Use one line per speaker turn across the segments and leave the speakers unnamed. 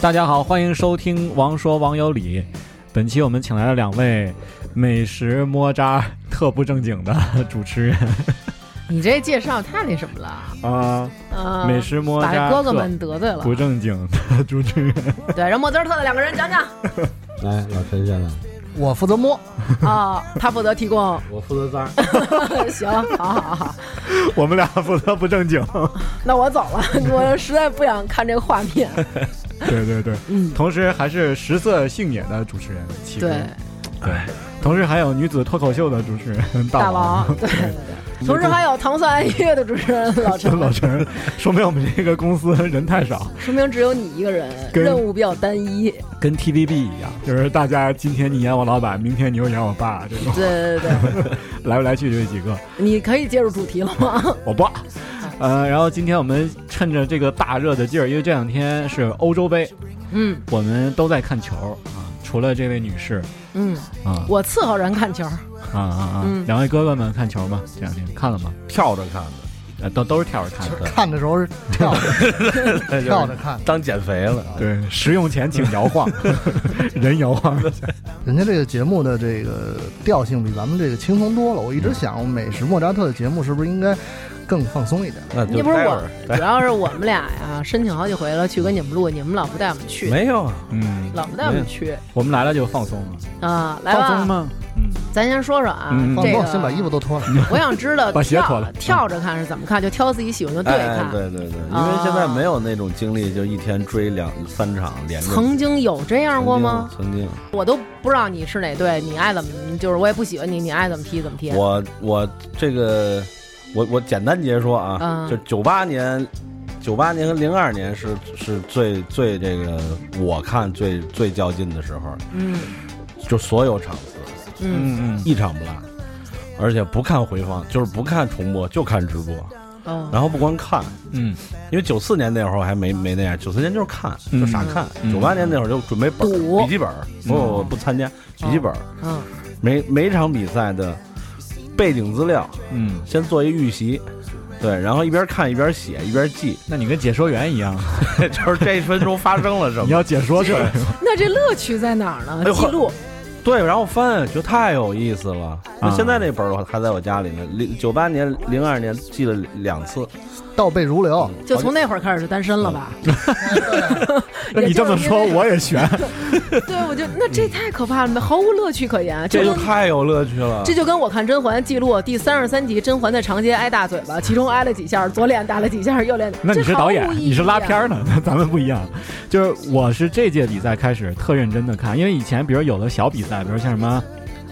大家好，欢迎收听《王说王有理》。本期我们请来了两位美食摸渣特不正经的 主持人
你这介绍太那什么了，
啊，
啊，
美食摸
把
渣
哥哥
特
们得罪了。
不正经的主持人。
对，让莫泽特的两个人讲 讲
来，老陈先来，
我负责摸啊，他负责提供。
我负责脏。
行，好好好，
我们俩负责不正经。
那我走 了，我实在不想看这个画 面。
对对对，
嗯
同时还是食色性也的主持人齐哥。
对，
对，同时还有女子脱口秀的主持人
大
王
王，。对对对，同时还有糖蒜爱乐的主持人老
这
陈，
老陈，说明我们这个公司人 太少，
说明只有你一个人，
跟
任务比较单一。
跟 TVB 一样，就是大家今天你演我老板，明天你又演我爸，这种
对对对，
来不来去就这几个。
你可以介入主题了吗？
我不，呃，然后今天我们趁着这个大热的劲儿，因为这两天是欧洲杯，
嗯
我们都在看球啊，除了这位女士
嗯，
啊
我伺候人看球，
啊啊啊，
嗯
两位哥哥们看球吗？这两天看了吗？
跳着看
呃，都都是跳着看的，
看的时候是跳着
那
跳着看，
当减肥了，
对，食用前请摇 晃，人摇晃，
人家这个节目的这个调性比咱们这个轻松多了。我一直想，美食莫扎特的节目是不是应该更放松一点？
那就
你不是
待会
我
儿，
主要是我们俩呀，申请好几回了，去跟你们录，你们老不带我们去，
没 有，啊
嗯，
老不带我们去
我们来了就放松了，
啊，来
放松
吧，
吗？嗯，
咱先说说啊
嗯，
放
这
松，
个
先把衣服都脱了。
我想知道
把鞋
跳
脱了
跳着看是怎么看，就挑自己喜欢的队
哎，
看。
对对对，因为
啊
现在没有那种经历，就一天追两三场连着。
曾经有这样过吗？
曾经，
我都不知道你是哪队，你爱怎么就是我也不喜欢你，你爱怎么踢怎么踢
曾经。我我这个，我我简单截说啊，
嗯
就九八年。九八年和零二年是是最最这个我看最最较劲的时候，
嗯
就所有场次
嗯
嗯
一场不落，而且不看回放，就是不看重播，就看直播。
哦，
然后不光看，
嗯
因为九四年那会儿还没没那样，九四年就是看，
嗯
就傻看。
嗯
九八年那会儿就准备本
赌
儿、笔记本儿，不我不参加笔记本儿，
嗯
每每场比赛的背景资料
嗯，，
先做一预习，对，然后一边看一边写一边记
那你跟解说员一样，
就是这一分钟发生了什
你
么。
要解说去，
那这乐趣在哪儿呢
哎？呦
记录
对，然后翻觉得太有意思了。那
啊
现在那本儿还在我家里呢，零九八年、零二年记了两次，嗯
倒背如流，
哦就从那会儿开始就单身了吧？
嗯那你这么说我也悬，
对，我就那这太可怕了吧，毫无乐趣可言。
这就
跟
太有乐趣了。
这就跟我看《甄嬛》记录第三十三集，甄嬛在长街挨大嘴巴，其中挨了几下，左脸打了几下，右脸。
那你是导演，
啊
你是拉片
儿。
儿呢， 咱们不一样。就是我是这届比赛开始特认真的看，因为以前比如有的小比赛，比如像什么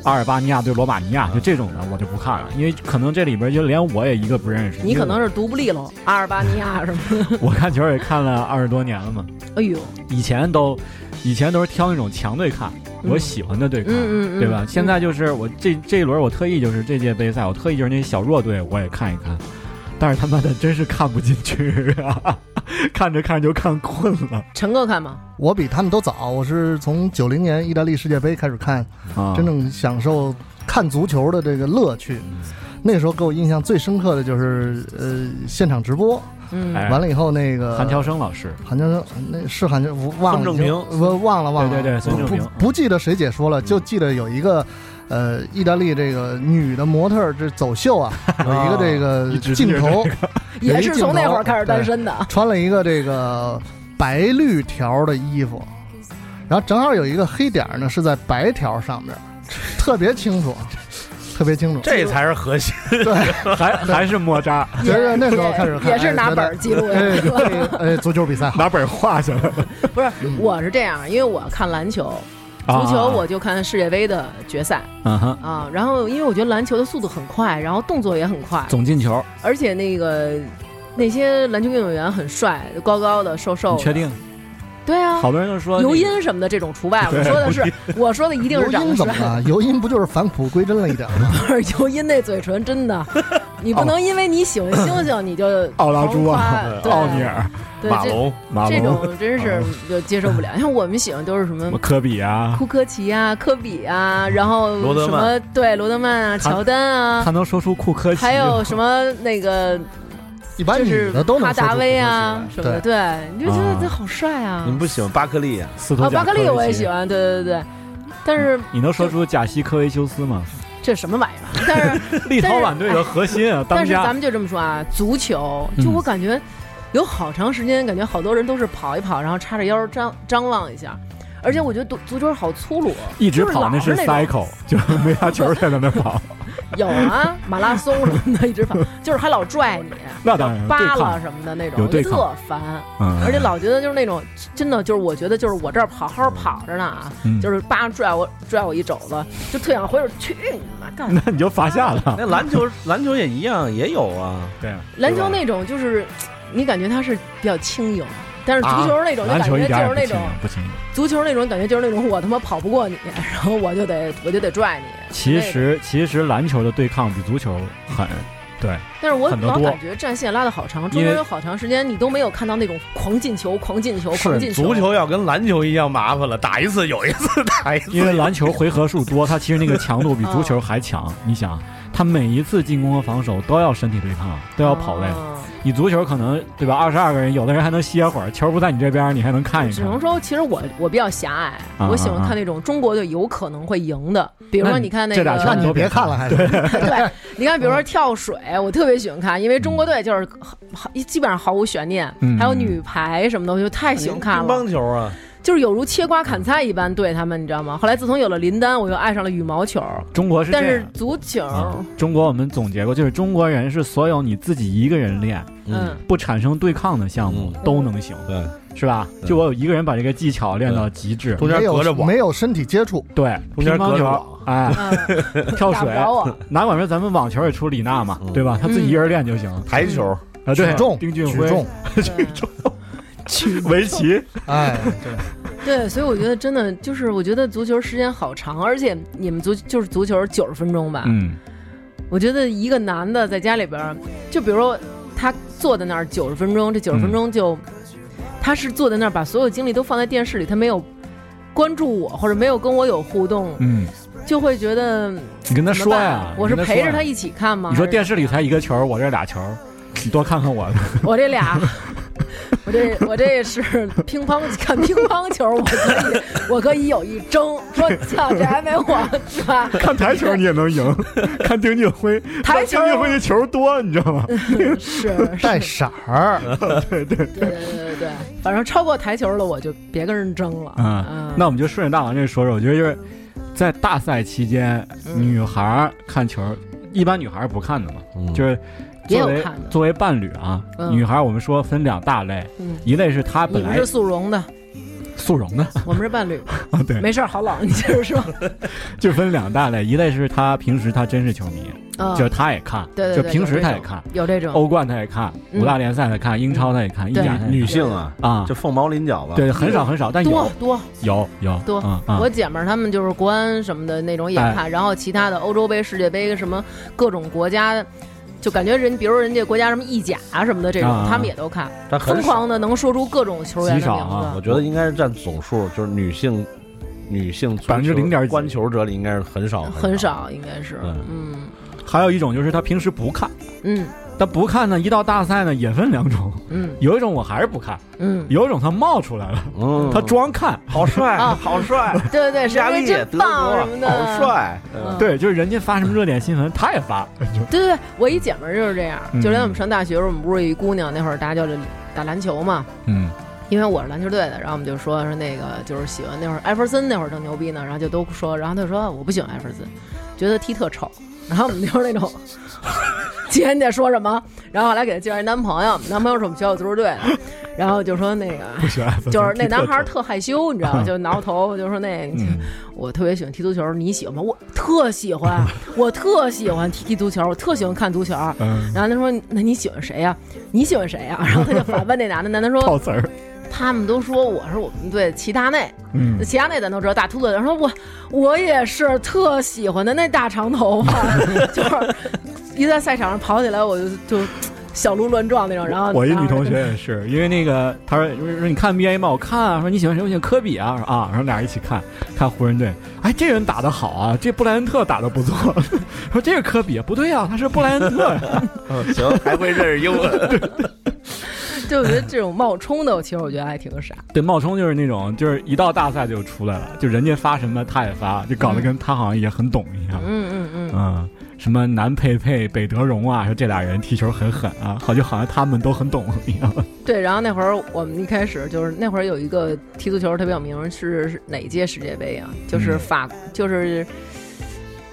阿尔巴尼亚对罗马尼亚，就这种的我就不看了，因为可能这里边就连我也一个不认识。
你可能
因为
是独不利喽，阿尔巴尼亚什么的？
我我看球也看了二十多年了嘛，
哎呦，
以前都以前都是挑那种强队看，
嗯
我喜欢的队看。
嗯嗯嗯，
对吧？现在就是我这这一轮，我特意就是这届杯赛，我特意就是那些小弱队我也看一看，但是他妈的真是看不进去啊！ 看着看着就看困了
陈哥看吗？
我比他们都早。我是从九零年意大利世界杯开始看，
啊
真正享受看足球的这个乐趣。那时候给我印象最深刻的就是呃现场直播，
嗯，
哎
完了以后那个
韩乔生老师，
韩江生，那是韩江，我忘了，
孙正平
已经我忘了忘了，
对对对孙正平
不不记得谁解
嗯
说了，就记得有一个。呃，意大利这个女的模特儿这走秀 啊，有一个这
啊一
个
直
镜头，
也是从那会儿开
哎
始单身的。
穿了一个这个白绿条的衣服，然后正好有一个黑点儿呢是在白条上面，特别清楚，特别清楚。
这才是核心。
对，
还还是莫扎，
觉得那时候开始看
也是拿本儿
哎
记录的。
觉 得哎，哎，足球比赛好，
拿本画下来。
不是，我是这样，因为我看篮球，
啊
足球我就看世界杯的决赛
嗯哼，
啊。然后因为我觉得篮球的速度很快，然后动作也很快，
总进球，
而且那个那些篮球运动员很帅，高高的、瘦瘦
你
的。
确定？
对啊，
好多人都说
尤
那个
因什么的这种除 外，我说的是，我说的一定
尤
是长
因
得
怎么
帅。
了？尤因不就是返璞归真了一点吗？
不是尤因那嘴唇真 的，你不能因为你喜欢星星你就
奥拉朱啊
狂夸，对
奥尼尔、
对
马
这
龙
马
这
龙、啊
种真是就接受不了。像我们喜欢都是什么
什么科比啊，
库科奇啊、科比啊，然后
罗德
什
曼
么对罗德曼啊、
他
乔丹啊
他，能说出库科奇，
还有什么那个
一般
就
女
是
的都能
哈
说出
达
口
威
碑
啊
来
什么的，对，你就觉得
啊
这好帅啊
你。们不喜欢巴克利啊？
斯
啊，
托
巴
贾
克
科
利
维
我也
奇嗯
喜欢，对对对，但是
你能说出贾西科维修斯吗？
这什么玩意儿？啊但 是
立陶宛队的核心啊，当
但是咱
家
们就这么说啊，足球就
嗯
我感觉有好长时间，感觉好多人都是跑一跑，然后叉着腰张张望一下，而且我觉得足足球好粗鲁，啊
一直
就是
跑
老
那
是
是
那种
cycle，就没啥球在那 边跑，
有啊，马拉松什么的一直跑，就是还老拽你，
那当然
扒
对抗
拉什么的那种，
有
我就
对抗
特烦，
嗯，
而且老觉得就是那种真的就是我觉得就是我这儿跑好好跑着呢啊，
嗯
就是扒拽我拽我一肘子，就特想回手去你妈干嘛。
那你就罚下了，
那篮球篮球也一样，也有啊。
对，
篮球那种就是你感觉它是比较轻盈，但是足球那种就
啊篮
感
球一
觉
点
就
儿
是那
也不轻
种
盈，不轻盈。
足球那种感觉就是那种我他妈跑不过你，然后我就得我就得拽你。
其实其实篮球的对抗比足球狠，对，
但是我
很得
老
多
感觉战线拉的好长，中
因为
间有好长时间你都没有看到那种狂进球、狂进球、啊狂进
足球要跟篮球一样麻烦了，打一次有一次， 打一次。
因为篮球回合 数多，它其实那个强度比足球还
啊
强。你想，它每一次进攻和防守都要身体对抗，都要跑位。
啊
你足球可能对吧？二十二个人，有的人还能歇会儿，球不在你这边，你还能看一
只
看
能。说，其实我我比较狭隘，
啊
我喜欢看那种中国队有可能会赢的，比如
那
说
你
你看那
这俩
那
全
个，
你
都
就别
别看
看了，还是
对，你看，比如说
嗯
跳水，我特别喜欢看，因为中国队就是毫基本上毫无悬念
嗯，
还有女排什么的，我就太喜欢看
乒
了，
乓球啊，
就是有如切瓜砍菜一般对他们，你知道吗？后来自从有了林丹，我又爱上了羽毛球，
中国是
但
这
是哦
样
足球，
啊，中国我们总结过，就是中国人是所有你自己一个人练
嗯，
不产生对抗的项目
嗯
都能行，
对，
是吧？
对
就我有一个人把这个技巧练到极致，
中间
没
隔着
有
网
没，有身体接触，
对，乒
中间
乓
隔着
球
网，
哎，
嗯，
跳
打
水
不，着 我，
哪管是咱们网球也出李娜嘛，
嗯
对吧？他自己一人练就行。
台球
啊，对，
举重
丁俊
举
晖
重，，
对
围 棋，
哎， 对，
对，所以我觉得真的就是，我觉得足球时间好长，而且你们足就是足球九十分钟吧，
嗯，
我觉得一个男的在家里边儿，就比如说他坐在那儿九十分钟，这九十分
嗯
钟就、他是坐在那儿把所有精力都放在电视里，他没有关注我或者没有跟我有互动，
嗯，
就会觉得
你跟
怎
他
么
说
办
呀，
我是
你跟
陪着
说
他
呀。
一起看吗？
你说
还是
电视里才一个球，我这俩球，你多看看我。
我这俩， 我这我这是乒乓看乒乓球，我可以我可以有一争，说操这还没我是 吧？
看台球你也 能赢，看丁俊晖，
台球嗯
丁俊晖那球多，你知道吗？
是
带
是，
色儿，
对对对对对，反正超过台球了我就别跟人争了。
啊
嗯，
那我们就顺着大王这说说，我觉得就是在大赛期间，
嗯
女孩儿看球，一般女孩儿不看的嘛，就是
也有
作为
看的
作为伴侣啊，
嗯
女孩儿我们说分两大类，
嗯
一类是她
你
本
们
来
是速溶 的，
速溶的，
我们是伴侣，
对，
没事儿，好冷，你接着说。
就分两大类，一类是她平时她真是球迷，
啊
就是她也看，
对对
就
对，
平时她
有
也
这种
看，
有这种，
欧冠她也看，
嗯
五大联赛她看，英超她也看，意
对
甲她也看
女性啊，
啊，
就凤毛麟角吧。
对，很少很少，但
多
有
多
有有
多
啊啊哎
我姐们儿她们就是国安什么的那种也看，然后其他的欧洲杯、世界杯什么各种国家，就感觉人，比如人家国家什么意甲什么的这种
啊，
他们也都看，
但
疯
很少。
狂的能说出各种球员
极
的
少
名
啊
我
字。
觉得应该是占总数，就是女性女性足球
0.几
观球者里应该是很少
很。少，应该是，嗯
还有一种就是她平时不看。
嗯
但不看呢，一到大赛呢也分两种，
嗯
有一种我还是不看，
嗯，
有一种他冒出来了，
嗯，
他装看。
好帅
啊
好 帅，
对对对，
意大
谁
利、
真
德
棒什么
国
的，
好帅。
嗯
啊对，就是人家发什么热点新闻，他也发。
对对对，我一姐们儿就是这样，
嗯
就连我们上大学的时候，我们不是有一姑娘，那会儿大家就打篮球嘛，
嗯，
因为我是篮球队的，然后我们就说说那个就是喜欢那会儿艾弗森那会儿正牛逼呢，然后就都说，然后他就说我不喜欢艾弗森，觉得踢特丑，然后我们就是那种， 姐你在说什么？然后后来给他介绍一男朋友，男朋友是我们学校足球队的，然后就说那个
不喜欢。
就是那男孩儿特害羞，你知道吗？就挠头，就说那个。
嗯，
我特别喜欢踢足球，你喜欢吗？我特喜欢，我特喜欢踢足球，我特喜欢看足球。
嗯 哦
然后他说：“那你喜欢谁呀、你喜欢谁呀、然后他就反问那男的，男的说：“
嗯套词儿，
他们都说我是我们队齐达内，
嗯，
齐达内咱都知道大秃子，然后我我也是特喜欢的那大长头发， 就是一在赛场上跑起来我就就小鹿乱撞那种，然后
我一
然后
女同学也是，因为那个她说说你看 NBA 吗？我看啊，说你喜欢谁？我喜欢科比啊，说啊，然后俩人一起看看湖人队，哎，这人打得好啊，这布莱恩特打得不错， 说这是科比啊，不对啊，他是布莱恩特呀，
嗯，行，还会认识英文，
就我觉得这种冒充的，其实我觉得还挺傻。
对，冒充就是那种就是一到大赛就出来了，就人家发什么他也发，就搞得跟他好像也很懂一样，
嗯嗯嗯。
嗯，什么南佩佩、北德容啊，说这俩人踢球很狠啊，好就好像他们都很懂一样，
嗯对，然后那会儿我们一开始就是那会儿有一个踢足球特别有名，是是哪届世界杯啊？就是
嗯
法，就是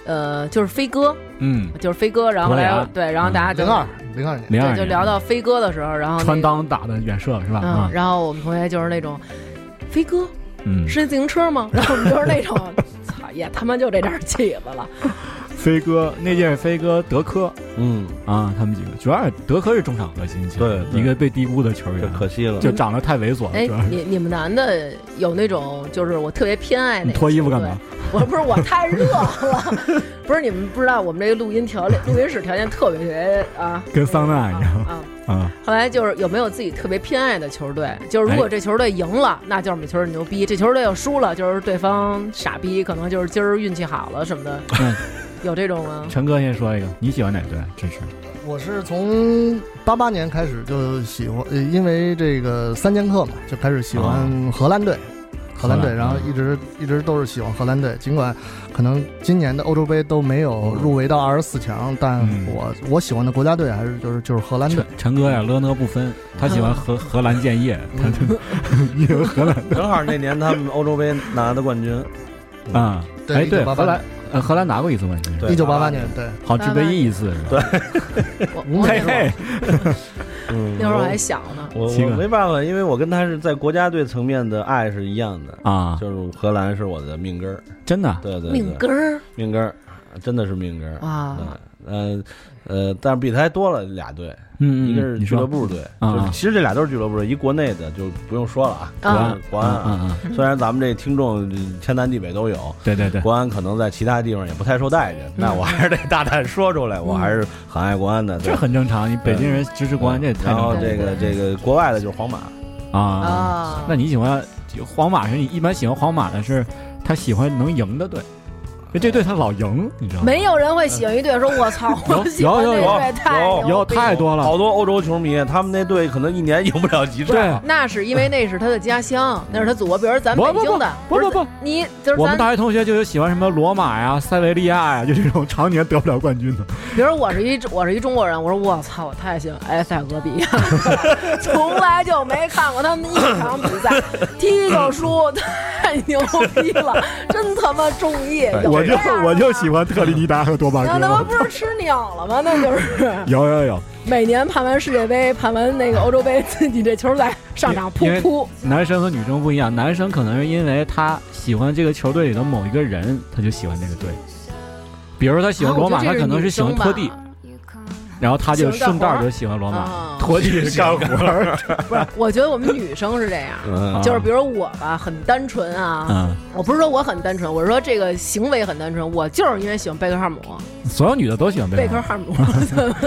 呃，就是飞哥，
嗯，
就是飞哥，然后
葡萄牙
来啊对，然后大家就
零二零二年，
嗯零二
对就聊到飞哥的时候，然后那
穿裆打的远射是吧？
嗯
啊，，
然后我们同学就是那种飞哥
嗯，
是那自行车吗？然后我们就是那种， 操也他妈就这点起子了，
飞哥那届是飞哥德科
嗯，
啊，他们几个主要是德科是中场核心，其实
对对
一个被低估的球
这
员，啊
可惜了。
就长得太猥琐了，
哎
主要，是
你你们男的有那种就是我特别偏爱哪
你脱衣服干
个球
嘛
队？？我不是我太热了，不是你们不知道我们这个录音条件，录音室条件特别啊，
跟桑拿一样
啊。
啊，
后来就是有没有自己特别偏爱的球队？就是
哎
如果这球队赢了，那就是我们球队牛逼；这球队要输了，就是对方傻逼，可能就是今儿运气好了什么的
嗯。
有这种吗？
陈哥先说一个，你喜欢哪队？支持？
我是从八八年开始就喜欢，呃因为这个三剑客嘛，就开始喜欢荷兰队。啊荷兰嗯队，
荷兰
然后一直一直都是喜欢荷兰队，尽管可能今年的欧洲杯都没有入围到二十四强，但
嗯
我我喜欢的国家队还是就是就是荷兰队
陈。陈哥呀，勒讷不分，他喜欢荷荷兰建业，他因为荷兰
正好那年他们欧洲杯拿的冠军，
啊，
对
哎对，
1988
荷兰呃荷兰拿过一次冠军，
对
一九八八年，对，
好像只唯一一次是吧？
我
无
我
嘿嘿，
嗯，
那会儿我
我
还小呢，
我
七个
我没办法，因为我跟他是在国家队层面的爱是一样的，
啊，
就是荷兰是我的命根儿，
真的
对对对，
命根儿啊
命根儿，真的是命根儿。
哇
嗯
对，呃呃，但是比他还多了俩队，
嗯，嗯
一个是
你
俱乐
说
部队，
啊
就是其实这俩都是俱乐部队，一国内的就不用说了啊，
啊
安国安
啊
啊，
啊，嗯
虽然咱们这听众呃天南地北都有，
对对对，
国安可能在其他地方也不太受待
嗯
见，那我还是得大胆说出来，我还是很爱国安的。对
这很正常，你北京人支持国安这也太
然
正常
后
了
这个这个国外的就是皇马，
啊。
啊
那你喜欢皇马是？你一般喜欢皇马的是他喜欢能赢的队，因为这队他老赢，你知道吗？
没有人会喜欢一队说“我操，我喜欢
嗯有
那
有有
队太
有
有
牛逼了
太多了，
好多欧洲球迷，他们那队可能一年赢不了几场。
对，
那是因为那是他的家乡，那是他祖国，比如咱北京的，
不不不不
是你就是
我
咱，
们大学同学就有喜欢什么罗马呀、塞维利亚呀，就这种常年得不了冠军的。
比如我是一我是一中国人，我说我操，我太喜欢埃塞俄比亚， 从来就没看过他们一场比赛，踢就输，太牛逼了，真他妈中意，有
哎我就
哎这样吗啊
我就喜。欢特立尼达和多 巴
那他妈
哥。
不是吃鸟了吗？那就是
有有有，
每年判完世界杯、判完那个欧洲杯， 自己这球赛上场
因
噗
为
噗，
男生和女生不一样，男生可能是因为他喜欢这个球队里的某一个人，他就喜欢这个队。比如说他喜欢罗
啊
马，他可能是喜欢托蒂，然后他就顺道就喜欢罗马
啊。
托蒂是干活儿，
不是，我觉得我们女生是这样，
啊
嗯，
就是比如我吧，很单纯啊，
嗯，
我不是说我很单纯，我是说这个行为很单纯，我就是因为喜欢贝克汉姆，
啊所有女的都喜欢
贝
贝克
克汉
汉
姆，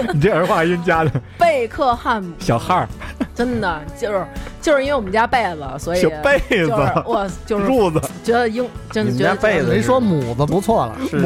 姆。你这儿化音加的
贝克汉姆，
小汉儿、
真的就是就是因为我们家被子，所以
小被
就是
子、
我哎就是
褥子、
觉得英真的
你们
觉
家
得啊
被子
没说母子不错了，
是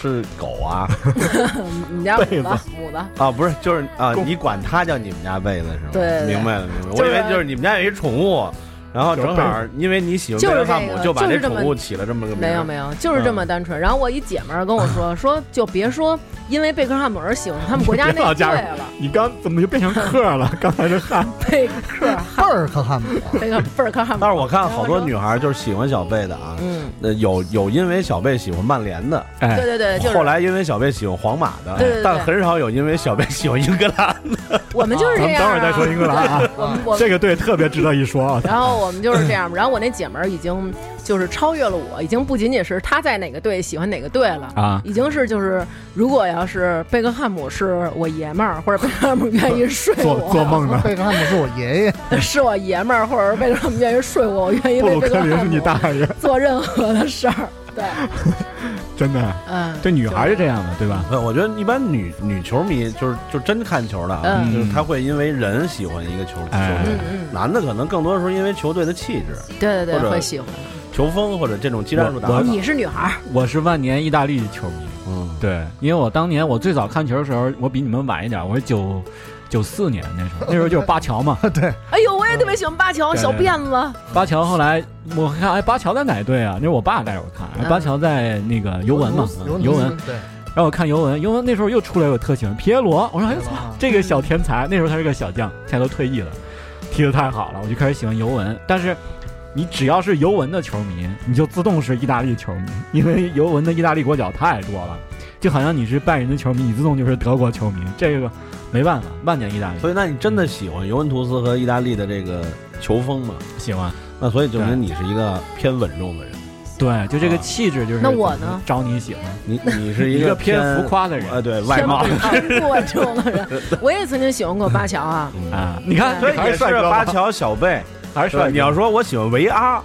是狗啊
我们家母
被子
的母的，
啊，不是，就是啊，
公
你管它叫你们家被子是吗？
对对对
明白了，明白了。
就
我
是
以为就是你们家有一宠物，然后正好因为你喜欢贝克汉姆，
就是这个
就把
就是
这
这么
宠物起了这么个名。
没有没有，就是这
嗯
么单纯。然后我一姐们儿跟我 说说，就别说因为贝克汉姆而喜欢他们国家
别老
那队
加入
了，
你刚怎么就变成 克了？刚才是汉，
贝克
贝尔克汉姆。
贝克贝克汉姆
但，是我看好多女孩就是喜欢小贝的啊，
嗯，
呃，有有因为小贝喜欢曼联的，
哎
对，对对，就是
后来因为小贝喜欢皇马的，
对对对
但很少有因为小贝喜欢英格兰。
我们就是
咱
这
们
样、
等
啊。
会儿再说英格兰啊，
我们我们
这个队特别值得一说啊。
然后我们就是这样。然后我那姐们儿已经就是超越了我，已经不仅仅是她在哪个队喜欢哪个队了
啊
已经是就是如果要是贝克汉姆是我爷们儿，或者贝克汉姆愿意睡
做
我，
做梦呢。
贝克汉姆是我爷爷，
是我爷们儿，或者是贝克汉姆愿意睡 我，我愿意
布
为
鲁
贝
克
克汉
林
姆
是你大爷，
做任何的事儿。 对，
真的，
嗯，
这女孩是这样的，对吧？
对， 我觉得一般女女球迷就是就真看球的啊，
嗯
就是她会因为人喜欢一个球球
哎
队
嗯，嗯，
男的可能更多的时候因为球队的气质、
对对
或
对，
者
会喜欢。
球风或者这种技战术打法
我。
你是女孩儿，
我是万年意大利球迷，
嗯，
对，因为我当年我最早看球的时候，我比你们晚一点，我是九九四年那时候，那时候就是巴乔 嘛，
哎呦，我也特别喜欢巴乔
对
小
对对
辫子，
巴乔后来我看哎，巴乔在哪个队啊？那是我爸带着我看，
嗯
哎巴乔在那个尤文嘛，
尤
尤文，
对，
然后我看尤文，尤文那时候又出来我特喜欢皮耶罗，我说哎
尤文
操
啊，
这个小天才，那时候他是个小将，现在都退役了，踢得太好了，我就开始喜欢尤文。但是你只要是尤文的球迷，你就自动是意大利球迷，因为尤文的意大利国脚太多了，就好像你是拜仁的球迷，你自动就是德国球迷，这个没办法，万年意大利
所以那你真的喜欢尤文图斯和意大利的这个球风吗？
喜欢，
那所以证
对
明你是一个偏稳重的人，
对，就这个
啊
气质就是
那我呢
招你喜欢，
你你是
一
个
偏
偏
浮夸的人
呃，对外貌。
不稳重的 人。我也曾经喜欢过巴乔啊，
嗯
啊，你看，
所以
还
也
是
是
帅哥吧，
巴乔、小贝，
还是
是吧？
帅
呃你要
说
说我喜欢维 阿，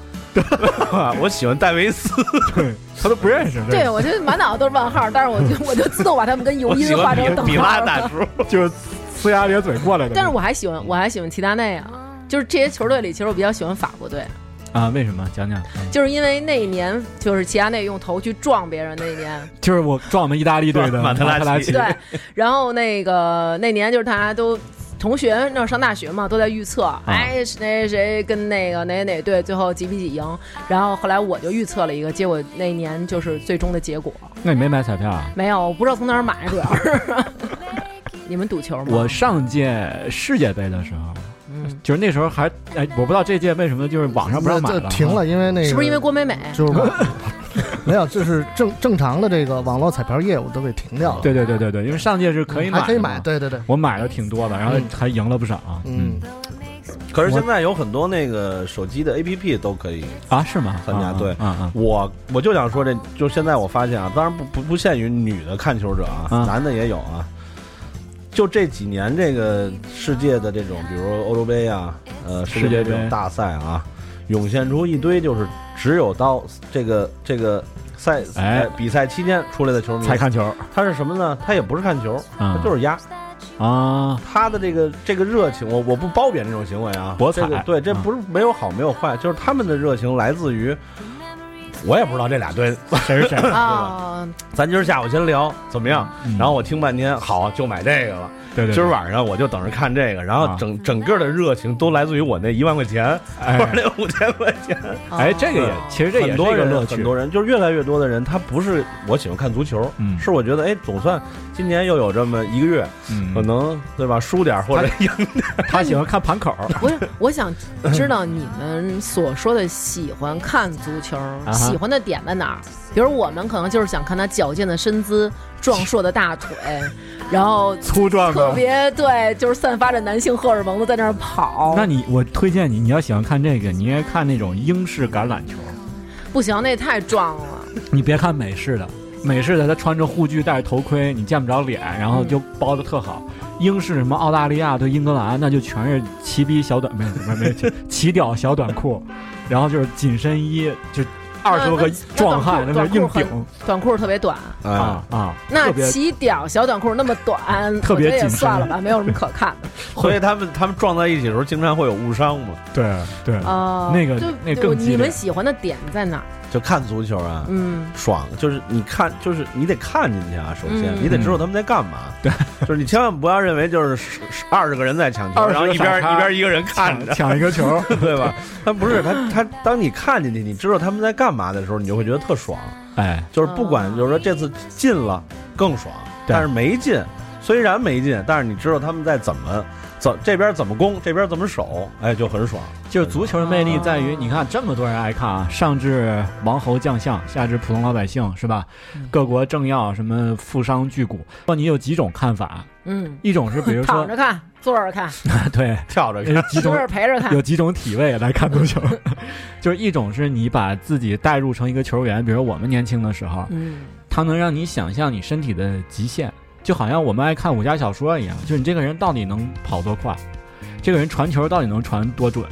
我喜欢戴维斯，
他都不认识，
对，我就满脑子都是问号，但是我就我就自动把他们跟尤
我
因
喜
画
欢
成
比
等
比
号
拉
了。
大叔。
就是呲牙咧嘴过来的。
但是我还喜欢，我还喜欢齐达内啊，就是这些球队里，其实我比较喜欢法国队，
啊，为什么？讲讲。
就是因为那一年就是齐达内用头去撞别人那一 年，
就是我撞我们意大利队的
马特拉齐
拉齐，
对，然后那个那年就是大家都。同学那上大学嘛，都在预测，
啊
哎，谁谁谁跟那个哪哪队最后几比几赢。然后后来我就预测了一个，结果那一年就是最终的结果，
那你没买彩票啊？
没有，我不知道从哪儿买，主要是。 你们赌球吗？
我上届世界杯的时候，
嗯，
就是那时候还哎，我不知道这届为什么就是网上不让买
这
了，
停了，因为那个
是不是因为郭美美？
就是 没有，就是正正常的这个网络彩票业务都给停掉了，
对对对对对，因为上届是可以买，
还可以买，。对对对，
我买了挺多的，然后还赢了不少。啊
嗯，
可是现在有很多那个手机的 APP 都可以
啊，是吗？
参加
啊
对
啊啊，
我我就想说这，就现在我发现啊，当然不不不限于女的看球者啊，
啊
男的也有啊。就这几年这个世界的这种，比如欧洲杯啊，呃，世
世界
界
杯
这种大赛啊，涌现出一堆就是只有到这个这个赛
哎
呃比赛期间出来的球迷
才，啊看球
他是什么呢？他也不是看球，
啊
他就是压
啊，
他的这个这个热情，我我不褒贬这种行为啊，
博彩
这个对，这
嗯
不是没有好没有坏，就是他们的热情来自于，我也不知道这俩队
谁是谁？
啊，
咱今儿下午先聊怎么样？
嗯
然后我听半天，好，就买这个了。
对对，
今儿晚上我就等着看这个，然
啊
后整整个的热情都来自于我那一万块钱，
哎
或者那五千块钱。
哦
哎，这个也其实这也
很
是一
多
个
人
乐
很
趣。
多人就是越来越多的人，他不是我喜欢看足球，
嗯
是我觉得哎，总算今年又有这么一个月，
嗯
可能对吧，输点儿或者赢。
他喜欢看盘口，
不是，我 想知道你们所说的喜欢看足球，
啊哈
喜欢的点在哪儿？比如我们可能就是想看他矫健的身姿、壮硕的大腿，然 后
粗壮
特
的。
别对，就是散发着男性荷尔蒙的在那儿跑。
那你我推荐你，你要喜欢看这个，你应该看那种英式橄榄球。
不行，那也太壮了。
你别看美式的，美式的他穿着护具，戴着头盔，你见不着脸，然后
嗯
就包的特好。英式什么澳大利亚对英格兰，那就全是齐逼小短，没有没有没有 齐齐屌小短裤，然后就是紧身衣，就二十多个
呃那那
壮汉在
那
那硬
短裤
顶
短裤特别短，
啊啊，
那
特别
起屌小短裤那么短，
特别
我觉得也
紧身
算了吧，没有什么可看 的。
所以他们他们撞在一起的时候，经常会有误伤嘛。
对对
啊，
那个
就
那
就
更激烈
你们喜欢的点在哪儿？
就看足球啊，
嗯，
爽，就是你看，就是你得看进去啊。首先，
嗯
你得知道他们在干嘛。
嗯
对， 就是你千万不要认为就是 十十二十个人在抢球，
20个
然后一
小
边
咖
一边一个人看着，
抢一个球，
对 吧？他不是他他，当你看进去，你知道他们在干嘛的时候，你就会觉得特爽。
哎，
就是不管
嗯
就是说这次进了更爽，
对
但是没进。虽然没进，但是你知道他们在怎么怎这边怎么攻，这边怎么守，哎，就很爽。
就是足球的魅力在
嗯
于，你看这么多人爱看啊，上至王侯将相，下至普通老百姓，是吧？
嗯
各国政要，什么富商巨贾，那你有几种看法？
嗯，
一种是比如
躺
说，
着看，坐着看，
对，
跳着
有几
坐
种
着陪着看
有，几种体位来看足球， 就是一种是你把自己代入成一个球员，比如我们年轻的时候，
嗯，
它能让你想象你身体的极限，就好像我们爱看武侠小说一样，就是你这个人到底能跑多快，这个人传球到底能传多准，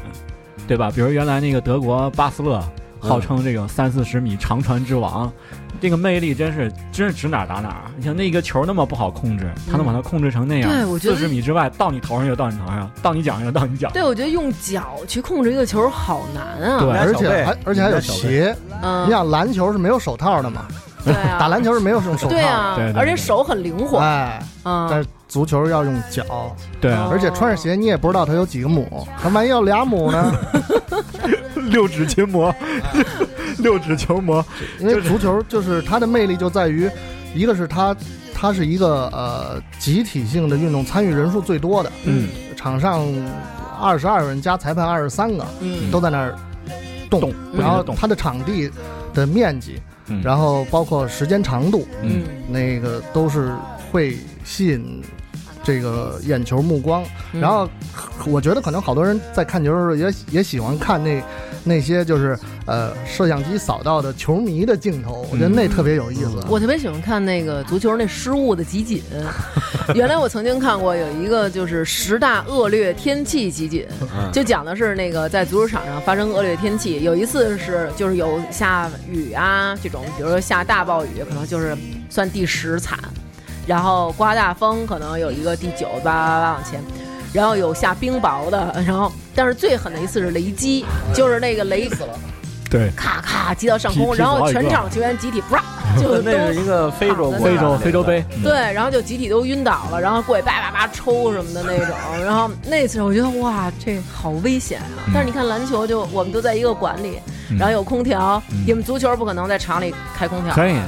对吧？比如原来那个德国巴斯勒，号称这个三四十米长传之王，这个魅力真是真是指哪儿打哪儿。你像那个球那么不好控制，他能把它控制成那样，
嗯对我觉得
四十米之外到你头上就到你头上，到你脚上就到你脚上。
对，我觉得用脚去控制一个球好难啊。
对
而
小贝
且还而且还
人
有
家小贝
鞋。
嗯
你，想篮球是没有手套的嘛？
对啊，
打篮球是没有用手套
对
的，
啊
对对，对
而且手很灵活
哎，但
啊。
是足球要用脚，
对啊
哦
而且穿着鞋你也不知道它有几个母，它万一要俩母呢？
六指 琴魔，六指球魔，
因为足球就是它的魅力就在于，一个是它它是一个呃集体性的运动，参与人数最多的，
嗯，
场上二十二人加裁判二十三个
嗯
都在那儿动，
动不停地
然后
动
它的场地的面积，
嗯
然后包括时间长度，
嗯
嗯
那个都是会吸引这个眼球目光。
嗯
然后我觉得可能好多人在看球的时候也也喜欢看那那些就是呃摄像机扫到的球迷的镜头，我觉得那特别有意思。
我特别喜欢看那个足球那失误的集锦。 原来我曾经看过有一个就是十大恶劣天气集锦，
嗯
就讲的是那个在足球场上发生恶劣天气。有一次是就是有下雨啊这种，比如说下大暴雨，可能就是算第十惨，然后刮大风可能有一个第九，叭叭叭往前。然后有下冰雹的，然后但是最狠的一次是雷击，就是那个雷
对，
咔咔击到上空，
劈劈死
然后
好几
全
个
场球员集体 啪 就都
那是一个非洲国家
非洲
的
非洲杯，嗯
对，然后就集体都晕倒了，然后过去叭叭叭抽什么的那种。然后那次我觉得哇，这好危险啊！但是你看篮球就，我们都在一个馆里，
嗯
然后有空调，
嗯
你们足球不可能在场里开空调。
可以。啊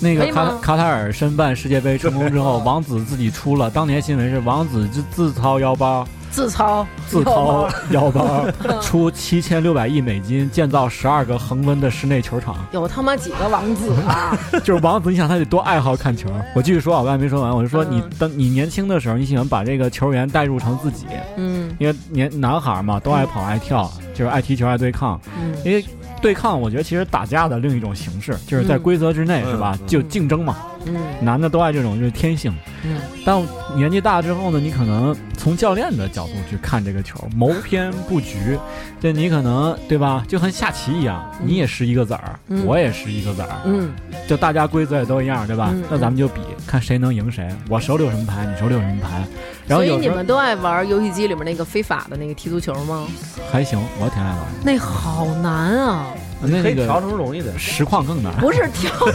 那
可
个
以
卡
吗
卡塔尔申办世界杯成功之后，王子自己出了。当年新闻是王子自自掏腰包，
自操，
自掏腰包 出七千六百亿美金建造十二个恒温的室内球场。
有他妈几个王子啊！
就是王子，你想他得多爱好看球？我继续说啊，我还没说完，我就说你
嗯
当你年轻的时候，你喜欢把这个球员代入成自己，
嗯
因为年男孩嘛都爱跑爱跳，就是爱踢球爱对抗。
嗯
因为对抗，我觉得其实打架的另一种形式，就是在
嗯
规则之内，是吧
嗯？嗯
就竞争嘛，
嗯
男的都爱这种，就是天性。
嗯，
但年纪大之后呢，你可能从教练的角度去看这个球，谋篇布局，就你可能对吧，就和下棋一样，
嗯
你也是一个子儿，
嗯
我也是一个子儿，
嗯
就大家规则也都一样，对吧？
嗯
那咱们就比，看谁能赢谁，我手里有什么牌，你手里有什么牌，然
所
后
以
有
你
时候
们都爱玩游戏机里面那个非法的那个踢足球吗？
还行，我挺爱玩的，
那好难啊！
那
可
那
以调
个
成容易的。
实况更难。
不是 挑，我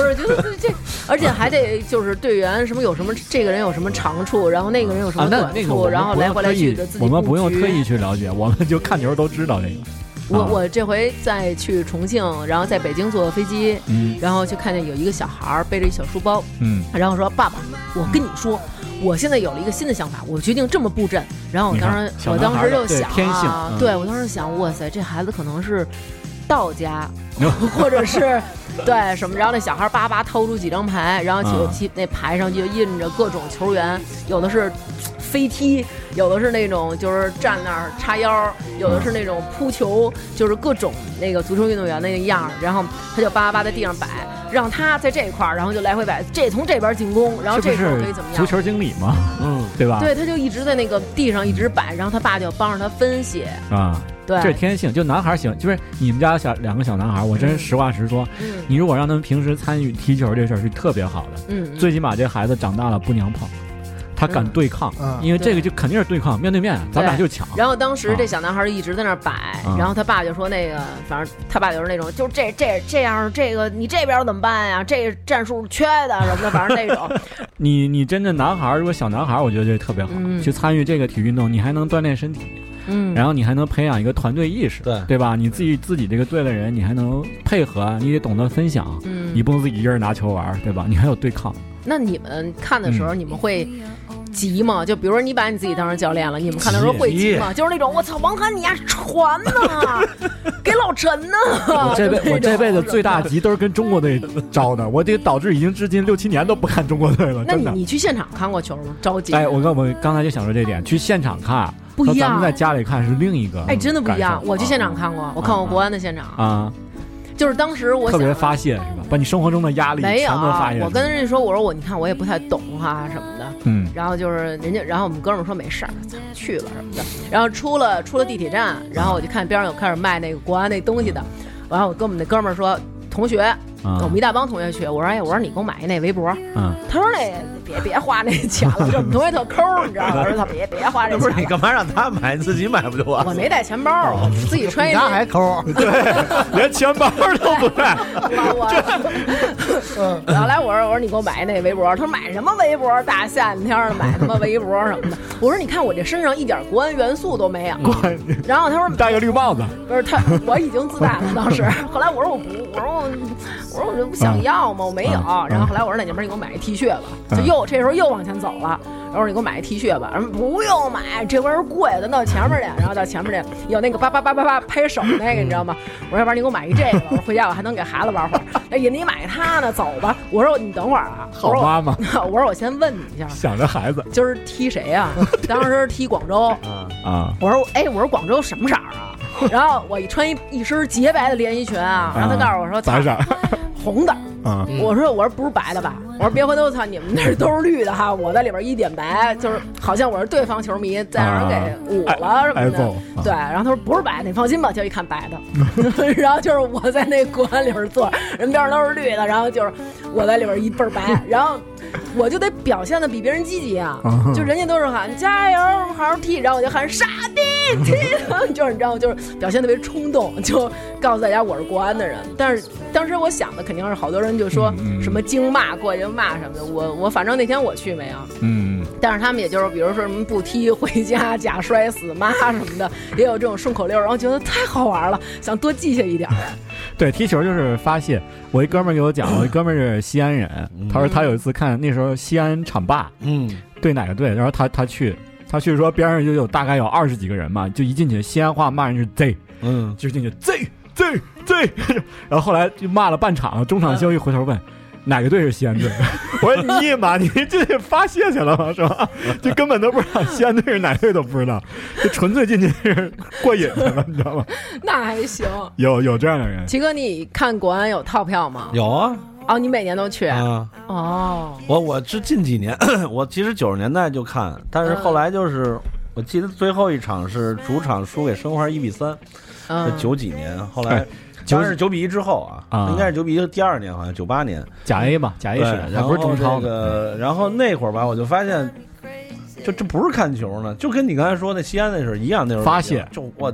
是觉得这这，而且还得就是队员什么有什么，这个人有什么长处，然后那个人有什
啊
么，
那
短
那个
处，
我们
然后
不
来
用
回
特
来去
意
的自，己
我们不
布
用
局
特意去了解， 我们就看球都知道这个。
我
啊
我这回再去重庆，然后在北京坐飞机，
嗯
然后就看见有一个小孩儿背着一小书包，
嗯，
然后说：“爸爸，我跟你说，我现在有了一个新的想法，我决定这么布阵。”然后我
你
当
看
时，
小
我
男
当
孩
时
儿
就
对
想
天性
啊
嗯，
对我当时想，哇塞，这孩子可能是道 家，或者是对什么。然后那小孩叭叭掏出几张牌，然后
嗯
就其那牌上就印着各种球员，有的是。飞踢，有的是那种就是站那儿叉腰，有的是那种扑球，就是各种那个足球运动员那个样儿，然后他就叭叭叭在地上摆，让他在这一块儿，然后就来回摆，这从这边进攻，然后
是
这
不
时候可以
是
怎么样？
足球经理嘛？
嗯，
对吧？
对，他就一直在那个地上一直摆，然后他爸就帮着他分析，
啊，这是
对，
天性，就男孩儿喜欢，就是你们家小两个小男孩儿，我真是实话实说，
嗯
你如果让他们平时参与踢球这事儿是特别好的，
嗯，
最起码这孩子长大了不娘炮，他敢
嗯
对抗，
嗯
因为这个就肯定是对抗，面对面，咱俩就抢。
然后当时
啊
这小男孩一直在那儿摆，
啊
然后他爸就说那个，反正他爸就是那种，就这这这样，这个你这边怎么办呀？这战术缺的什么的，反正那种，
你你真正男孩儿，如果小男孩儿，我觉得这特别好，
嗯
去参与这个体育运动，你还能锻炼身体，
嗯，
然后你还能培养一个团队意识，
对
对吧？你自己自己这个队的人，你还能配合，你得懂得分享，
嗯
你不能自己一个人拿球玩儿，对吧？你还有对抗，
那你们看的
嗯
时候，你们会急吗？就比如说你把你自己当成教练
嗯
了，你们看的时候会急吗？就是那种我操，王涵你丫传 呐，给老陈呐！啊
我这 辈我这辈子最大
就
急都是跟中国队招的，我得导致已经至今六七年都不看中国队了，
那
真
你
的。
你去现场看过球吗？着急？
哎，我跟我刚才就想说这点，去现场看
不
和
一
咱
样
们在。家里看是另一个
哎，真的不一
感
样！
受
我去现场看过，我看过国安的现场，
啊，
就是当时我
特
想
别发泄是吧？把你生活中的压力
没
全
有
都
啊
发泄。，
我跟人家说，我说我你看我也不太懂哈什么的，
嗯
然后就是人家，然后我们哥们儿说没事儿，咱们去吧什么的。然后出了出了地铁站，然后我就看边上有开始卖那个国安那东西的，完了我跟我们那哥们儿说。同学，我们一
啊
大帮同学去，我说哎，我说你给我买一那围脖，
嗯，
他说那别别花那钱了，就我们同学特抠儿，你知道吗？我说操，别别花这
那不是
钱
你
了，
哦干嘛让他买，自己买不就完
我
了？
没带钱包，我自己穿
你
一
家还抠儿，
连钱包都不 带，
我，然后来我说我说你给我买那围脖，他说买什么围脖？大夏天的买他妈围脖什么的。我说你看我这身上一点国安元素都没有。然后他说
戴个绿帽子，
不是他，我已经自大了当时。后来我说我不，我说我，我说我这不想要吗？我没有。
啊
然后后来我说那你们你给我买一 T 恤吧，
啊
就又这时候又往前走了。然后我说你给我买一 T 恤吧，然后不用买，这玩意儿贵，咱到前面去。然后到前面去有那个叭叭叭叭叭拍手那个，你知道吗？我说要不然你给我买一这个吧，我说回家我还能给孩子玩会儿。哎呀，你买它呢，走吧。我说你等会儿啊，
好
我说
妈妈
我，我说我先问你一下，
想着 孩子
今儿踢谁呀、当时踢广州。
啊，
啊，
我说，哎，我说广州什么色儿啊？ 然后我一穿一一身洁白的连衣裙啊，然后他告诉我说，
咋
操
色儿
红的。
啊？
我说，我说不是白的吧？我说别回头，操，你们那儿都是绿的哈，我在里边一点白，就是好像我是对方球迷，再让
啊
人给捂了什
挨
么
揍
的。，对，然后他说不是白的，你放心吧，就一看白的。 然后就是我在那国安里边坐，人边上都是绿的，然后就是我在里边一倍儿白，然后我就得表现的比别人积极啊，
啊
就人家都是喊加油，好好踢，然后我就喊傻逼踢，就是你知道吗，就是表现特别冲动，就告诉大家我是国安的人。但是当时我想的肯定是好多人就说
嗯嗯
什么经骂过去骂什么的，我我反正那天我去没有，
嗯，
但是他们也就是，比如说什么不踢回家假摔死妈什么的，也有这种顺口溜，然后觉得太好玩了，想多记下一点儿。
对，踢球就是发泄。我一哥们儿给我讲，我一哥们儿是西安人，他说他有一次看那时候西安场霸
嗯，
对哪个队，然后他他去。他去说边上就有大概有二十几个人嘛，就一进去西安话骂人就是 Z，
嗯，
就进去 Z Z Z，然后后来就骂了半场，中场休
嗯
息回头问。哪个队是西安队？ 我说你妈，你这是发泄去了吗？是吧？就根本都不知道西安队是哪队都不知道，就纯粹进去是过瘾去了，你知道吗？
那还行。
有有这样的人，
齐哥，你看国安有套票吗？
有啊
哦，你每年都去？
啊，
哦，
我我是近几年，我其实九十年代就看，但是后来就是。我记得最后一场是主场输给申花一比三，是
嗯，
九几年，后
哎
来
九
当然是九比一之后啊，
啊
应该是九比一第二年好像九八年，
甲 A 嘛，甲 A
对，
是，还
然
不
后
是中超
这
的。嗯
个，然后那会儿吧，我就发现，就这不是看球呢，就跟你刚才说那西安那时候一样，那时候
发泄
就我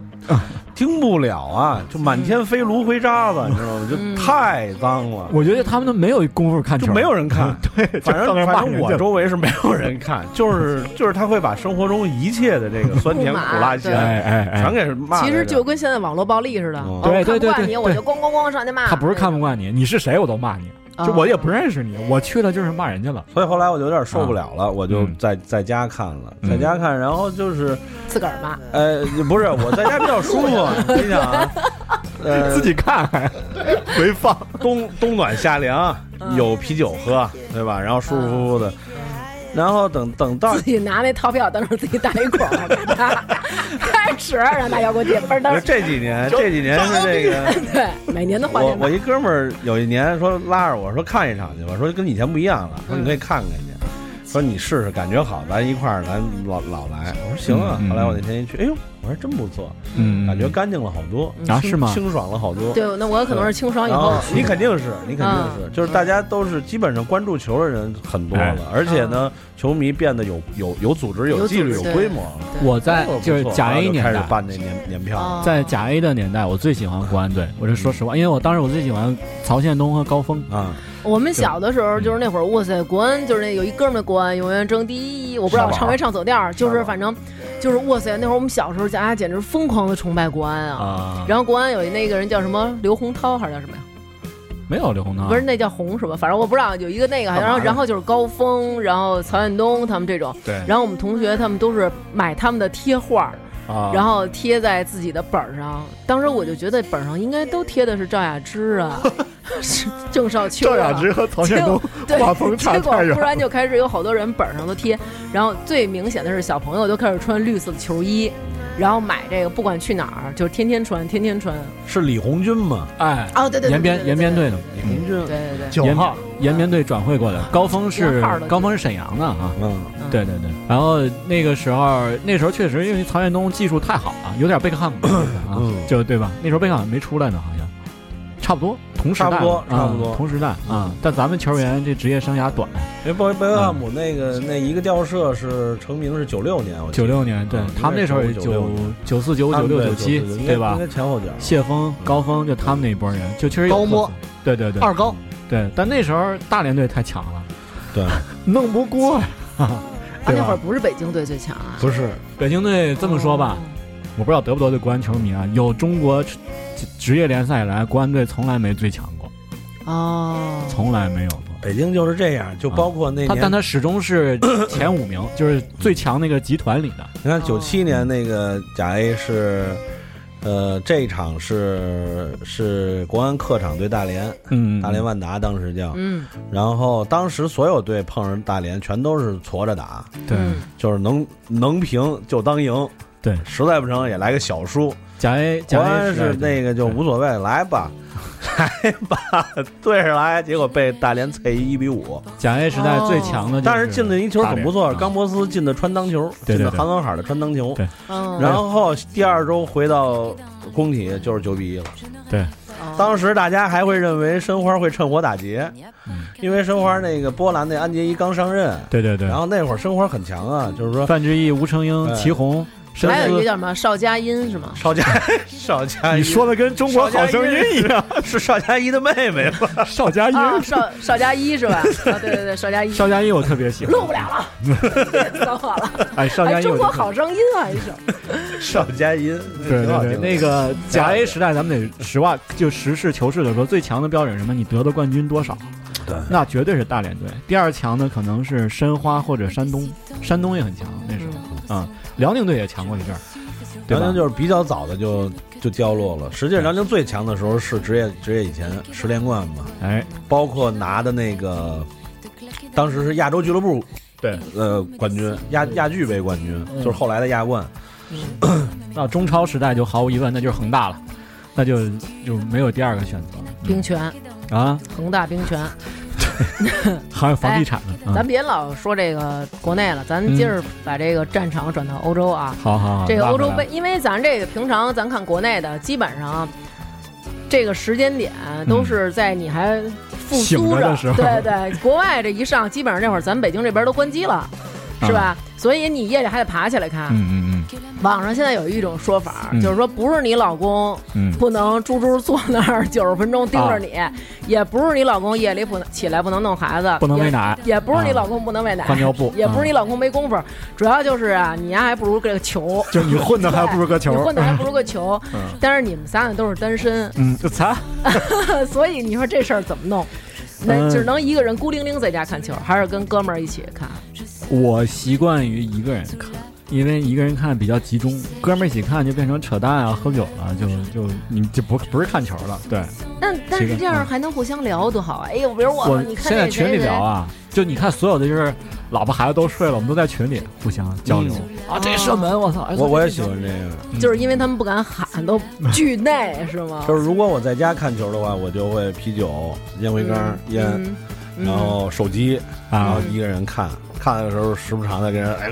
听不了啊，就满天飞芦灰渣 子，你知道吗？就
嗯
太脏了。
我觉得他们都没有功夫看
就
球，
没有人看，
对，
反
嗯 就上那
正
儿
反
骂
正
人
我
去了
周围是没有人看， 就是就是他会把生活中一切的这个酸甜苦辣
不满
咸
哎哎
全
哎，
给骂
其
在这儿。
实就跟现在网络暴力似的，
嗯
哦
对对
看不
对
惯
对
你，我就咣咣咣上去骂。嗯
他不是看不惯你，你是谁我都骂你，
啊
就我也不认识你，我去了就是骂人家了。
所以后来我就有点受不了了，我就
嗯
在在家看了，
嗯
在家看，然后就是
自个儿骂。
啊
呃，不是，我在家比较 舒服。你想啊，呃，
自己看还回放，
冬冬暖夏凉，
嗯
有啤酒喝，对吧？然后舒舒服服的，
嗯
然后等等到
自己拿那套票，当时自己打一广 告，开始让大家过去，不是当时
这几年，这几年是这个。
对，每年 都换
我
电脑
我一哥们儿有一年说拉着我说看一场去吧，说跟以前不一样
嗯
了，说你可以看看去，说你试试感觉好，咱一块儿咱老老来。我说行啊
嗯嗯。
后来我那天一去，哎呦，我说真不错，
嗯，
感觉干净了好多
啊
清
是吗
清爽了好多。
对，那我有可能是清爽以
然
后
哦
哦
后嗯你肯定是，你肯定是，就是大家都是基本上关注球的人很多
哎
了，而且呢，球迷变得有有有组织、嗯有
有
纪律、有
组织
规模了。
我在
不错
就是
不错
甲
然后
A
就
年
开始
代，
办那年年票了
哦
在甲 A 的年代，我最喜欢国安队。我是说实话，因为我当时我最喜欢曹宪东和高峰。
啊，
我们小的时候就是那会儿，哇塞，国安就是那有一哥们儿国安永远争第一，我不知道
沙宝
唱没唱走调儿，就是反正就是哇塞，那会儿我们小时候大家简直疯狂的崇拜国安啊。
啊，
然后国安有一那个人叫什么刘洪涛还是叫什么呀？
没有刘洪
啊
涛，
不是那叫红什么，反正我不知道，有一个那个，
干嘛
然后
呢
然后就是高峰，然后曹远东他们这种，
对，
然后我们同学他们都是买他们的贴画儿，
啊，
然后贴在自己的本儿上。当时我就觉得本儿上应该都贴的是赵雅芝 啊，是郑少秋、啊。
赵雅芝和曹建东
对
画风差
结果
太远
突
了。
然就开始有好多人本儿上都贴，然后最明显的是小朋友都开始穿绿色的球衣，然后买这个，不管去哪儿就是天天穿，天天穿。
是李红军嘛？
哎，
哦，对对对，
延边
对
延边，队的，嗯
李红军
对，对对嗯对对，
九
延
号，
延边队转会过来，高峰是
编号的
高峰是沈阳的啊。
嗯，
嗯
对对对，然后那个时候，那时候确实因为曹远东技术太好了，有点贝克汉姆的意思啊，
嗯
就对吧？那时候贝克汉姆没出来呢，好像差不多同时代，
差不多
嗯
差不多
同时代啊。但咱们球员这职业生涯短，
因为贝
嗯
贝克汉姆那个那一个校舍是成名是九六年，我记
九
得
六年，对
嗯
啊他们那时候也
96
九九四九五
他
九
们
六九
对
七
94，
对吧
应该？前后脚。
谢峰、高峰就他们那一波人，就确实有
高摸
特色，对对对，
二高，
对，但那时候大连队太强了，
对，
弄不过呀，
啊
对
那会儿
吧？
不是北京队最强啊，
不是，
北京队这么说吧，我不知道得不得罪国安球迷啊，有中国职职业联赛以来，国安队从来没最强过，
哦，
从来没有过。
北京就是这样，
啊
就包括那
他但
年，
他始终 是前五名，就是最强那个集团里的。
你看九七年那个甲 A 是，呃，这一场是是国安客场对大连，
嗯，
大连万达当时叫，
嗯，
然后当时所有队碰上大连全都是矬着打，
对
嗯
就是能能平就当赢，
对
实在不成也来个小输。
甲 A
国
甲
安
A
是那个就无所谓，来吧， 来吧，对着来，结果被大连脆一比五。
甲 A 时代最强的就是大连，
哦但是进的一球很不错，
嗯
冈博斯进的穿裆球，
对对
进的
对
韩文海的穿裆球
对。
嗯
然后第二周回到工体就是九比一了。
对
哦
当时大家还会认为申花会趁火打劫，
嗯
因为申花那个波兰那安杰伊刚上任，
对对对
然，后那会儿申花很强啊，就是 说
范志毅、吴成英、
哎
祁宏、申
还有一个
思，
叫什么邵佳音是吗？
邵佳邵佳一，
你说的跟中国好声音一样，
是邵佳一的妹妹 吧？
邵佳一，
啊，邵邵佳一是吧？啊，对对对，邵佳一，
邵佳一我特别喜欢，
录不了了，糟好了。
啊
哎， 邵佳
哎，
一我
中
就
国
特别
好声音啊，一首。
邵佳音，
对
嗯挺好
对对，
听的
那个甲 A 时代，咱们得实话就实事求是的说，最强的标准是什么？你得的冠军多少？
对
那绝对是大连队。第二强的可能是申花或者山东，山东也很强那时候啊、辽宁队也强过一阵儿，对
辽
吧
宁？就是比较早的就就掉落了。实际上，辽宁最强的时候是职业职业以前十连冠嘛，
哎，
包括拿的那个，当时是亚洲俱乐部
对，
呃冠军，亚亚俱杯冠军，就是后来的亚冠。
嗯
那中超时代就毫无疑问，那就是恒大了，那就就没有第二个选择了嗯
冰泉，
啊，
恒大冰泉，
还有房地产呢。
咱
嗯、
别老说这个国内了，咱接着把这个战场转到欧洲啊。
好好好，
这个
拉
欧洲
回来
杯，，因为咱这个平常咱看国内的，基本上这个时间点都是在你还复
嗯醒
苏
着的时候
对对，国外这一上，基本上那会儿咱北京这边都关机了，是吧？所以你夜里还得爬起来看。
啊嗯嗯
网上现在有一种说法，
嗯
就是说不是你老公
嗯嗯，
不能猪猪坐那儿九十分钟盯
啊
着你，也不是你老公夜里不能起来不能弄孩子，
不能喂
也，
奶，啊
也不是你老公不能喂奶，
换尿布，
也不是你
嗯、
老公没工夫，主要就是啊，你丫还不如这个球，
就是你混的还不如个球
你，混的还不如个球
嗯。
但是你们仨呢都是单身，
嗯，就才
所以你说这事儿怎么弄？那
嗯
只能一个人孤零零在家看球，还是跟哥们儿一起看？
我习惯于一个人看，因为一个人看比较集中，哥们儿一起看就变成扯淡啊、喝酒了，就就你就不不是看球了。对，
但但是这
习惯
样
嗯
还能互相聊，多好啊！哎呦，比如
我
你看
现在
这
群里
谁谁
聊啊，就你看所有的就是老婆孩子都睡了，我们都在群里互相交流、
嗯
啊，这射门我操，哎
我我也喜欢这个，
嗯
就是因为他们不敢喊，都 惧内是吗？
就是如果我在家看球的话，我就会啤酒、烟灰缸、烟，
嗯嗯
然后手机，然
啊
后。一个人看。看的时候时不常的跟人哎，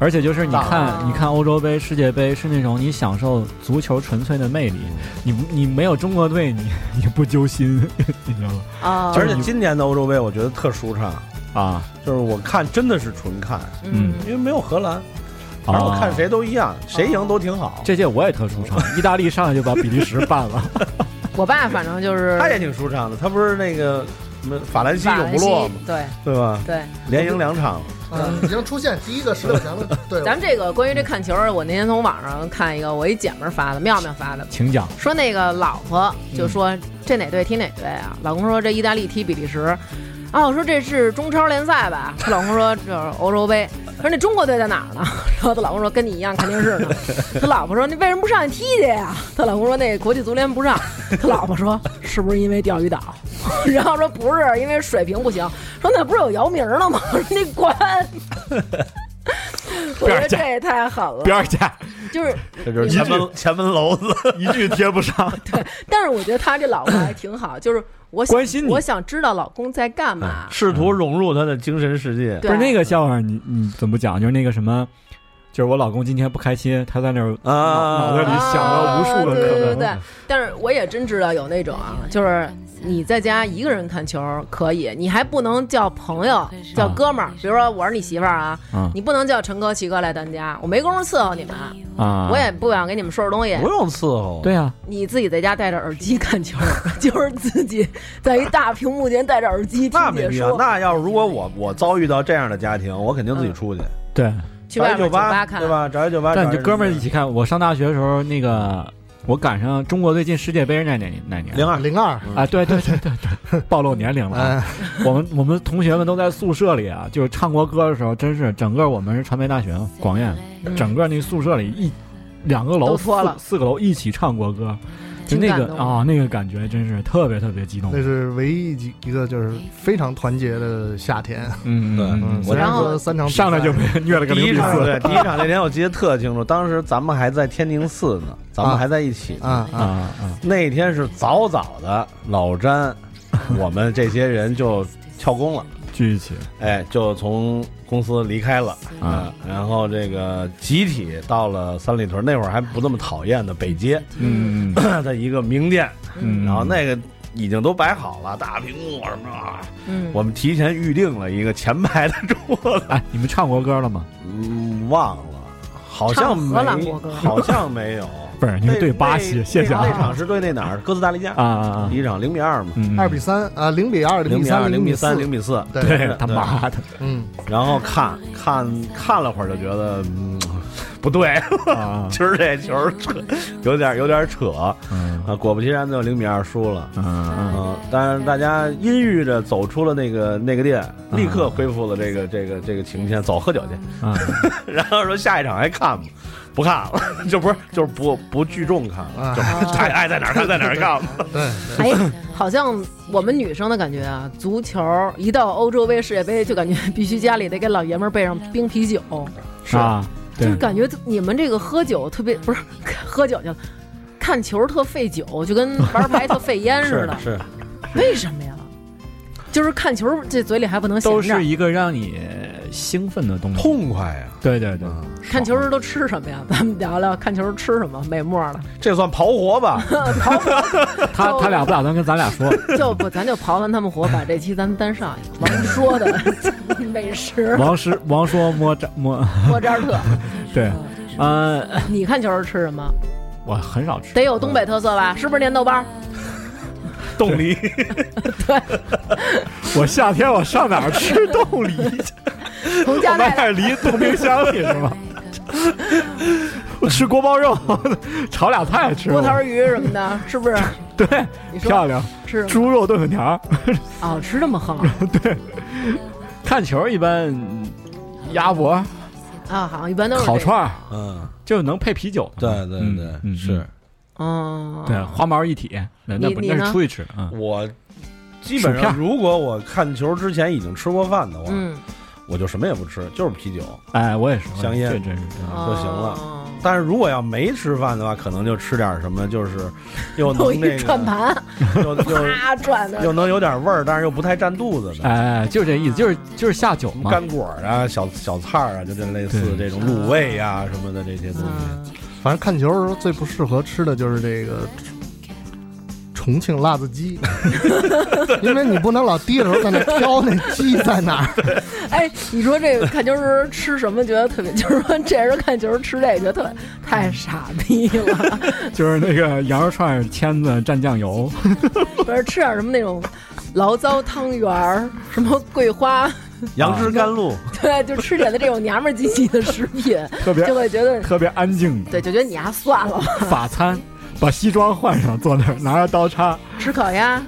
而且就是你
啊
看，你看欧洲杯、世界杯是那种你享受足球纯粹的魅力，你不你没有中国队，你 你不揪心， 你知道吗？
啊，
而且今年的欧洲杯我觉得特舒畅，
啊，
就是我看真的是纯看，
嗯
因为没有荷兰，反正我看
啊
谁都一样，
哦
谁赢都挺好，
这届我也特舒畅，意大利上来就把比利时办了。
我爸反正就是
他也挺舒畅的。他不是那个什么法兰西
法
永
兰
不
西
落吗？
对
对吧？
对，
连赢两场，
嗯，已经出现第一个十六强的队伍。
咱们这个关于这看球儿，我那天从网上看一个，我一姐们儿发的，妙妙发的，
请讲。
说那个老婆就说嗯这哪队踢哪队啊？老公说这意大利踢比利时。啊，我说这是中超联赛吧？她老公说这是欧洲杯。说那中国队在哪儿呢？ 然后她老公说跟你一样看电视呢。她老婆说你为什么不上去踢去呀？她老公说那国际足联不让。她老婆说是不是因为钓鱼岛？ 然后说不是，因为水平不行。说那不是有姚明了吗？ 我说你管。 我觉得这也太狠了，
边儿去，
就是
这就是
一
前门前门楼子，
一句贴不上。
但是我觉得她这老婆还挺 好，就是我想
关心你哎
我想知道老公在干嘛。
试图融入他的精神世界。
对，
不是那个笑话，你你怎么讲？就是那个什么，就是我老公今天不开心，他在那儿
啊
脑脑袋里想了无数个
啊对
可
对对
能。
对，但是我也真知道有那种啊，就是你在家一个人看球可以，你还不能叫朋友、叫哥们儿，比如说我是你媳妇儿啊，
嗯
你不能叫陈哥、齐哥来咱家，我没工夫伺候你们，
啊，
我也不想给你们收拾东西
不。用伺候，
对啊，
你自己在家戴着耳机看球， 就是自己在一大屏幕前戴着耳机
那
听
没
解
必要。
说，
那要是如果我我遭遇到这样的家庭，我肯定自己出去，
对。
去
找
外
一
面
酒
酒吧看
对？吧？找一酒吧，
但
找
你
一
就哥们儿
酒
一
吧
起看，我上大学的时候，那个我赶上中国队进世界杯那年那年
零二
零二，
啊，对对对对对，暴露年龄了啊。
哎，
我们我们同学们都在宿舍里啊，就是唱国歌的时候，真是整个我们是传媒大学嘛广院，
嗯
整个那宿舍里一两个楼
都
四
脱了
四个楼一起唱国歌，就
挺
那
感
个
动
啊、那个感觉真是特别特别激动。
那是唯一几一个就是非常团结的夏天。
嗯，
对
嗯
虽
嗯
然
然后
说三场比赛
上来就被 虐了个
第
零
一
比
场对
四
第一场那天我记得特清楚，当时咱们还在天宁寺呢，咱们还在一起呢。
啊
啊
啊，
啊！
那天是早早的，老詹，我们这些人就翘工了，
聚一起
哎，就从公司离开了
啊，
嗯然后这个集体到了三里屯，那会儿还不那么讨厌的北街
嗯嗯
的一个名店，
嗯，
然后那个。已经都摆好了，大屏幕什么啊，
嗯，
我们提前预定了一个前排的桌子，
哎，你们唱国歌了吗？
嗯，忘了，好像
唱
没
荷兰国歌，
好像没有，
不是，你们对巴西，
那
谢谢
那
啊
场是对那哪儿？哥斯达黎加
啊啊！啊
第一场零比二嘛，
嗯，
二比三啊，零比二，
零
比
二、
三，
零
比
三、
四
零比四。
对，
对他妈的
嗯，
然后看看看了会儿，就觉得嗯 不对，
啊！
今儿这球扯有点有点扯啊！
嗯
果不其然，就零比二输了。
嗯嗯
嗯，但是大家阴郁着走出了那个那个店，立刻恢复了这个这个这个情牵，走喝酒去。
嗯，
然后说下一场还看吗？不看了， 就不是就是不不聚众看了，就 爱爱在哪儿看在哪儿 看吧。
对，
哎，好像我们女生的感觉啊，足球一到欧洲杯、世界杯，就感觉必须家里得给老爷们儿备上冰啤酒，
是啊，
就
对
是感觉你们这个喝酒特别不 是喝酒去了，看球特费酒，就跟玩牌特费烟似的。
是，
为什么呀？就是看球这嘴里还不能闲
都
着
是，一个让你兴奋的东西。嗯
痛快啊呀、
对对对，
嗯
看球时都吃什么呀？ 咱们聊聊看球吃什么，美墨了
这算刨活 吧？
他他俩不打算跟咱俩 说，
就不咱就刨完他们活，把这期咱们单上一个王说的 美 食
王师王说摸扎摸，
莫扎特。
对，呃，
你看球时吃什么？
我很少吃
得有东北特色吧？是不是念豆 包？
冻梨，
我夏天我上哪儿吃冻梨去？
从
我
家
买
带
点梨冻冰箱里是吗？我吃锅包肉，炒俩菜吃
波
吧。
涛鱼什么的，是不是？
对，
你说
漂亮，
吃
猪肉炖粉条儿。
哦，吃这么横啊
看球一般，鸭脖、
啊？好像一般都是
烤
这个。
串儿
嗯，
就能配啤酒。
对对
嗯
对，
嗯
是
嗯，
对，啊花毛一体，那那不
你
那
呢
是出去吃啊。
我基本
薯
上，
片
如果我看球之前已经吃过饭的话，
嗯，
我就什么也不吃，就是啤酒。
哎，我也是，
香烟
这真是真的
嗯就行了
哦。
但是如果要没吃饭的话，可能就吃点什么，就是 又
弄
能那
一转
个，
盘，
又 又
啪转的，
又能有点味儿，但是又不太占肚子的，
哎，就是这意思，就是就是下酒
什
嘛
么。干果啊、小小菜儿啊，就这类似这种卤味呀、什么的这些东西。
嗯，
反正看球的时候最不适合吃的就是这个重庆辣子鸡，因为你不能老低着头在那挑那鸡在哪儿。
哎，你说这个看球时吃什么觉得特别，就是说这人看球吃这个觉得特别太傻逼了，
就是那个羊肉串、签子蘸酱油，
不是吃点什么那种醪糟汤圆儿，什么桂花
杨枝甘露，
对，就吃点的这种娘们儿唧唧的食品，
特别
就会觉得，
特别安静，
对，就觉得你啊算了 吧，
法餐，把西装换上，坐 那儿拿着刀叉，
吃烤鸭，
啊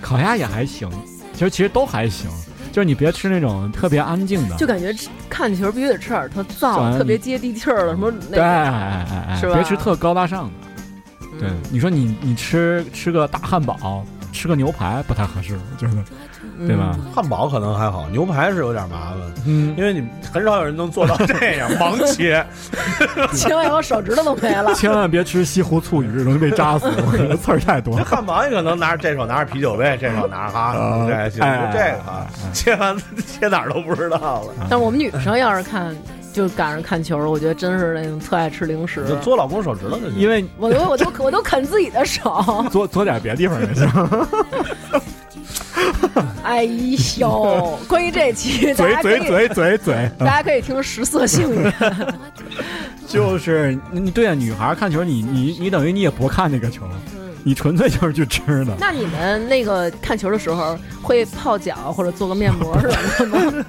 烤鸭也还行，其实其实都还行，就是你别吃那种特别安静的，
就感觉吃看球必须得吃点儿特燥、
嗯
特别接地气儿的什么那
对，哎
个，
哎哎哎，
是吧
别吃特高大上的。
嗯
对，你说你你吃吃个大汉堡，吃个牛排不太合适，我觉得，
嗯
对吧？
汉堡可能还好，牛排是有点麻烦，
嗯，，
因为你很少有人能做到这样盲切。
嗯？切完以后手指头都没了
千万别吃西湖醋鱼，容易被扎死，我觉得刺儿太多
这。汉堡也可能拿着这手拿着啤酒杯，这手拿着哈，
啊
这还行，
哎
就这个啊，切完切哪儿都不知道了。
但是我们女生要是看，就赶上看球，我觉得真是那种特爱吃零食
你。就嘬老公手指头就行。
因为
我都我都我都啃自己的手，
做做点别地方 也行，
哎 呦！关于这期，大
嘴
家可
嘴
以
嘴 嘴嘴，
大家可以听食色性也，
就是你对啊，女孩看球，你你你等于你也不看那个球，
嗯
你纯粹就是去吃的。
那你们那个看球的时候会泡脚或者做个面膜什么的吗？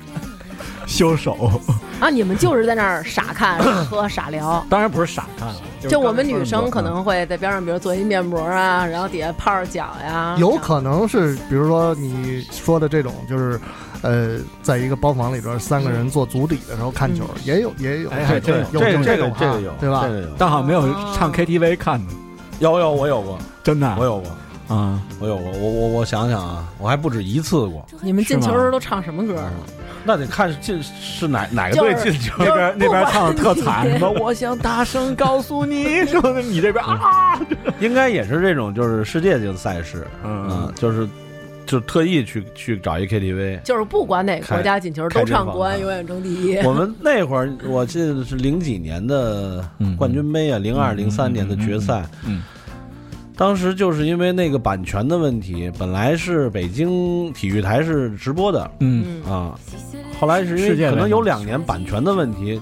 修手，
啊，你们就是在那儿傻看、傻喝、傻聊。
当然不是傻看了，是
就我们
刚才说
女
的
生可能会在边上，比如做一面膜啊，然后底下泡着脚呀。
有可能是，比如说你说的这种，就是，呃，在一个包房里边，三个人做足底的时候看球，也有也有，
哎还真有
有
这个这
种
个
啊
这个有，
对吧
这？个有，
但好像没有
啊
唱 KTV 看的，
有有我有过，
真的啊
我有过，
啊，
我有过，我我我想想啊，我还不止一次过。
你们进球
是吗
时候都唱什么歌呢？
嗯那得看进是哪哪个
就
队
是
进球。
那边那边唱的特惨，
不管你
什么我想大声告诉 你，什么的你这边啊，
应该也是这种，就是世界级的赛事，啊
嗯，
就是就特意去去找一 KTV。
就是不管哪个国家进球都
开开这
唱
房
国安
啊
永远争第一。
我们那会儿，我记得是零几年的
嗯
冠军杯啊，零二零三年的决赛，
嗯嗯嗯
当时就是因为那个版权的问题，本来是北京体育台是直播的
嗯，
嗯，
啊，后来是因
世界杯
为可能有两年版权的问题，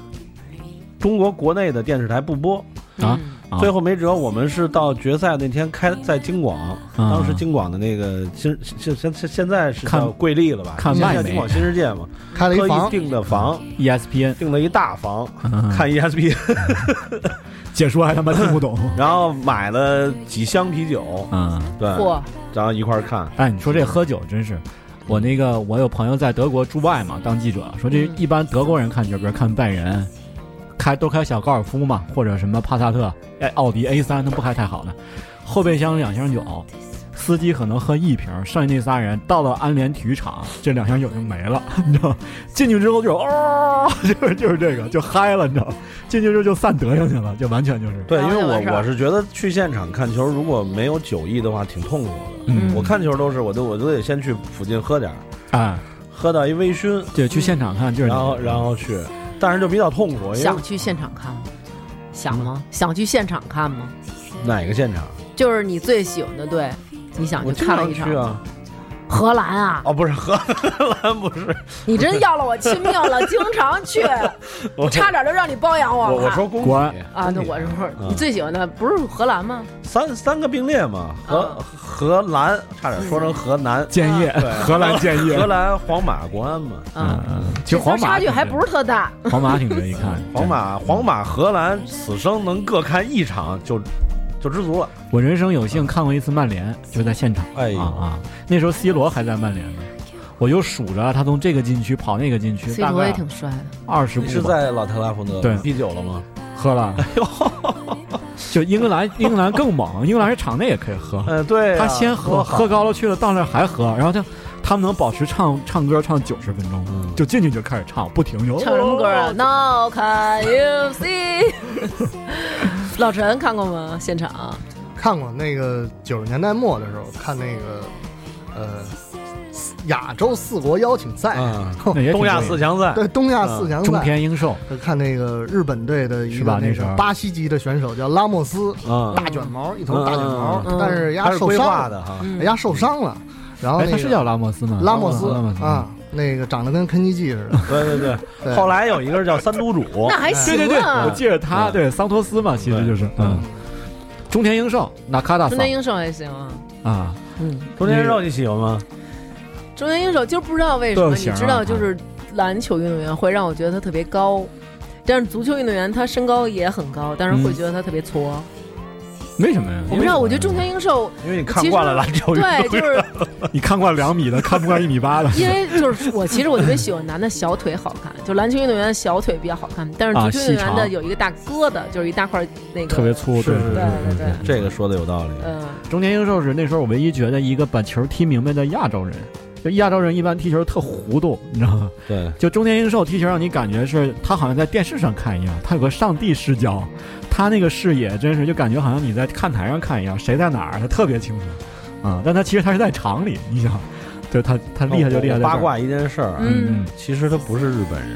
中国国内的电视台不播，
嗯
啊啊
最后没辙，我们是到决赛那天开在京广，
啊
当
嗯
时京广的那个新现现现现在是
看
叫桂丽了吧？
嗯看，E
现
外
在
媒
京广新世界嘛，
开了一
特意
房，
订的房，
ESPN
订了一大房，
嗯
看 E ESP，
解说还他妈听不懂，
然后买了几箱啤酒，
嗯。
对，
嚯，
然后一块儿看。
哎，你说这喝酒真是，我那个我有朋友在德国驻外嘛，当记者，说这
嗯
一般德国人看球，比如看拜仁，开都开小高尔夫嘛，或者什么帕萨特，哎，奥迪 A 三，他不开太好的，后备箱两箱酒，司机可能喝一瓶，剩下那仨人到了安联体育场，这两箱酒就没了， 你知道吗？进去之后就是哦， 就是就是这个就嗨了，你知道吗？进去之后就散德行去了，就完全就是，
对，因
然后就
为我
完事儿
我是觉得去现场看球，如果没有酒意的话，挺痛苦的。
嗯
我看球都是，我都我都得先去附近喝点儿，
哎，
喝到一微醺，
对，去现场看就是，
然后然后去，但是就比较痛苦，因为
想去现场看吗？想吗？
嗯
想去现场看吗？
哪个现场？
就是你最喜欢的队，你想
我
去
经
看了
常
一
去
场。
啊。
荷兰啊，
哦，不是荷兰，不是
你真要了我亲命 了，经常去，
我
差点就让你包养我
我
了。
我说公
国安
啊，那我是不是
嗯
你最喜欢的不是荷兰吗？
三三个并列嘛，荷
啊
荷兰差点说成河南，
建业，
对
嗯
荷兰建业，
荷兰皇马国安嘛，。
啊，
嗯，其实皇马
差距还
挺
不是特大。
皇马挺值一 看
皇，马皇马荷兰此生能各看一场就就知足了。
我人生有幸看过一次曼联，就是在现场。
哎呦
啊啊！那时候 C 罗还在曼联呢，我就数着他从这个禁区跑那个禁区，
C
大
罗也
概
挺帅的，
二十
你是哎
步吧，
在老特拉福德
对
啤酒了吗？
喝了。就英格兰，英格兰更猛，英格兰是场内也可以喝。
嗯，对啊，
他先喝，
多好
喝。高了去了，到那儿还喝，然后他他们能保持唱唱歌唱九十分钟，
嗯
就进去就开始唱，不停就
唱什么歌啊？Now can you see？老 陈看过吗？现场
看过那个九十年代末的时候看那个，呃，亚洲四国邀请赛，
嗯
那也挺
东亚
过瘾
四强赛，
对东亚四强
中
赛，
田英寿，
看那个日本队的一
是
个
吧那
那
时候
个巴西籍的选手叫拉莫斯，
嗯，
大卷毛，一头大卷毛
嗯，
嗯
但
他
是丫
是
受
规划
伤，
的哈，
嗯
丫受伤了，然后
哎，
那
他是
个
叫拉莫斯吗？哦
拉莫斯
拉莫斯
啊，那个长得跟肯尼基似的，
对对对。嗯
对
后来有一个叫三都主，
那还
对
行
对对，我
啊。
记着他，
嗯
对桑托斯嘛，其实就是嗯，中田英寿、那卡大
中
桑
田英寿还行啊。
啊，
嗯，
中间肉你喜欢吗？
中间一手就不知道为什
都有
么，你
型儿啊
知道就是篮球运动员会让我觉得他特别高，但是足球运动员他身高也很高，但是会
嗯
觉得他特别矬。
为什么呀？哦
我不知道，我觉得中
间
间英寿
因为你看惯了篮球运动
对，就
员，
是
你看惯两米的，看不惯一米 八的
因为就是我其实我特别喜欢男的小腿好看，就篮球运动员的小腿比较好看，但是
啊
足球运动员
细
的
长
有一个大疙瘩，就是一大块那个
特别粗，
是
对
是
对
是是
这个说的有道理。
嗯，
中年英寿是那时候我唯一觉得一个把球踢明白的亚洲人。就亚洲人一般踢球特糊涂，你知道吗？
对，
就中年英寿踢球让你感觉是他好像在电视上看一样，他有个上帝视角，他那个视野真是就感觉好像你在看台上看一样，谁在哪儿他特别清楚，啊、但他其实他是在场里，你想，就他他厉害就厉害在这儿
八，卦一件事儿啊，
嗯
其实他不是日本人，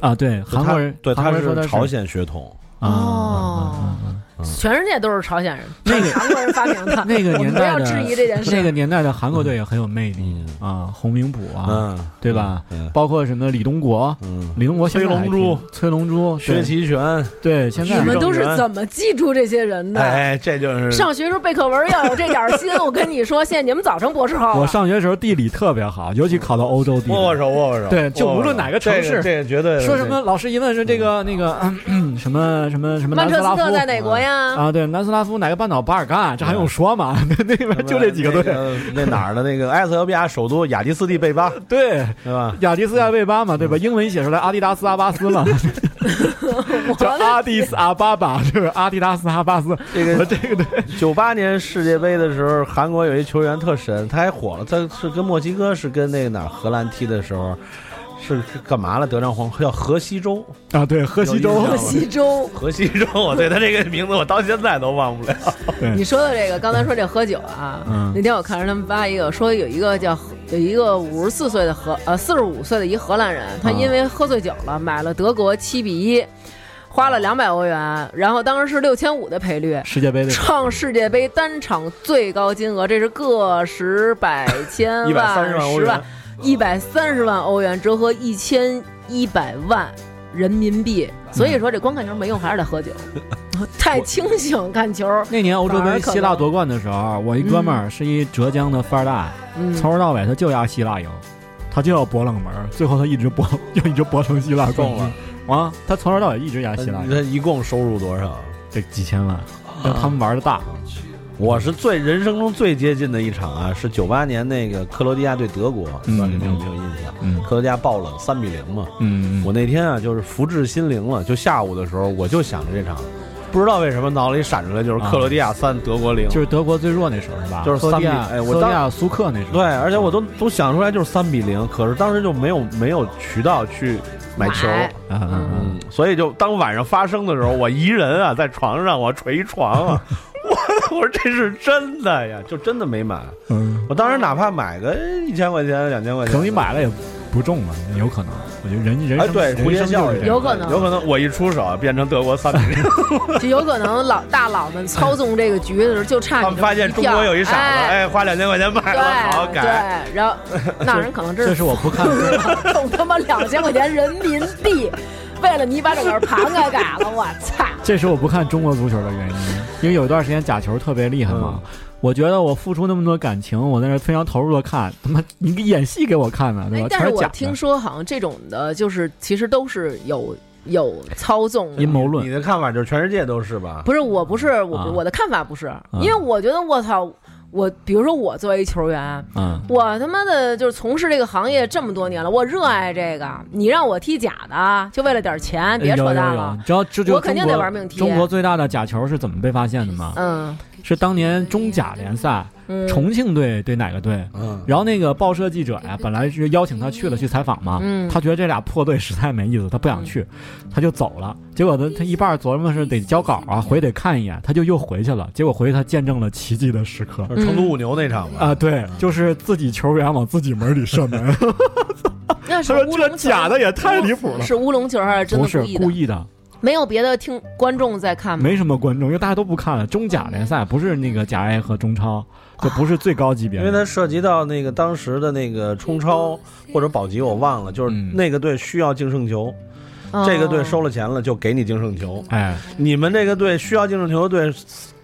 啊，对，
就他
韩国人，
对，
韩
他
国人说他
是朝鲜血统。
啊
哦
啊啊啊啊
全世界都是朝鲜人，
那个，
韩国人发明的
那个
我们
年
不
代
要
的
质疑这件
那
事。
个年代的韩国队也很有魅力
嗯
啊，洪明甫啊，
嗯，
对吧
嗯？
包括什么李东国。
嗯，
李东国现在还
崔
踢、
龙珠
崔龙珠、
薛其全，
对，对现在
你们
徐正
都是
元
怎么记住这些人的？
哎，这就是
上学时候背课文要有这点儿心，我跟你说，现在你们早成博士后了。
我上学的时候地理特别好，尤其考到欧洲地
握握
理。
手，握握手。
对就
握握手
无论哪个城市
这这个绝对的
说什么？老师一问是这个那个 嗯嗯什么什么什么
曼
南斯
彻斯
拉
特
夫
在哪国呀？
啊？对，南斯拉夫哪个半岛？巴尔干，啊这还
嗯
用说吗？ 那那边就这几个
队
队，，
那哪儿的那个埃塞俄比亚首都雅基斯蒂贝巴，
对，
对吧？
亚迪斯亚贝巴嘛，对吧？
嗯
英文写出来阿迪达斯阿巴斯嘛， 叫啊阿迪斯阿巴巴，就是阿迪达斯阿巴斯。
这
我
个
这个对，
九八年世界杯的时候，韩国有一球员特神，他还火了，他是跟墨西哥是跟那个哪儿荷兰踢的时候。是是干嘛了？德章皇叫河西州，
啊，对，喝西
有
州
印象
贺西州。
河西州，我对他这个名字我到现在都忘不了。
你说的这个，刚才说这喝酒啊，
嗯
那天我看着他们发一个，说有一个叫有一个五十四岁的荷呃四十五岁的一荷兰人，他因为喝醉酒了，买了德国七比一，花了两百欧元，然后当时是六千五的赔率。
世界杯的
创世界杯单场最高金额，这是个十百千
一百三十
万
万欧
十万
元，
一百三十万欧元，折合一千一百万人民币。所以说这光看球没用，还是得喝 酒，太清醒看球。
那年欧洲
反而
杯
可能
希腊夺冠的时候，啊我一哥们儿是一浙江的富二代，
嗯，
从头到尾他就压希腊赢，他就要博冷门，最后他一直 博，就一直博成希腊冠
中了
军啊！他从头到尾一直压希腊赢，
他一共收入多少？啊
这几千万，让他们玩的大。
我是最人生中最接近的一场啊，是九八年那个克罗地亚对德国，不知道你们有没有印象？
嗯
克罗地亚爆冷三比零嘛。
嗯
我那天啊，就是福至心灵了，就下午的时候，我就想着这场，不知道为什么脑子里闪出来就是克罗地亚三、德国零，
就是德国最弱那时候是吧？
就是
克罗地亚，
三比哎我
克罗地亚
当
苏克那时候。
对，而且我都都想出来就是三比
嗯
零，可是当时就没有没有渠道去买球，
买
嗯嗯嗯。
嗯，所以就当晚上发生的时候，我一人啊在床上，我捶床 啊，我 我说这是真的呀，就真的没买。
嗯，
我当时哪怕买个一千块钱、两千块钱，
可能你买了也不中嘛，有可能。我觉得人人
哎，
生
对，蝴
人
蝶
生
效
就是
应
这样。
有可能
有可能我一出手啊变成德国三比零，
就有可能老大佬们操纵这个局的时候，就差
他
你
们发现中国有一傻子，
哎，
哎，花两千块钱买
对
了，好好改。
对， 然后那人可能真
这
是
是我不看，
送他妈两千块钱人民币，为了你把整个盘给改了，我操！
这是我不看中国足球的原因，因为有一段时间假球特别厉害嘛。
嗯
我觉得我付出那么多感情，我在那非常投入的看，他妈你给演戏给嗯我看呢，对
哎
吧？，
但是
全是
我
假
听
的，
说好像这种的，就是其实都是有有操纵的
阴。谋论。
你的看法就是全世界都是吧？
不是，我不是，我、
啊
我的看法不是，因为我觉得我操，我比如说我作为一球员，
嗯，
我他妈的就是从事这个行业这么多年了，我热爱这个。你让我踢假的，就为了点钱，别扯淡
哎有有有
了。
你知道这就
我肯定得
中国
玩命踢
中国最大的假球是怎么被发现的吗？
嗯
是当年中甲联赛，
嗯，
重庆队对哪个队？
嗯，
然后那个报社记者呀，本来是邀请他去了去采访嘛，
嗯
他觉得这俩破队实在没意思，他不想去，他就走了。结果他他一半琢磨是得交稿啊，回得看一眼，他就又回去了。结果回去他见证了奇迹的时刻
就是成都五牛那场吧？
啊，对，就是自己球员往自己门里射 门，
那是
他说
乌龙
这
球
假的也太离谱了。
是乌龙球还是真
不
的
是
意的？嗯
故意的，
没有别的听观众在看吗？
没什么观众，因为大家都不看了。中甲联赛不是那个甲 A 和中超，这不是最高级别
因
的，
为它涉及到那个当时的那个冲超或者保级，我忘了，就是
嗯
那个队需要净胜球，
啊哦
这个队收了钱了就给你净胜球。
哎，
你们这个队需要净胜球的队，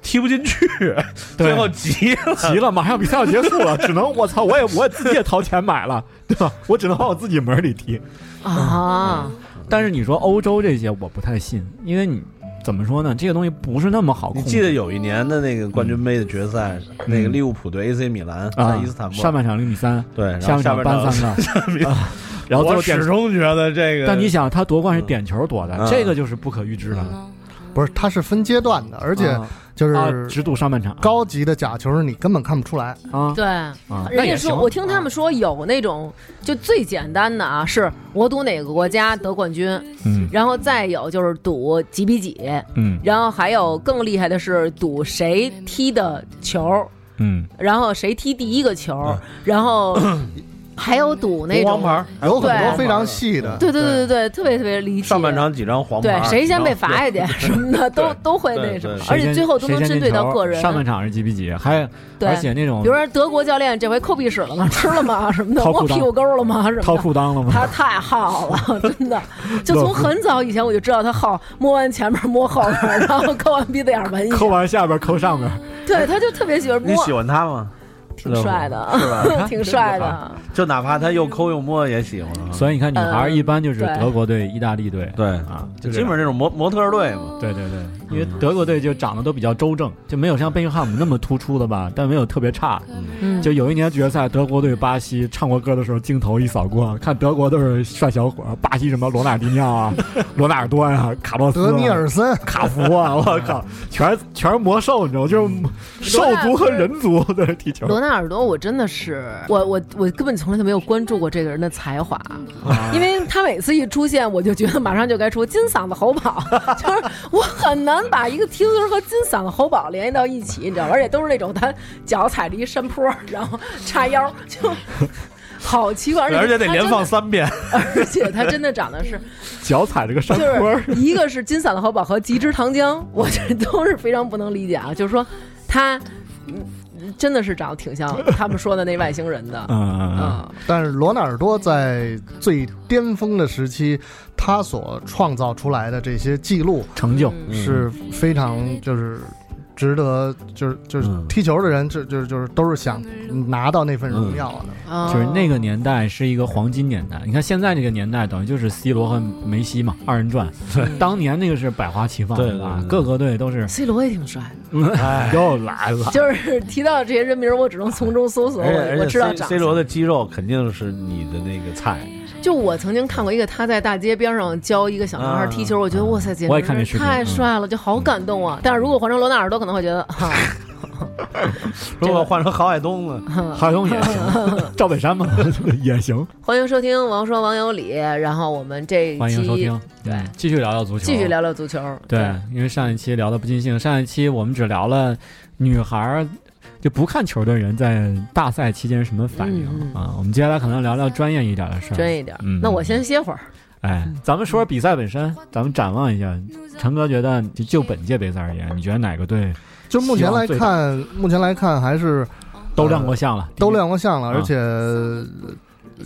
踢不进去，
对
最后急了。
急了，马上比赛要结束了，只能我操，我也我自己也掏钱买了，对吧？我只能往我自己门里踢。
啊，
但是你说欧洲这些，我不太信，因为你怎么说呢？这个东西不是那么好控
你
制。
记得有一年的那个冠军杯的决赛，那个利物浦对 AC 米兰在
啊
伊斯坦，布
上
尔，
半场零比三，
对，然
下
后
半
下
场
半
扳
场
三个，啊然后最
我
后点
始。终觉得这个，
但你想，他夺冠是点球夺的，
嗯
这个就是不可预知的，
不是，它是分阶段的，而
而
且就
啊，
是
只赌上半场
高级的假球你根本看不出来，
啊
对，
啊，那
人
也
家
行
说，我听他们说有那种就最简单的啊，是我赌哪个国家得冠军，
嗯
然后再有就是赌几比几，
嗯
然后还有更厉害的是赌谁踢的球，
嗯，
然后谁踢第一个球，然后还有赌那
红黄
种，
牌，
哎
有很多
对
非常细的。
对对对对对，特别特别离奇。
上半场几张黄
对
牌，
谁先被罚
然后
一点什么的，都
对
都会
对
那什么
对，
而且最后都能
谁先
针对到个人
进球。上半场是几比几？还
对
而且那种
比如说德国教练这回抠鼻屎了吗？吃了 吗？什么的，
掏裤裆
摸屁股沟了吗？什
掏
么的。
裤裆了吗？
他太好了，真 的，就从很早以前我就知道他好，摸完前面摸后面，然后抠完鼻子眼儿闻一 下
抠，完下边抠上边，
对，他就特别喜欢
你
摸，
喜欢他吗？
挺帅
是吧？
的， 挺帅的。
就哪怕他又抠又摸也喜欢啊。
所以你看，女孩儿一般就是
嗯对
德国队、意大利队，
对
啊，
就
就
基本上这种模模特队嘛，
对对对，因为德国队就长得都比较周正，就没有像贝克汉姆那么突出的吧，但没有特别差。
嗯
就有一年决赛，德国对巴西，唱过歌的时候镜头一扫过，看德国都是帅小伙儿，巴西什么罗纳尔迪尼奥啊、罗纳尔多呀、卡洛斯、啊
德尼尔、森，
卡福啊，我靠，全是全是魔兽，你知道吗，就是兽族和人族在那踢球。
罗纳尔多，我真的是，我我我根本从来就没有关注过这个人的才华，
啊
因为他每次一出现，我就觉得马上就该出金嗓子喉宝， 就是我很难把一个提球和金嗓子喉宝联系到一起，你知道吗？而且都是那种他脚踩着一山坡，然后叉腰，就好奇怪，
而且得
他
连
真
放三遍。
的，而且他真的长得是，
脚踩着个山
就
坡儿，。
是一个是金嗓子喉宝和极之糖浆，我这都是非常不能理解啊。就是说，他嗯真的是长得挺像他们说的那外星人的
嗯嗯嗯，
啊，
但是罗纳尔多在最巅峰的时期，他所创造出来的这些记录
成就。
是非常就是值得，就是就是
嗯
踢球的人，就就是就是都是想拿到那份荣耀的。
嗯哦
就是那个年代是一个黄金年代，你看现在这个年代等于就是 C 罗和梅西嘛，二人转。
嗯
当年那个是百花齐放，
对
吧
对？对
各个队都是
C 罗也挺帅的。
哎
又来 了，
就是 提到这些人名，我只能从中搜索，
哎
而且
我我
而
知
且
道
C
长
C
相。
罗的肌肉肯定是你的那个菜，
就我曾经看过一个他在大街边上教一个小男孩踢球，我觉得哇塞，简
啊我也看这
直
视
是
频嗯
太帅了，就好感动啊！但是如果换成罗纳尔多，可能会觉 得啊，
如果换成郝海东呢？
郝勇 也行，赵本山嘛也行。
欢迎收听王说王有理，然后我们这一
欢迎收
期
听，
对
嗯继续聊聊足球，
继续。聊聊足球。
对，因为上一期聊的不尽兴，上一期我们只聊了女孩儿就不看球的人在大赛期间什么反应
嗯嗯
啊。我们接下来可能聊聊专业一点的事儿，
专业一点。
嗯
那我先歇会儿。
哎，咱们说说比赛本身，咱们展望一下。陈哥觉得，就就本届杯赛而言，你觉得哪个队
就目前来看，目前来看还是
都亮过相了？
都亮过相了，
啊
而且。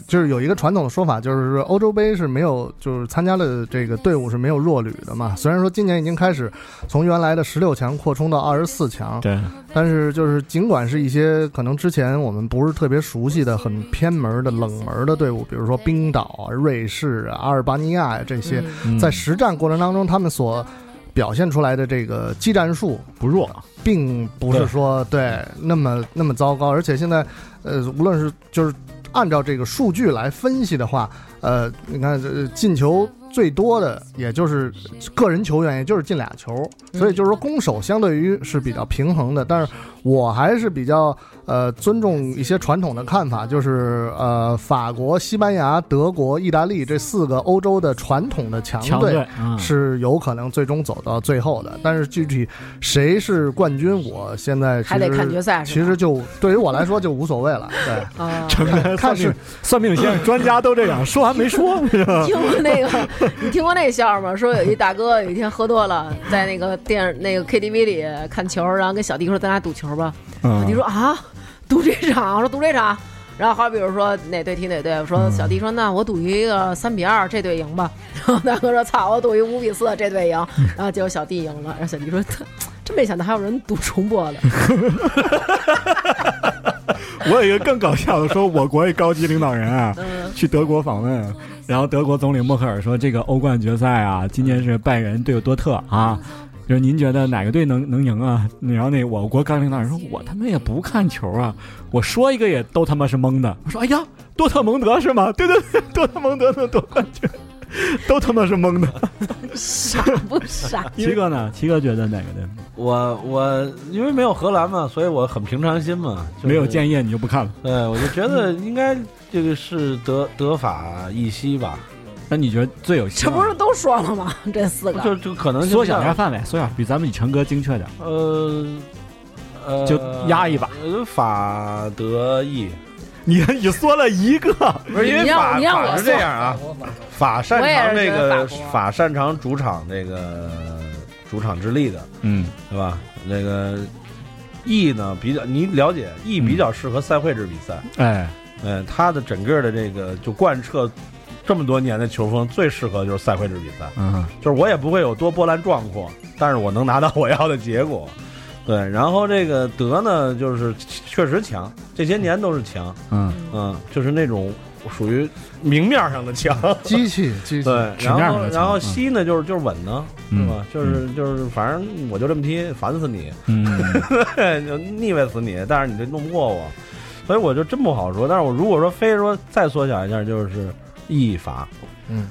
就是有一个传统的说法，就是欧洲杯是没有，就是参加的这个队伍是没有弱旅的嘛。虽然说今年已经开始从原来的十六强扩充到二十四强，
对，
但是就是尽管是一些可能之前我们不是特别熟悉的、很偏门的、冷门的队伍，比如说冰岛啊、瑞士啊、阿尔巴尼亚呀这些，
嗯
在实战过程当中，他们所表现出来的这个技战术，
不弱，
并不是说对那么那么糟糕，而且现在，呃，无论是就是按照这个数据来分析的话，呃，你看这进球最多的也就是个人球员，也就是进俩球，
嗯
所以就是说攻守相对于是比较平衡的。但是我还是比较呃尊重一些传统的看法，就是呃法国、西班牙、德国、意大利这四个欧洲的传统的强
强
队
队，嗯，
是有可能最终走到最后的。但是具体谁是冠军，我现在其实
还得看决赛是吧
其实就对于我来说就无所谓了。对，
啊，
陈哥
看
算
是
命算命先生专家都这样，说完没说，
听过那个，你听过那笑话吗？说有一大哥有一天喝多了，在那个电那个 KTV 里看球，然后跟小弟说：“咱俩赌球吧。”小弟
嗯，
说：“啊，赌这场？”我说：“赌这场。”然后好比如说哪队踢哪队，我说小弟说：“那我赌一个三比二，这队赢 吧。”然后大哥说：“操，我赌一五比四，这队赢。”然后结果小弟赢了，然后小弟说：“这真没想到还有人赌重 播的，
我有一个更搞笑的，说我国一高级领导人啊，
嗯
去德国访问，然后德国总理默克尔说，这个欧冠决赛啊，今年是拜仁对多特啊，就是您觉得哪个队能能赢啊？然后那我国高级领导人说，我他妈也不看球啊，我说一个也都他妈是蒙的。我说，哎呀，多特蒙德是吗？对对对， 多特蒙德能夺冠军。 都他妈是蒙的，
傻不傻？
奇哥呢？奇哥觉得哪个队
我我因为没有荷兰嘛，所以我很平常心嘛，就是
没有建议你就不看了？
对，我就觉得应该这个是德德法一西吧，
那你觉得最有希
这
望
不是都说了吗？这四个
就就可能就
缩小一
是
下范围，缩小比咱们李晨哥精确点。
呃呃，
就压一把
呃，法德意，
你你缩了一个，
不是因为
你让
法
你让
法
我
是这
算
样 啊，法擅
我也
长
是
这
觉得
个
法国
法擅长主场这个主场之力的，
嗯，
对吧？那个 E 呢比较，你了解 E 比较适合赛会制比赛，
哎，
嗯，他的整个的这个就贯彻这么多年的球风，最适合就是赛会制比赛，
嗯，
就是我也不会有多波澜壮阔，但是我能拿到我要的结果。 对，然后这个德呢，就是确实强，这些年都是强，
嗯，
嗯，就是那种属于明面上 的强，
机器机器，
对，
纸面
然
上
后
的强
然后
嗯
西呢就是就是稳呢，是吧？就是就是反正我就这么踢，烦死你，
嗯，
就腻歪死你，但是你这弄不过我，所以我就真不好说。但是我如果说非说再缩小一下，就是意法，
嗯，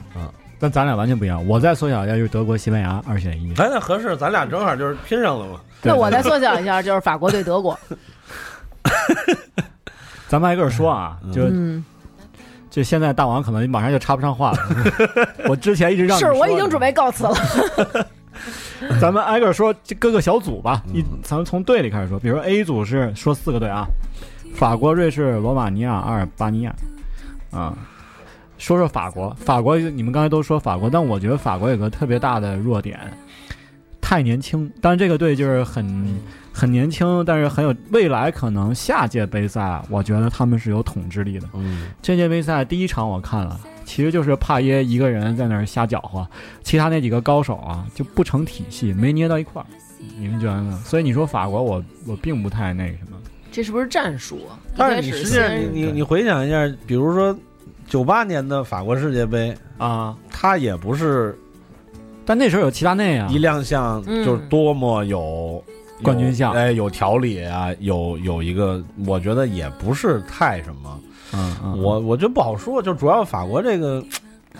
但咱俩完全不一样。我再缩小一下，就是德国、西班牙二选一。
咱俩合适，咱俩正好就是拼上了嘛。
那我再
再，
缩小一下，就是法国对德国。
咱们挨个儿说啊，就
嗯，
就现在大王可能马上就插不上话了。 我之前一直让你
是我已
说
经
的
准备告辞了。
咱们挨个说这各个小组吧，一咱们从队里开始说，比如说 A 组是说四个队啊，法国、瑞士、罗马尼亚、阿尔巴尼亚，啊、说说法国，法国你们刚才都说法国，但我觉得法国有个特别大的弱点，太年轻。但是这个队就是很很年轻，但是很有未来，可能下届杯赛，我觉得他们是有统治力的。
嗯，
这届杯赛第一场我看了，其实就是帕耶一个人在那儿瞎搅和，其他那几个高手啊就不成体系，没捏到一块儿。你们觉得呢？所以你说法国我，我并不太那个什么。
这是不是战术啊？
但
一开
是你
始
实际上你
先
你你回想一下，比如说九八年的法国世界杯，
啊，
他也不是
但那时候有齐达内啊
一，亮相
嗯
就是多么有。有
冠军相
哎，有条理啊，有有一个，我觉得也不是太什么，
嗯嗯，
我我觉得不好说，就主要法国这个，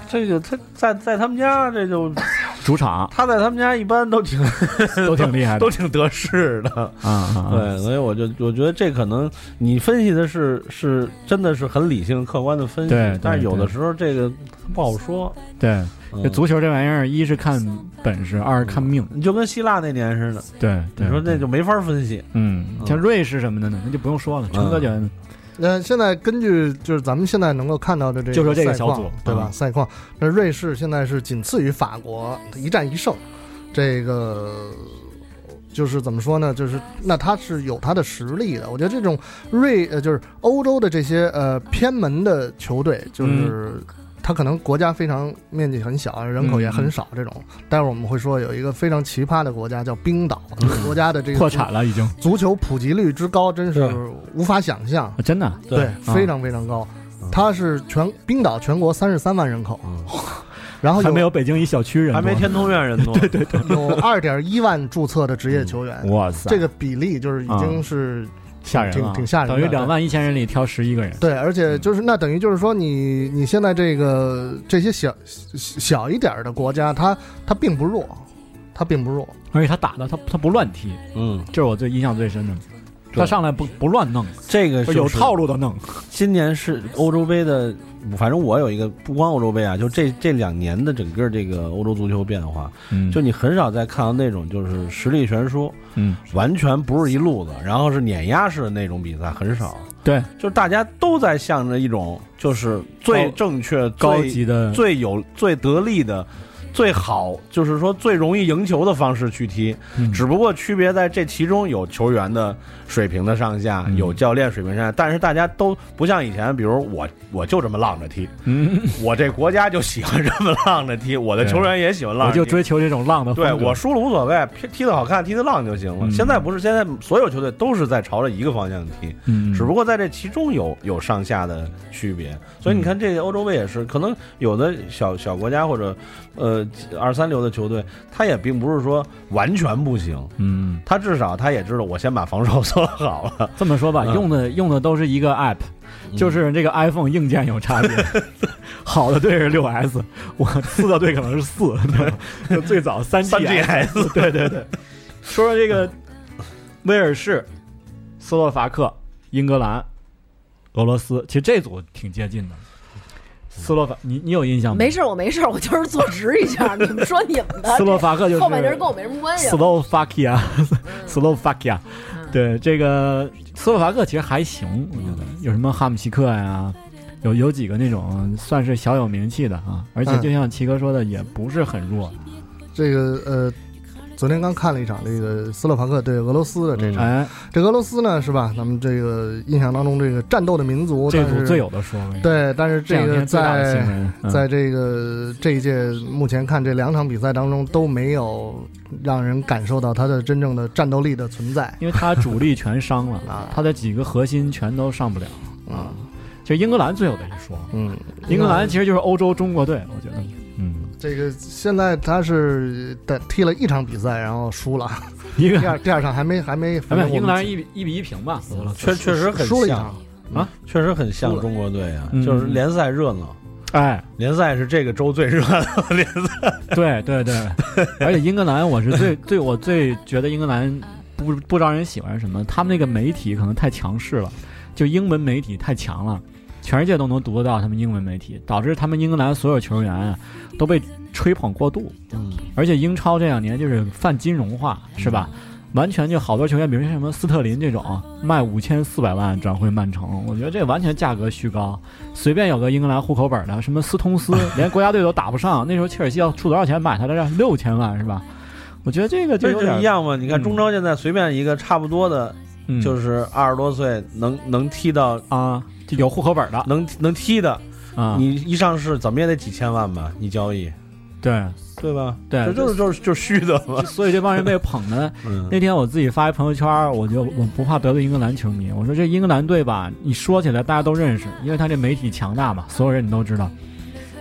这个他在在他们家这就
主场
他在他们家一般都挺
都挺厉害的
都挺得势的，
啊啊，
对，所以我就我觉得这可能你分析的是是真的是很理性客观的分析，
对对
但是有的
对
时候这个不好说。
对，
嗯
这足球这玩意儿，一是看本事，二是看命。
你就跟希腊那年似的，
对，对
你说那就没法分析。
嗯，像瑞士什么的呢，那就不用说了。陈哥觉得呢？
那现在根据就是咱们现在能够看到的这个
就说这个
赛
小
况
组
对吧？
嗯
赛况，那瑞士现在是仅次于法国，一战一胜，这个就是怎么说呢？就是那他是有他的实力的。我觉得这种瑞呃就是欧洲的这些呃偏门的球队，就是。
嗯
他可能国家非常面积很小，人口也很少，这种。
嗯
待会儿我们会说有一个非常奇葩的国家叫冰岛，这个国家的这个
破产了已经，啊
足球普及率之高，真是
对
无法想象。
啊真的
对
对，非常非常高。它是全冰岛全国三十三万人口，
嗯
然后
还没
有
有北京一小区人
还没
多呢
天通 苑人多，对对对，
有二点一万注册的职业球员，
嗯哇嗯塞，
这个比例就是已经是
吓人了，
挺挺吓人的
等于两万一千人里挑十一个人。
对，而
嗯
且就是那等于就是说你你现在这个这些小小一点的国家，它它并不弱，它并不弱。
而且他打的他他不乱踢，
嗯，
这是我最印象最深的。
对
他上来不不乱弄，
这个就是
有套路的弄。
今年是欧洲杯的，反正我有一个不光欧洲杯啊，就这这两年的整个这个欧洲足球变化，
嗯
就你很少再看到那种就是实力悬殊，
嗯，
完全不是一路子，然后是碾压式的那种比赛很少，
对
就是大家都在向着一种就是最
高
正确、
高
最
级的
最有最得力的最好，就是说最容易赢球的方式去踢。
嗯
只不过区别在这其中有球员的水平的上下，
嗯
有教练水平上下，但是大家都不像以前，比如我我就这么浪着踢，
嗯，
我这国家就喜欢这么浪着踢，我的
对
球员也喜欢浪
我
着
就
踢，
追求这种浪的风
对
格。
我输了无所谓，踢踢得好看，踢得浪就行了。
嗯
现在不是，现在所有球队都是在朝着一个方向踢，
嗯，
只不过在这其中有有上下的区别。所以你看，这个欧洲杯也是，可能有的小小国家或者呃二三流的球队，他也并不是说完全不行，
嗯，
他至少他也知道我先把防守做好了。
这么说吧，
嗯
用的用的都是一个 app，就是这个 iPhone 硬件有 差别。好的队是六 S，我次的队可能是四， 就最早三 G
三 G S，
对对对。说说这个威尔士、斯洛伐克、英格兰、俄罗斯，其实这组挺接近的。斯洛伐，你你有印象吗？
没事，我没事，我就是坐直一下。你们说你们的，
斯洛伐克就是
呃后面这人跟我没什么关系。啊嗯
Slovakia，Slovakia，对这个斯洛伐克其实还行，我觉得
嗯
有什么哈姆奇克呀，有有几个那种算是小有名气的啊，而且
嗯
就像齐哥说的，也不是很弱。
这个呃，昨天刚看了一场这个斯洛伐克对俄罗斯的这
嗯
场，
哎，
这俄罗斯呢是吧？咱们这个印象当中这个战斗的民族，
这
但
组
是
最有的说，我跟你说
对，但是
这两
个
天最大的新
在
闻，嗯
在这个这一届目前看这两场比赛当中都没有让人感受到他的真正的战斗力的存在，
因为他主力全伤 了
啊
他的几个核心全都上不了
啊
其实英格兰最有的一说，
嗯，
英格兰其实就是欧洲中国队，我觉得，嗯，
这个现在他是打踢了一场比赛，然后输了，
英
第
格
二第二场还没还没，
哎
还
没
没
有英格兰一比一比一平吧，俄罗斯
确确实很
输了一
像
场，
确实很像中国队啊，
嗯
就是联赛热闹，
哎，
联赛是这个周最热闹的联赛。
对对 对，而且英格兰，我是最最我最觉得英格兰不不招人喜欢是什么？他们那个媒体可能太强势了，就英文媒体太强了，全世界都能读得到他们英文媒体，导致他们英格兰所有球员啊都被吹捧过度。
嗯，
而且英超这两年就是泛金融化，是吧？完全就好多球员，比如像什么斯特林这种，卖五千四百万转会曼城，我觉得这完全价格虚高。随便有个英格兰户口本的，什么斯通斯，连国家队都打不上。那时候切尔西要出多少钱买他来着？六千万是吧？我觉得这个就
这
有
就一
点，
样嘛。你看中超现在随便一个差不多的，
嗯、
就是嗯二十多岁能能踢到
啊，就有户口本的
能能踢的，
啊，
你一上市怎么也得几千万吧？一交易，
对
对吧？
对啊
这就是就是就是虚的嘛。
所以这帮人被捧的。
嗯，
那天我自己发一朋友圈，我就我不怕得罪英格兰球迷，我说这英格兰队吧，你说起来大家都认识，因为他这媒体强大嘛，所有人你都知道。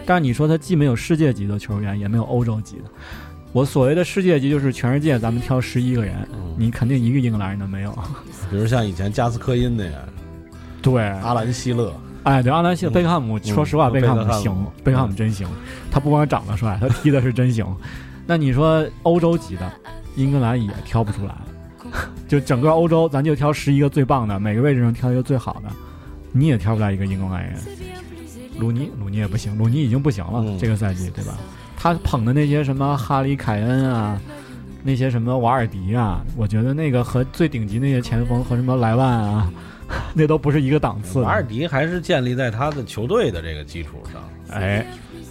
但是你说他既没有世界级的球员，也没有欧洲级的。我所谓的世界级就是全世界咱们挑十一个人，你肯定一个英格兰人都没有。
嗯比如像以前加斯科因那样，
对，
阿兰希勒，
哎，对，阿兰西
嗯
贝克汉姆，说实话，
嗯
贝克汉
贝
姆
克汉姆
行
嗯，
贝克汉姆真行，他不光长得帅，他踢的是真行。 那你说欧洲级的，英格兰也挑不出来， 就整个欧洲，咱就挑十一个最棒的，每个位置上挑一个最好的，你也挑不出来一个英格兰人。鲁尼，鲁尼也不行，鲁尼已经不行了，
嗯
这个赛季对吧？他捧的那些什么哈里凯恩啊，那些什么瓦尔迪啊，我觉得那个和最顶级那些前锋和什么莱万啊， 那都不是一个档次的。
瓦尔迪还是建立在他的球队的这个基础上。
哎，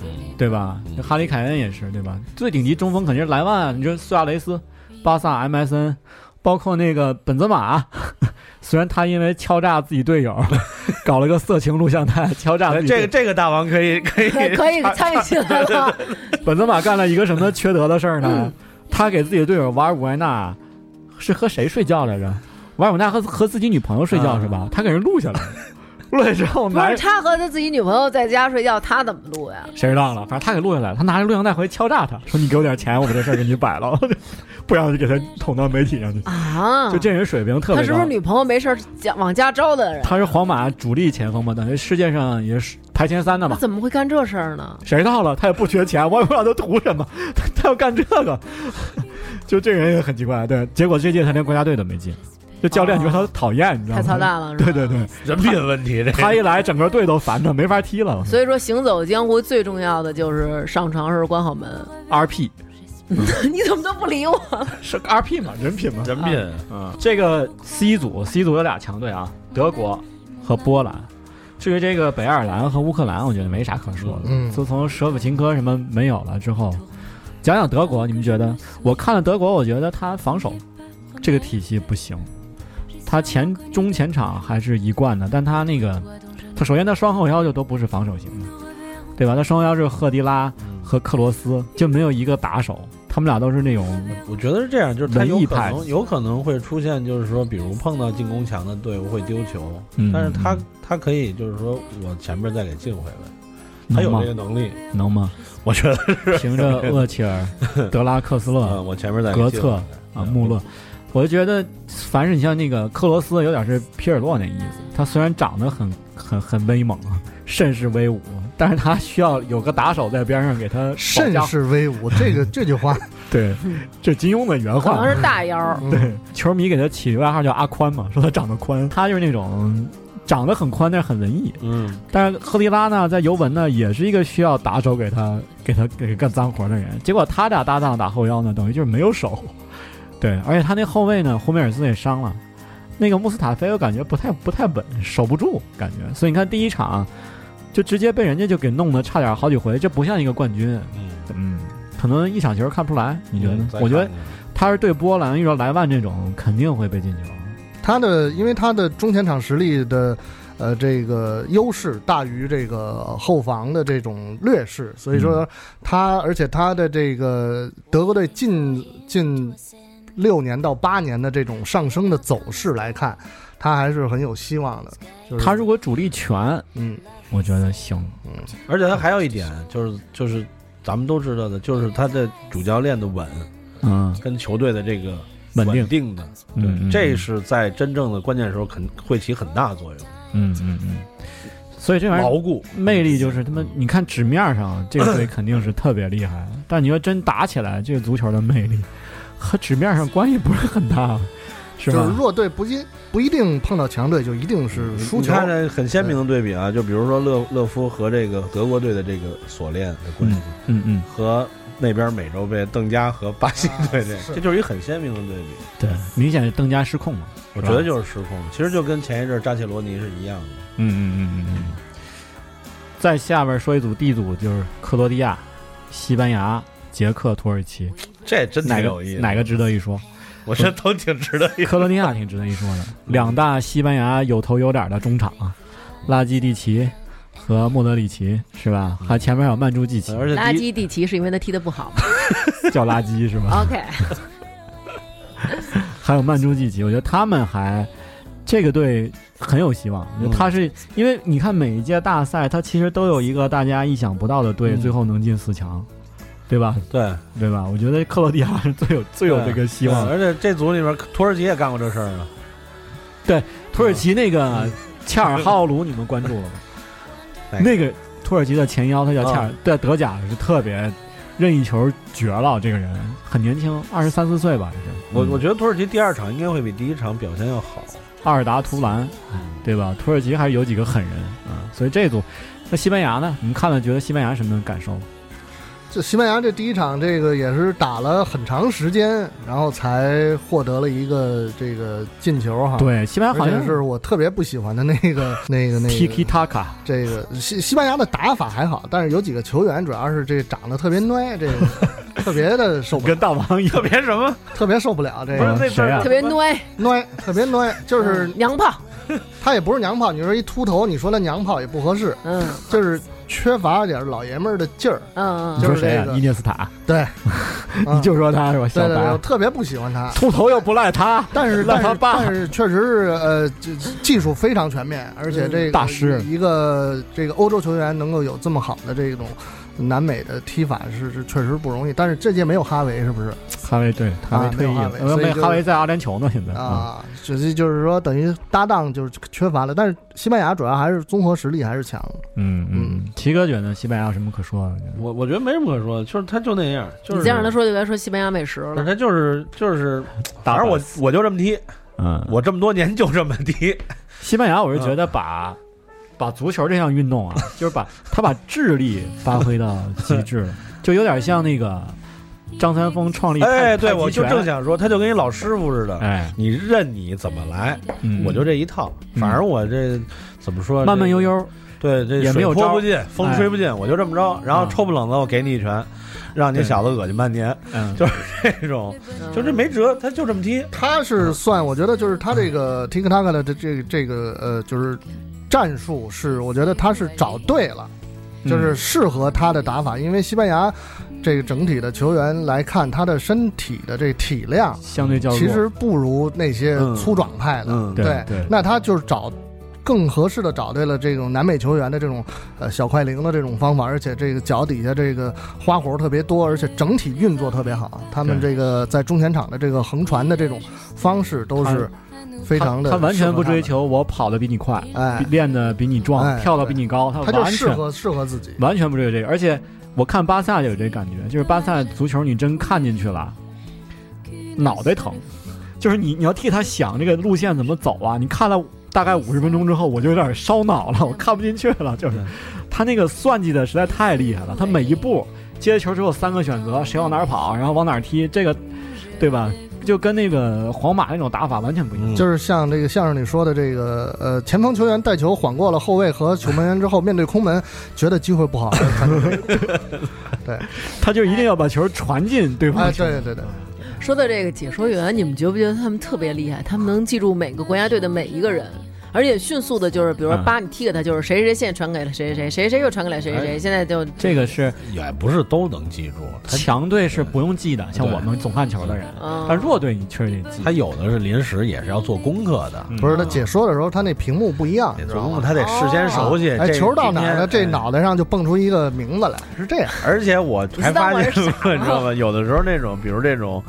嗯，
对吧？
嗯
这哈里凯恩也是，对吧？最顶级中锋肯定是莱万，你说苏亚雷斯、巴萨 MSN，包括那个本泽马，啊 虽然他因为敲诈自己队友， 搞了个色情录像带，敲诈自
哎
己
这
队
个这个大王可以可 以
可以参与进来了，
本泽马干了一个什么缺德的事儿呢？他给自己的队友瓦尔伍埃纳是和谁睡觉来着？瓦尔伍纳和和自己女朋友睡觉是吧？
嗯
他给人录下来了，录下来之后
不
拿
是他和他自己女朋友在家睡觉，他怎么录呀？
谁知道了？反正他给录下来了，他拿着录像带回去敲诈他，说你给我点钱，我把这事儿给你摆了， 不然我就给他捅到媒体上去。
啊，
就这人水平特
他
别
是不是
高。
女朋友没事儿讲往家招的人？
他是皇马主力前锋嘛，等于世界上也是排前三的
他
嘛。
怎么会干这事儿呢？
谁知道了？他也不缺钱，我也不知道他图什么， 他他要干这个， 就这人也很奇怪。对，结果这届他连国家队都没进，就教练觉得他讨厌，你知道
哦太
吗？
操蛋了，是吧？
对对。对，
人品问题，这
他一来整个队都烦他，没法踢了。
所以说，行走江湖最重要的就是上床时候关好门。
RP
你怎么都不理我？
是 RP 嘛， 人品嘛。
人品。
嗯这个 C 组，C 组有俩强队啊，德国和波兰。至于这个北爱尔兰和乌克兰，我觉得没啥可说的。
嗯
自从舍甫琴科什么没有了之后，讲讲德国，你们觉得？我看了德国，我觉得他防守这个体系不行，他前中前场还是一贯的，但他那个，他首先他双后腰就都不是防守型的，对吧？他双后腰是赫迪拉
嗯
和克罗斯，就没有一个打手，他们俩都是那种
我觉得是这样，就是他有
文艺
可
派
能有可能会出现，就是说，比如碰到进攻强的队伍会丢球，
嗯
但是他
嗯
他可以就是说我前面再给进回来，他
能
有
吗
这？个能力，
能吗？
我觉得，
凭着厄齐尔、德拉克斯勒
嗯，我前面再给
格
进
策
回来
嗯
啊穆勒，我就觉得，凡是你像那个克罗斯，有点是皮尔洛那意思。他虽然长得很很很威猛，甚是威武，但是他需要有个打手在边上给他保
甚
驾
是威武，这个这句话，
对，这金庸的原
嗯可
话
能。是大腰儿，
对，
球迷给他起外号叫阿宽嘛，说他长得宽，他就是那种长得很宽，但是很文艺。
嗯，
但是赫迪拉呢，在尤文呢，也是一个需要打手给他给他给干脏活的人。结果他俩搭档打后腰呢，等于就是没有手。对，而且他那后卫呢，胡梅尔斯也伤了，那个穆斯塔菲我感觉不太不太稳，守不住感觉。所以你看第一场就直接被人家就给弄得差点好几回，这不像一个冠军。
嗯，
嗯，可能一场球看不出来，你觉得呢？
再
我觉得
看看
他是对波兰遇到莱万这种肯定会被进球。
他的因为他的中前场实力的。呃，这个优势大于这个后防的这种劣势，所以说
嗯
他，而且他的这个德国队近近六年到八年的这种上升的走势来看，他还是很有希望的。就是
他如果主力全，
嗯
我觉得行。
嗯，
而且他还有一点就是就是咱们都知道的，就是他的主教练的稳
嗯，
跟球队的这个
稳定
定的，对，
嗯，
这
是。
是在真正的关键时候肯会起很大作用，
嗯嗯嗯，所以这玩意儿
牢固嗯
魅力就是他妈，你看纸面上这个队肯定是特别厉害，但你说真打起来，这个足球的魅力和纸面上关系不是很大，是
就是
吧？
弱队不一不一定碰到强队就一定是输
你
球，
看着很鲜明的对比啊，就比如说勒勒夫和这个德国队的这个锁链的关系，
嗯嗯，
和那边美洲杯邓加和巴西队这，
啊是
这就是一个很鲜明的对比。
对，明显是邓加失控嘛。
我
是吧
觉得就是失控，其实就跟前一阵扎切罗尼是一样的。
嗯嗯嗯嗯嗯。再下边说一组 D 组，就是克罗地亚、西班牙、捷克、土耳其，
这真
哪
挺
个
有意思，
哪个值得一说？
我觉得都挺值得一
克罗地亚挺值得一说的，两大西班牙有头有脸的中场啊，拉基蒂奇和莫德里奇是吧？还前面还有曼朱基奇，
而且
垃
第一
圾地奇是因为他踢得不好。
叫垃圾是吧？
OK，
还有曼朱基奇，我觉得他们还这个队很有希望。我觉得他是因为你看每一届大赛，他其实都有一个大家意想不到的队，
嗯
最后能进四强，对吧？
对
对吧？我觉得克罗地亚是最有最有这个希望
对
的。
而且这组里面土耳其也干过这事儿呢。
土耳其那个恰尔哈奥卢，你们关注了吗？
哪个
那个土耳其的前腰，他叫恰尔
啊，
在德甲是特别任意球绝了，这个人很年轻，二十三四岁吧，这是。
我
嗯
我觉得土耳其第二场应该会比第一场表现要好。
阿尔达图兰，对吧？土耳其还是有几个狠人啊，所以这组。那西班牙呢？你们看了觉得西班牙什么感受？
这西班牙这第一场，这个也是打了很长时间，然后才获得了一个这个进球哈。，
对，西班牙好
啊而
像
且是我特别不喜欢的那个那个那
Tiki
个
Taka，
这个西西班牙的打法还好，但是有几个球员主要是这长得特别歪，这个特别的受不了，
跟大王一样，
别什么，
特别受不了这
不是
个
那
谁啊
特别乖，
歪，特别歪，就是
娘炮。
他也不是娘炮，你说一秃头，你说他娘炮也不合适，
嗯
就是缺乏点老爷们儿的劲儿。
嗯
你
嗯，
说谁
就是这
啊？
个
伊涅斯塔，
对，
你
嗯
就说他是吧？小
对对对，我
白，啊
特别不喜欢他。
秃头又不赖他，
但是
赖
但
他
是
爸
但是确实是呃，这技术非常全面，而且这
嗯
个、
大师
一个这个欧洲球员能够有这么好的这种南美的踢法是是确实不容易。但是这届没有哈维，是不是
哈维对，哈维
啊没
退
有
役
哈
了
维，
呃
所以
没
就是
哈维在阿联酋呢，现在啊，
啊？实际就是说等于搭档就是缺乏了。但是西班牙主要还是综合实力还是强的，
嗯
嗯
嗯，齐哥觉得西班牙有什么可说的？
我我觉得没什么可说的，就是他就那样，就是
你再让他说就该说西班牙美食
不是
了。
他就是就是，
打
反正我
板
我就这么踢，
嗯，
我这么多年就这么踢。
西班牙，我是觉得把、把足球这项运动啊，就是把他把智力发挥到极致了，就有点像那个张三丰创立太
哎，对，
太极
我就
拳
正想说，他就跟一老师傅似的，
哎，
你任你怎么来，
嗯
我就这一套。
嗯
反正我这怎么说，
慢慢悠
这个
悠，
对，这
也没有
水泼
招
不进，风吹不进，我就这么着，然后
啊
抽不冷的我给你一拳，让你
对
小子恶心半年，
嗯，
就是这种， 就这没辙，他就这么踢，
他是算，我觉得就是他这
嗯
个 t i k t o k 的这这这个呃，就是战术是，我觉得他是找对了，
嗯
就是适合他的打法，因为西班牙这个整体的球员来看，他的身体的这体量
相对较弱。
其实不如那些
嗯
粗壮派的，
嗯，
对
对
对
那他就是找更合适的找对了这种南美球员的这种呃小快灵的这种方法，而且这个脚底下这个花活特别多，而且整体运作特别好。他们
对
这个在中前场的这个横传的这种方式都是非常的
他，他完全不追
适合
求我跑得比你快，
他们，
比
哎，
练得比你壮，
哎
跳得比你高，他
他就
完
适
全
合适合自己。
完全不追求这个。而且我看巴萨就有这感觉，就是巴萨足球你真看进去了，脑袋疼，就是你你要替他想这个路线怎么走啊。你看了大概五十分钟之后，我就有点烧脑了，我看不进去了，就是
对
他那个算计的实在太厉害了，他每一步接球之后三个选择，谁往哪儿跑，然后往哪儿踢，这个对吧？就跟那个皇马那种打法完全不
嗯
一样。
就是是像这个相声里说的，这个呃，前锋球员带球晃过了后卫和守门员之后，面对空门，觉得机会不好，哎传给对
他就一定要把球传进对方
哎，
的球。
对对对，
嗯说到这个解说员，你们觉不觉得他们特别厉害？他们能记住每个国家队的每一个人，而且迅速的，就是比如说
嗯
把你踢给他，就是谁谁谁现在传给了谁谁谁，谁谁又传给了谁谁谁，现在就
这个是
也不是都能记住， 他
强队是不用记的，像
对
我们总看球的人，
嗯，
但弱队你确实得记。
他有的是临时也是要做功课的，啊
嗯
不是他解说的时候，他那屏幕不一样，
得
你知
做
道
功
吗
课，？他得事先熟悉。
哎，
这
球到哪儿了？
今
这
天
脑袋上就蹦出一个名字来，是这 样。
而且我还发现，
你知道
你知道吗？有的时候那种，比如这种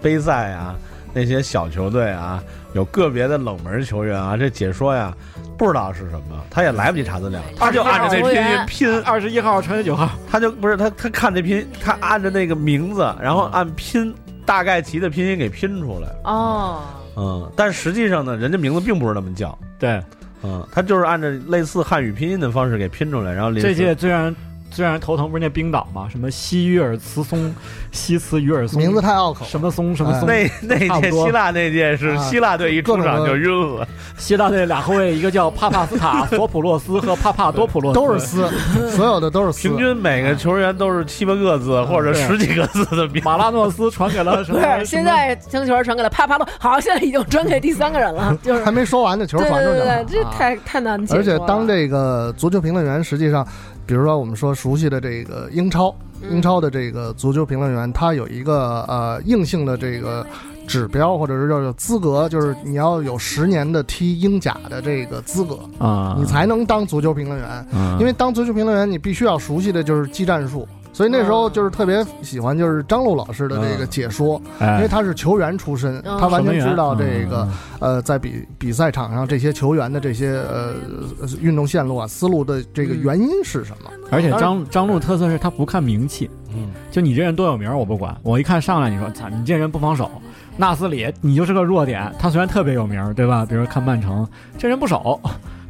杯赛啊，那些小球队啊，有个别的冷门球员啊，这解说呀，不知道是什么，他也来不及查资料，他就按着那拼
啊
音拼，
二十一号传给九号，
他就不是他他看那拼，他按着那个名字，然后按拼大概齐的拼音给拼出来。
哦，
嗯，但实际上呢，人家名字并不是那么叫。
对，
嗯，他就是按照类似汉语拼音的方式给拼出来，然后临时
这届最让人最让人头疼不是那冰岛吗？什么西约尔茨松、西茨约尔松，
名字太拗口，
什么松什么松，
那那
差不
届
多
希腊那届是
啊
希腊队一出
各
场
种
就晕了，
希腊队俩后卫，一个叫帕帕斯塔索普洛斯和帕帕多普洛斯，
都是撕，所有的都是撕
平。均每个球员都是七八个字或者
对
十几个字的名。
马拉诺斯传给了什
不
么？
是，现在将球传给了啪啪啪，好，现在已经传给第三个人了，就是
还没说完呢，球
对
传出去
对对
了
对，。这
啊
太太难解。
而且当，这个足球评论员，实际上，比如说我们说熟悉的这个英超，
嗯
英超的这个足球评论员，他有一个呃硬性的这个指标，或者是叫资格，就是你要有十年的踢英甲的这个资格，
啊，
你才能当足球评论员。因为当足球评论员，你必须要熟悉的就是技战术。所以那时
啊
候就是特别喜欢就是张璐老师的这个解说，因为
因
他是球员出身，
嗯
他完全知道
嗯
这个、呃在比比赛场上这些球员的这些呃呃运动线路啊、思路的这个
嗯
原因是什么。
而且张张璐特色是他不看名气，
嗯，
就你这人多有名儿我不管，我一看上来你说，操，你这人不防守，纳斯里你就是个弱点。他虽然特别有名儿，对吧？比如看曼城，这人不守，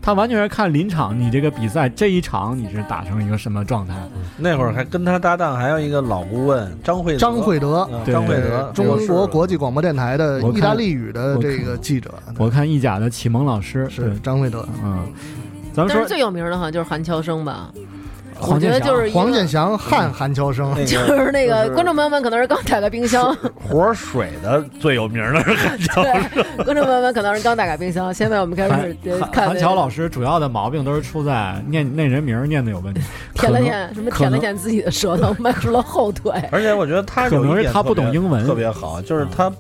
他完全是看临场你这个比赛这一场你是打成一个什么状态。
那会儿还跟他搭档还有一个老顾问张惠德
张惠德，
嗯
对
张惠
对
德，
哎
中国国际广播电台的
我看
意大利语的
我
这
看
个记者，
我看意甲的启蒙老师
是
对
张惠德。
嗯，
但
咱们
是
说
最有名的好像就是韩乔生吧，我
黄
觉
健
得
翔，
就是一个
黄健翔和韩乔生，
那
就
个
是那
就
个
是
观众朋友们可能是刚打开冰箱，
活水的最有名的是韩乔生，
对，观众朋友们可能是刚打开冰箱。现在我们开始呃
韩
看
韩乔老师主要的毛病都是出在念念人名儿念的有问题，
舔了
可能
舔什么
可
舔了
能
舔自己的舌头，迈出了后腿。
而且我觉得他
可
有一
能是
点
他不
特别
懂英文嗯
特别好，就是他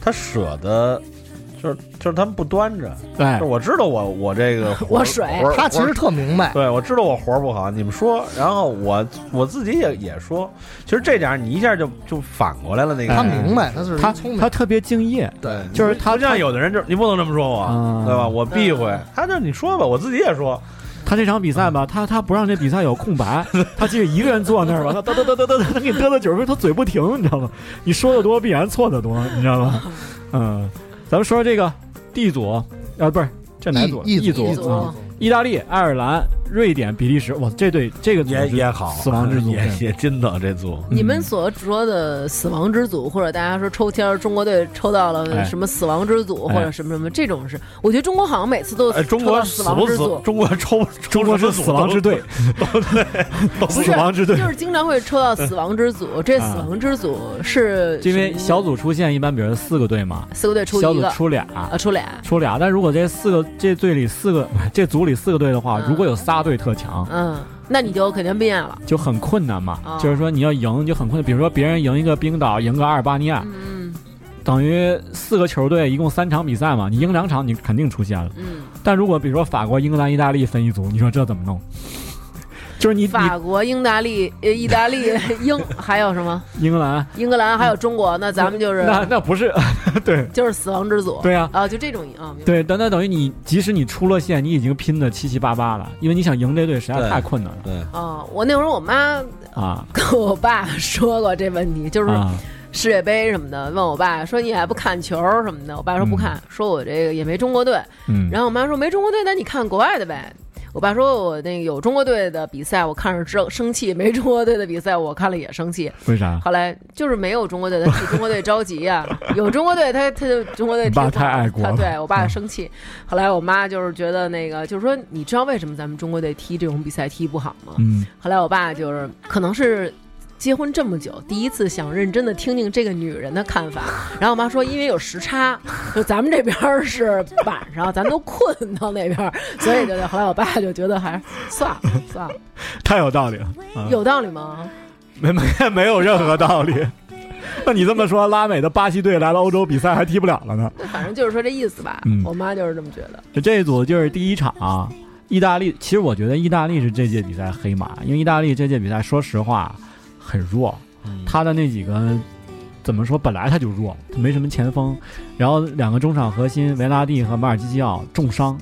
他舍得，就是就是他们不端着，
对
就是，我知道我我这 个活
我水
活
他其
活
实特明白。
对，我知道我活儿不好，你们说，然后我我自己也也说，其实这点儿你一下就就反过来了，那个
他
哎
明白，他是
他
聪明
他。特别敬业，
对，
就是他
不像有的人就是你不能这么说我，
嗯
啊对吧？我避讳，他就你说吧，我自己也说，
他这场比赛吧，他他不让这比赛有空 白，他自己一个人坐那儿吧，他嘚嘚嘚嘚嘚，他给你嘚嘚九十分，他嘴不停，你知道吗？你说的多必然错的多，你知道吗？ 嗯，咱们说说这个 D 组，啊，不是这哪组
一一
？E
组
组
一组
啊，意大利、爱尔兰、瑞典、比利时，哇，这对这个组
也
是
也好，
死亡之组
也
对
也真的这组
你们所说的死亡之组，或者大家说抽签儿中国队抽到
哎
了什么死亡之组，
哎
或者什么什么这种是，我觉得中国好像每次都
哎，中
抽
国
到
死
死
不
亡之
死
组？，
中国抽
中
中
国是死亡之队，
不
死
是
亡之队，嗯
就是经常会抽到死亡之组。这死
啊
亡之组是
因为
什么
小组出现一般，比如四个队嘛，
四个队出
小
一
组
个
出俩，
啊，出俩，
出俩。但如果这四个这队里四个这组里四个队的话，
嗯
如果有仨队特强，
嗯，那你就肯定毕业了。
就很困难嘛。
哦
就是说你要赢就很困难，比如说别人赢一个冰岛，赢个阿尔巴尼亚，
嗯
等于四个球队一共三场比赛嘛，你赢两场你肯定出现了。
嗯，
但如果比如说法国、英格兰、意大利分一组，你说这怎么弄？ 就是你
法国、英大利、呃意大利、英还有什么
你英格兰，
英格兰还有中国，那咱们就是
那那不是 对
就是死亡之组。
对啊。
啊，就这种啊，明白
对，但那等于你，即使你出了线，你已经拼的七七八八了，因为你想赢这队实在
对
太困难了
对，
啊，我那会儿我妈
啊
跟我爸说过这问 题，就是
啊！
世界杯什么的，问我爸说你还不看球什么的，我爸说不看，说我这个也没中国队，
嗯，
然后我妈说没中国队，那你看国外的呗。我爸说我那个有中国队的比赛，我看着生生气；没中国队的比赛，我看了也生气。
为啥？
后来就是没有中国队，他替中国队着急 呀、有中国队，他他就中国队
你
踢不
爸
好。
太爱国
他
了嗯
对我爸生气。后来我妈就是觉得那个，就是说，你知道为什么咱们中国队踢这种比赛踢不好吗？
嗯，
后来我爸就是可能是。结婚这么久，第一次想认真的听听这个女人的看法。然后我妈说，因为有时差，就咱们这边儿是晚上，咱都困到那边儿，所以就后来我爸就觉得还是算了算了，
太有道理了，啊、
有道理吗？
没 没没有任何道理。那你这么说，拉美的巴西队来了欧洲比赛还踢不了了呢？
反正就是说这意思吧。
嗯
我妈就是这么觉得。
就这一组就是第一场、啊，意大利。其实我觉得意大利是这届比赛黑马，因为意大利这届比赛说实话很弱，
嗯
他的那几个怎么说，本来他就弱，他没什么前锋，然后两个中场核心维拉蒂和马尔基基奥重伤，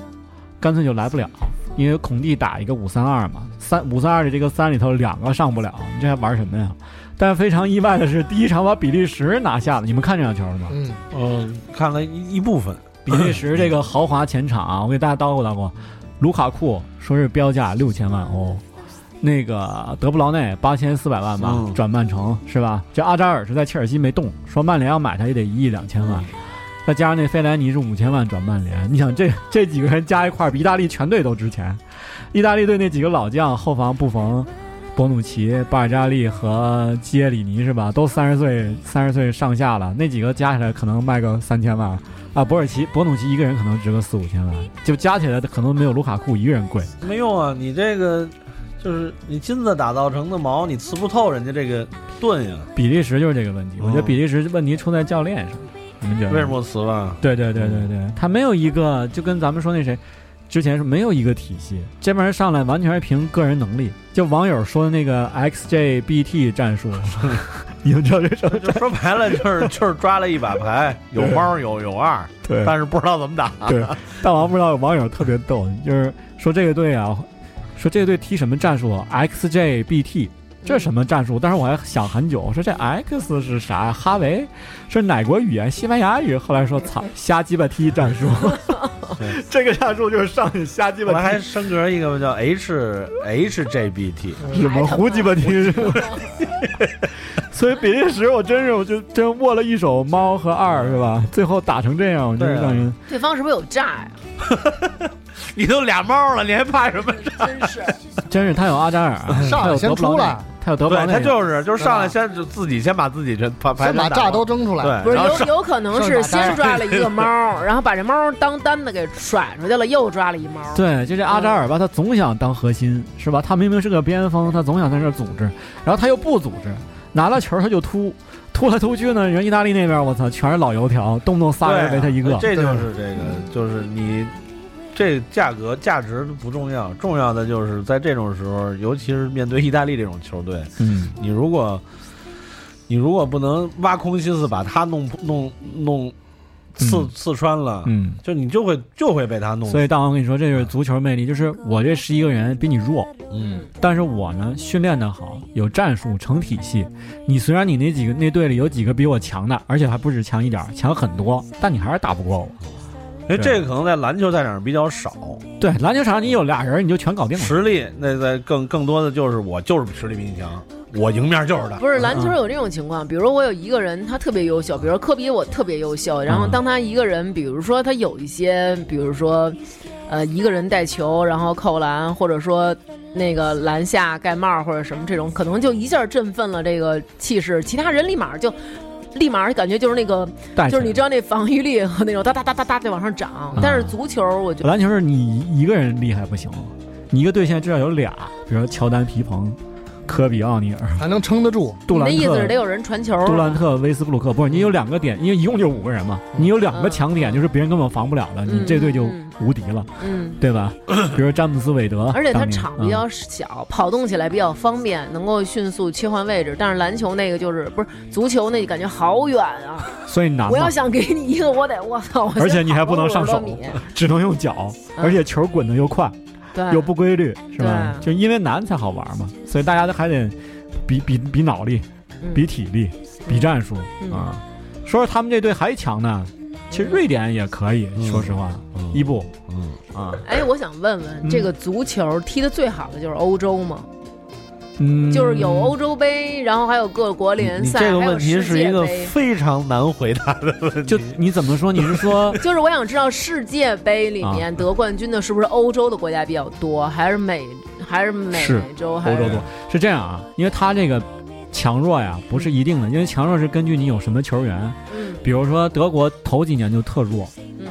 干脆就来不了。因为孔蒂打一个五三二嘛，三五三二的这个三里头两个上不了，你这还玩什么呀？但非常意外的是，第一场把比利时拿下了。你们看这场球了吗？
嗯，
嗯，看了一一部分，
比利时这个豪华前场啊，我给大家叨咕叨咕，卢卡库说是标价六千万欧，那个德布劳内八千四百万吧，
嗯
转曼城是吧？这阿扎尔是在切尔西没动，说曼联要买他也得一亿两千万，再加上那费莱尼是五千万转曼联，你想这这几个人加一块儿，比意大利全队都值钱。意大利队那几个老将后防布冯。博努奇、巴尔扎利和基耶里尼是吧？都三十岁，三十岁上下了，那几个加起来可能卖个三千万，啊，博尔奇、博努奇一个人可能值个四五千万，就加起来可能没有卢卡库一个人贵。
没用啊，你这个就是你金子打造成的矛，你刺不透人家这个盾呀。
比利时就是这个问题，
哦
我觉得比利时问题出在教练上，你们觉得？
为什？么嗯死万？
对对对对对，他没有一个，就跟咱们说那谁，之前是没有一个体系，这帮人上来完全是凭个人能力，就网友说的那个 XJBT 战 术，你们知道这什么？
就说白了， 就是就是抓了一把 牌，有猫有有二，
对
但是不知道怎么打。
对，大王不知道有网友特别逗，就是说这个队啊，说这个队踢什么战术啊？XJBT，这
嗯
是什么战术？当时我还想很久，我说这 X 是啥呀？哈维是哪国语言？西班牙语。后来说操，瞎鸡巴踢战术
对，
这个战术就是上去瞎鸡
后来
巴
还
踢，
升格一个叫 H HJBT，
什么胡鸡巴踢是吧？ 所以比利时，我真是我就真握了一手猫和二是吧？最后打成这样，我真是
对啊
让人
对方是不是有诈呀？
你都俩猫了，你还怕什么？
真是，
哎
真是他有阿扎尔，啊
上
他
来
有德
先
布劳
出
内
来，，
他有德布劳
对
内，
他就是就是上来
对
先就自己先把自己这牌牌
先把
打
炸
完
都蒸出来。
对，
不是
然后
有
上
有可能是先抓了一个猫， 然后把这猫当单的给甩出去了，又抓了一猫。
对，就这阿扎尔吧，他总想当核心，是吧？他明明是个边锋，他总想在这儿组织，然后他又不组织，拿了球他就突，突来突去呢，人意大利那边我操，全是老油条，动不动仨人围他一
对
个嗯
啊，这就是这个，就是你这价格价值不重要，重要的就是在这种时候，尤其是面对意大利这种球队，
嗯，
你如果你如果不能挖空心思把他弄弄弄刺
嗯
刺穿了，
嗯。
就你就会就会被他弄
所
死。
以大王，我跟你说，这就是足球魅力，就是我这十一个人比你弱，
嗯，
但是我呢训练的好，有战术，成体系。你虽然你那几个那队里有几个比我强的，而且还不止强一点儿，强很多，但你还是打不过我。
因为
对
这个可能在篮球赛场上比较少，
对，篮球场你有俩人你就全搞定了。
实力那在更更多的就是我就是实力比你强，我迎面就是他。
不是篮
嗯
球有这种情况，比如我有一个人他特别优秀，比如科比我特别优秀，然后
嗯
当他一个人，比如说他有一些，比如说，呃，一个人带球，然后扣篮，或者说那个篮下盖帽或者什么这种，可能就一下振奋了这个气势，其他人立马就。立马感觉就是那个，
带起
就
来
是你知道那防御力和那种哒哒哒哒哒就往上
啊
涨，但是足球我觉得
篮球是你一个人厉害不行，你一个队现在至少有俩，比如说乔丹、皮蓬、科比、奥尼尔、
还能撑得住。
呃杜
你的
兰
意思是
特
得、有人啊传球，
杜兰特、威斯布鲁克，不是你有两个点，因为一共就五个人嘛，你有两个强点，
嗯
就是别人根本防不了的，
嗯
你这队就
嗯
无敌了，
嗯，
对吧？比如詹姆斯、韦德，
而且它
啊当年嗯
场比较小，跑动起来比较方便，能够迅速切换位置。但是篮球那个就是不是足球那感觉好远啊！
嗯所以难
我要
嘛，
想给你一个，我得我操！我先
而且你还不 能上手
跑50多米
只能用脚，
嗯
而且球滚的又快
对，
又不规律，是吧？
嗯对
就因为难才好玩嘛，所以大家都还得比比比脑力，
嗯
比体力，比战术
嗯
啊。说说他们这队还强呢，其实瑞典也可以，
嗯
说实话，
嗯
伊布
嗯，
啊，
哎，我想问问，这个足球踢得最好的就是欧洲吗？
嗯，
就是有欧洲杯，然后还有各国联
你
赛，
这个
还有
问题
世
是
界
一个
杯
非常难回答的问题。
就你怎么说？你是 说
就是我想知道世界杯里
啊
面得冠军的是不是欧洲的国家比较多，还是美还是美
是
洲？还
欧洲
是
哎
多是这样啊？因为他这个强弱呀不是一定的，因为强弱是根据你有什么球员，
嗯
比如说德国头几年就特弱，
嗯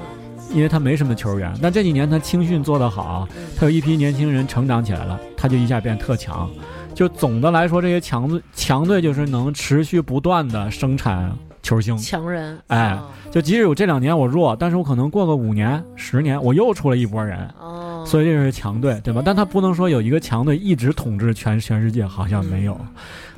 因为他没什么球员，但这几年他青训做得好，他有一批年轻人成长起来了，他就一下变特强。就总的来说，这些强队强队就是能持续不断的生产球星。
强人
哎
哦
就即使我这两年我弱，但是我可能过个五年、十年，我又出了一波人，
哦，
所以这是强队，对吧？但他不能说有一个强队一直统治全全世界，好像没
嗯
有。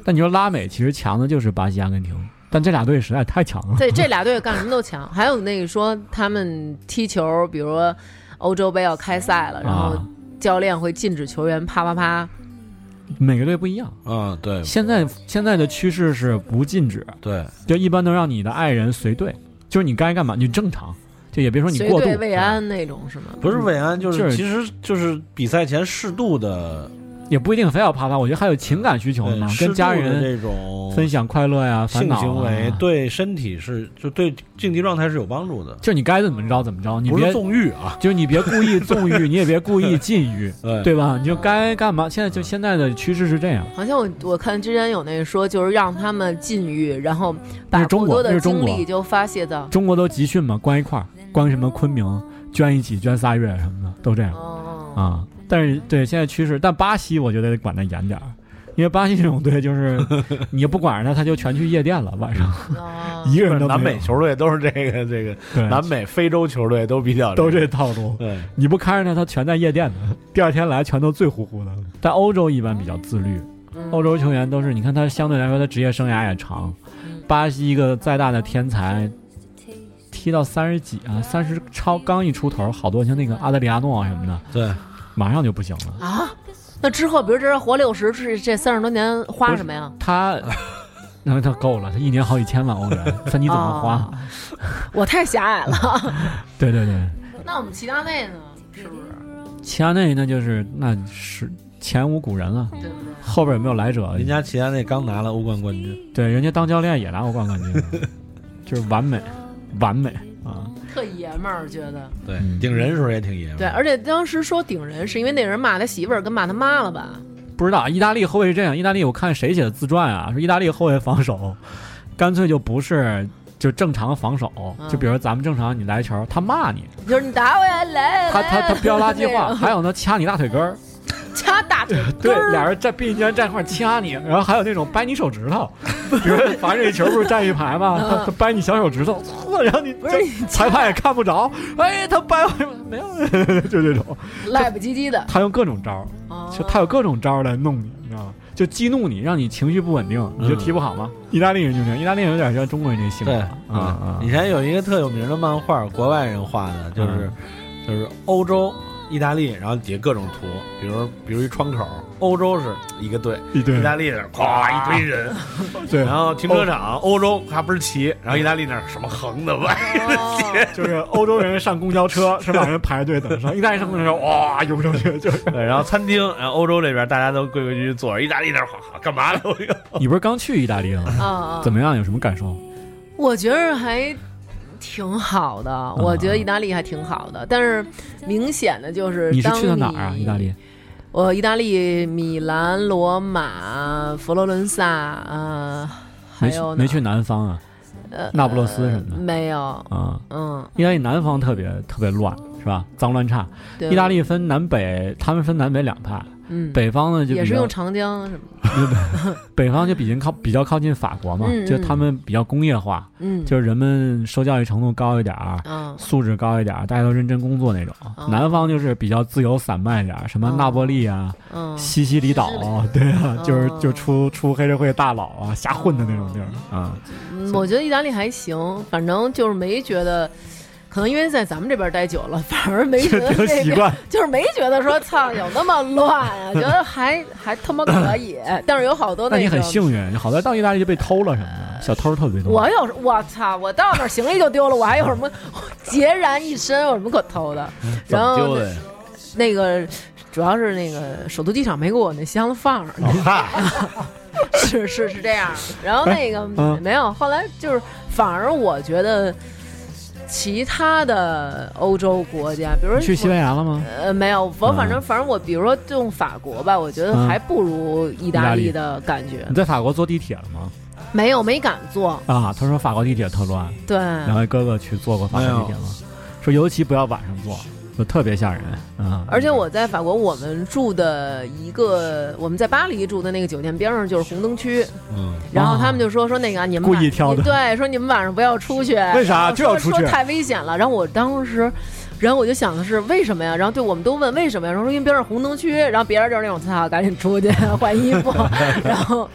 但你说拉美其实强的就是巴西、阿根廷，但这俩队实在太强了。
对，这俩队干什么都强。还有那个说他们踢球，比如说欧洲杯要开赛了，然后
啊
教练会禁止球员啪啪啪。
每个队不一样。
啊，对
现在现在的趋势是不禁止，
对，
就一般都让你的爱人随队，就是你该干嘛你正常，就也别说你
随
过度哎
队。慰安那种是吗？嗯
不是伟安，就
就是是
其实就是比赛前适度的
也不一定非要啪啪，我觉得还有情感需求呢
对，适
跟
度
家
的
人
这种
分享快乐呀、烦
性
恼啊
行为对身体是就对竞技状态是有帮助的，
就你该怎么着怎么着，你
不
别
是纵欲啊。
就你别故意纵欲，你也别故意禁欲，
对嗯
对吧？你就该干嘛？现在就现在的趋势是这样，
好像我我看之前有那个说，就是让他们禁欲，然后把
是中
过
国
多
那
的
是中
精
国
力就发泄到
中国都集训嘛，关一块儿，关什么昆明，捐一起，捐仨月什么的，都这样
哦
啊。但是对现在趋势，但巴西我觉得得管得严点儿，因为巴西这种队就是 你也不管着他，他就全去夜店了，晚上
哦
一个人都
南
没
美
有。
球队都是这个这个，
对，
南美、非洲球队都比较
都
个
这套路，
对，
你不看着他，他全在夜店呢。第二天来全都醉乎乎的。但欧洲一般比较自律，欧洲球员都是，你看他相对来说他职业生涯也长，巴西一个再大的天才，踢到三十几啊，三十超刚一出头，好多像那个阿德里亚诺啊什么的，
对，
马上就不行了。
啊。那之后，比如这人活六十，这这三十多年花什么呀？
他， 然后他够了，他一年好几千万欧元，他你怎么花？
哦 我太狭隘 了。
对对对，
那我们齐达内呢？是不是？
齐达内那就是那是前无古人了，
对不对？
后边有没有来者？
人家齐达内刚拿了欧冠冠军，
对，人家当教练也拿过冠冠军， 就是完美，完美啊！
特爷们儿，觉得。
对
嗯，
顶人时候也挺爷们儿。
对，而且当时说顶人是因为那人骂他媳妇儿跟骂他妈了吧？
不知道意大利后卫是这样，意大利我看谁写的自传啊，说意大利后卫防守干脆就不是就正常防守，就比如咱们正常你来球，他骂你，
就是你打我呀，来
他他他飙垃圾话，
那种
还有呢掐你大腿根儿，
掐大 腿
对，俩人站并肩站一块儿掐你，然后还有那种掰你手指头， 比如说防这球不是站一排吗？他他掰你小手指头，错，然后你
是
这裁判也看不着，哎，他掰我没有， 就这种，
赖不唧唧的，
他用各种招儿。
哦
就他有各种招儿来弄你，你知道吗？就激怒你，让你情绪不稳定，你就踢不好吗？意大利人就这样，意大利人有点像中国人这性格
对
啊
嗯
啊
嗯以前有一个特有名的漫画，国外人画的，就是就是欧洲意大利，然后底下各种图，比如比如一窗口，欧洲是一个队，
一堆
意大利那儿咵一堆人，
对，
然后停车场欧洲还不是齐，然后意大利那儿什么横 的歪
哦
就是欧洲人上公交 车是吧？人排着队等着上，意大利上公交车哇游不上去，就是。
对，然后餐厅，然后欧洲这边大家都规规矩矩坐着，意大利那儿哗干嘛呢？我这个
你不是刚去意大利了？
啊啊！
怎么样？有什么感受？
我觉得还挺好的，我
嗯
觉得意大利还挺好的，但是明显的就是
你是
当
去的哪儿啊？
你
意大利？
我意大利米兰、罗马、佛罗伦萨，呃，还
没去
有呢
没去南方啊？
呃
那不勒斯什么的
没有，
啊？
嗯，
意大利南方特别特别乱，是吧？脏乱差。
对，
意大利分南北，他们分南北两派。
嗯
北方呢就
也
比
是
较
用，长江什么的，
北方就比较靠比较靠近法国嘛，
嗯
就他们比较工业化，
嗯，
就是人们受教育程度高一点儿，
嗯
素质高一点儿，大家都认真工作那种。
哦
南方就是比较自由散漫一点儿，什么
哦
那不利啊、
嗯，
西西里岛啊，对啊，
哦
就是就出出黑社会大佬啊，瞎混的那种地儿啊。
嗯我觉得意大利还行，反正就是没觉得。可能因为在咱们这边待久了，反而没觉得
挺
这
习
边
惯，
就是没觉得说操有那么乱啊，觉得还还他妈可 以，但是有好多
那你
个
很幸运，好在到意大利就被偷了什么的，小偷特别多。
我有时我操，我到那儿行李就丢了，我还有什么孑然一身，有什么可偷的？
嗯
怎
然
么
后
丢的呀？
那个主要是那个首都机场没给我那箱子放着，
哦
嗨，
是是是这样。然后那个、
嗯
没有，后来就是反而我觉得其他的欧洲国家，比如
你去西班
牙。
牙了吗？
呃，没有，我反正、
嗯
反正我，比如说用法国吧，我觉得
嗯
还不如意
意大
大
利
利的感觉。
你在法国坐地铁了吗？
没有，没敢坐。
啊，他说法国地铁特乱，
对，
两位哥哥去坐过法国地铁吗？说尤其不要晚上坐，就特别吓人啊。
而且我在法国，我们住的一个我们在巴黎住的那个酒店边上就是红灯区，
嗯，
然后他们就说说那个啊你们
故
晚
意挑的
你对，说你们晚上不要出去，
为啥
然后
就要
说
出去
说太危险了。然后我当时。然后我就想的是为什么呀？然后对我们都问为什么呀？然后说因为边上红灯区，然后别人就是那种操，赶紧出去换衣 服，然后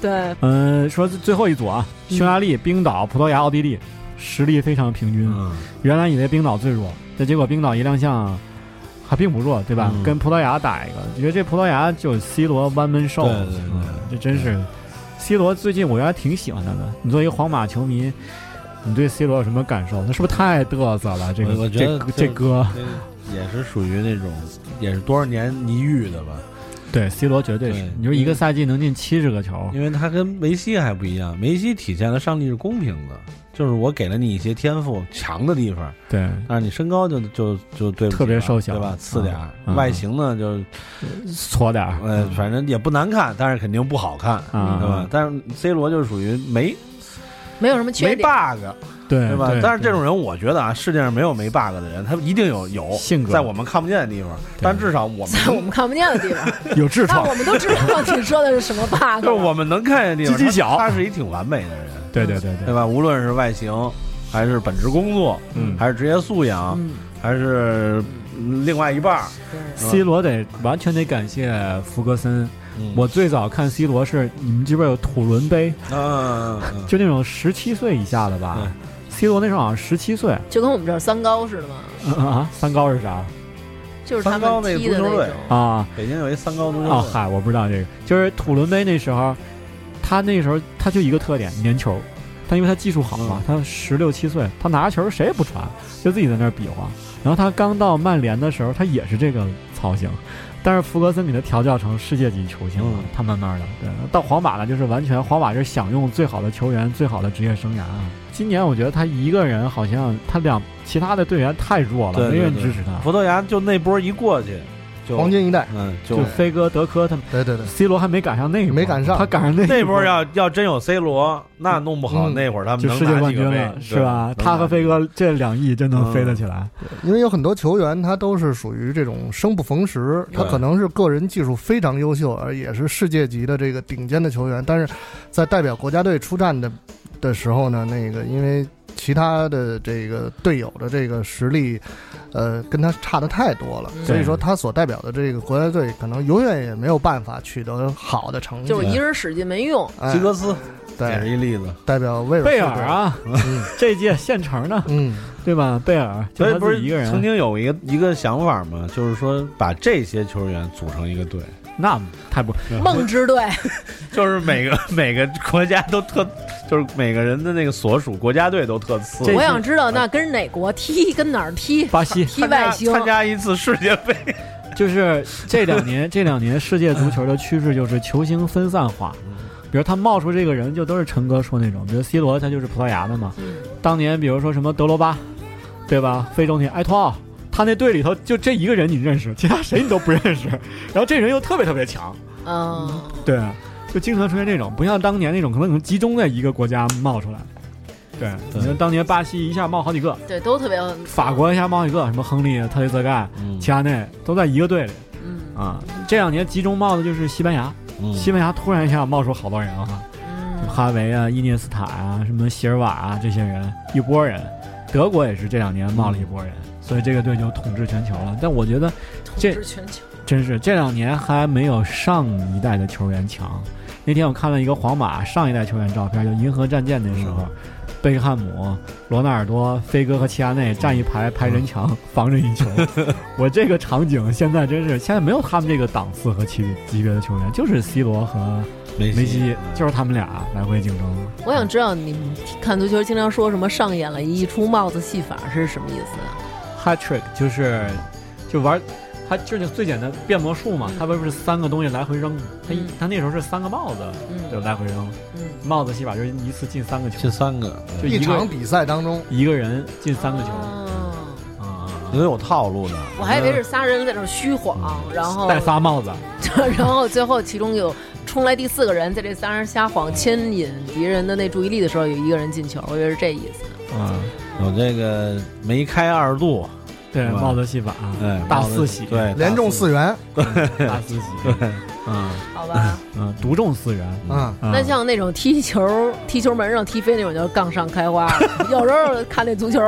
对，
嗯，说最后一组啊，
嗯
匈牙利、冰岛、葡萄牙、奥地利，实力非常平均。
嗯
原来以为冰岛最弱，但结果冰岛一亮相还并不弱，对吧？
嗯
跟葡萄牙打一个，觉得这葡萄牙就是 C 罗 one man show，
对对对
嗯这真是 C 罗。最近我原来挺喜欢他的，你作为一个皇马球迷，你对 C 罗有什么感受？他是不是太嘚瑟了？这个
我我觉得
这
就
这哥，
这也是属于那种，也是多少年一遇的吧。
对 C 罗绝对是
对，
你说一个赛季能进七十个球，
因为他跟梅西还不一样，梅西体现了上帝是公平的，就是我给了你一些天赋强的地方，
对，
但是你身高就就就对不起
特别
了
瘦小
对吧？次点儿，
嗯
外形呢就
搓点儿，
呃
嗯
反正也不难看，但是肯定不好看，
啊，
嗯对吧？但是 C 罗就属于没
没有什么
没
缺点，
bug，
嗯对
对吧？但是这种人，我觉得啊，世界上没有没 bug 的人，他一定有有
性格
在我们看不见的地方，但至少我们
在我们看不见的地 方，
有痔
但
疮，
我们都知道你说的是什么 bug，
就是我们能看见的地方，
鸡鸡
他
小
他是一挺完美的人，
对对对
对
对，
吧？无论是外形，还是本职工作，
嗯
还是职业素养，
嗯，
还是嗯另外一半儿，
对
C 罗得完全得感谢福格森。
嗯
我最早看 C 罗是你们这边有土伦杯，
嗯嗯嗯嗯
就那种十七岁以下的吧
对。
C 罗那时候好像十七岁，
就跟我们这儿三高似的嘛，
嗯啊，三高是啥
就是他们踢的
三高那个足球队
种。
啊？
北京有一三高中
哦
校，
嗨，我不知道这个，就是土伦杯那时候，他那时候他就一个特点，粘球。但因为他技术好
嗯
嘛，他十六七岁，他拿着球谁也不传，就自己在那儿比划。然后他刚到曼联的时候，他也是这个造型，但是福格森给他调教成世界级球星了
嗯。
他慢慢的，对，到皇马了就是完全，皇马是享用最好的球员、最好的职业生涯啊。今年我觉得他一个人好像他两其他的队员太弱了，
对
没
对
人
对
支持他。
葡萄牙就那波一过去，就
黄金一代，
嗯就
就飞哥、德科他们
对对对，
，C 罗还没赶上那一波，
没赶上
他赶上那一
那波要 要真有 C 罗，那弄不好
嗯
那会儿他们
就
能
世界
拿
冠
几
军
个
了，
杯
是吧？他和飞，哥这两亿真能飞得起来，
因为有很多球员他都是属于这种生不逢时，他
对
可能是个人技术非常优秀，而也是世界级的这个顶尖的球员，但是在代表国家队出战的的时候呢，那个因为。其他的这个队友的这个实力，呃，跟他差的太多了，所以说他所代表的这个国家队可能永远也没有办法取得好的成
嗯
绩。
就是一人使劲没用，
哎
吉格斯也是
对
一例子，
代表威尔士
贝
队
尔，啊，
嗯
这届现成的，
嗯，
对吧？贝尔就
所以
他
不
自
是
己一个
曾
人，
经有一个一个想法嘛，就是说把这些球员组成一个队，
那太不
梦之队，
就是每个 每个国家都特，就是每个人的那个所属国家队都特次。
这
我想知道那跟哪国踢，跟哪儿踢，
巴西
踢外星，
参加一次世界杯，
就是这两年，这两年世界足球的趋势就是球星分散化。
嗯
比如他冒出这个人，就都是陈哥说那种，比如 C 罗他就是葡萄牙的嘛。
嗯
当年比如说什么德罗巴，对吧？非洲那埃托奥，他那队里头就这一个人你认识，其他谁你都不认识。然后这人又特别特别强，
嗯，
对，啊就经常出现这种，不像当年那种可能可能集中在一个国家冒出来。对，你看当年巴西一下冒好几个，
对，都特别
嗯法，国一下冒一个，什么亨利、啊特雷泽盖、
嗯
齐达内都在一个队里。
嗯，
嗯啊，嗯这两年集中冒的就是西班牙，
嗯
西班牙突然一下冒出好多人了哈，
嗯
哈维啊、伊涅斯塔啊、什么席尔瓦啊这些人，一波人。德国也是这两年冒了一波人，所以这个队就统治全球了。但我觉得
统
这
治全球，
真是这两年还没有上一代的球员强。那天我看了一个皇马上一代球员照片，就银河战舰那时候，贝克汉姆、罗纳尔多、飞哥和齐达内站一排排人墙、防着一 球。我这个场景现在真是现在没有他们这个档次和级别级别的球员，就是 C 罗和
梅嗯
梅西，嗯就是他们俩来回竞争。
我想知道你们看足球经常说什么上演了一出帽子戏法是什么意思啊？
hat trick 就是就玩，他就是最简单变魔术嘛，他不是三个东西来回扔，他一
嗯
他那时候是三个帽子就
嗯
来回扔。
嗯，
帽子戏法就是一次进三个球
这，三个，
就
一
一
场
个
比赛当中，
一个人进三个球
哦
啊，
也有套路的。
我还以为是仨人在这儿虚晃，然后
戴嗯仨帽子，
然后最后其中有冲来第四个人，在这仨人瞎晃牵引敌人的那注意力的时候，有一个人进球，我以为是这意思。
嗯，
有这个梅开二度，
对，
是吧
帽子戏法，
哎，
大
帽子
四喜
对，
连中四元，
大四喜，嗯
好吧，
嗯，独中四元，
嗯，
嗯
那像那种踢球、踢球门上踢飞那种，就是杠上开 花。有时候看那足球，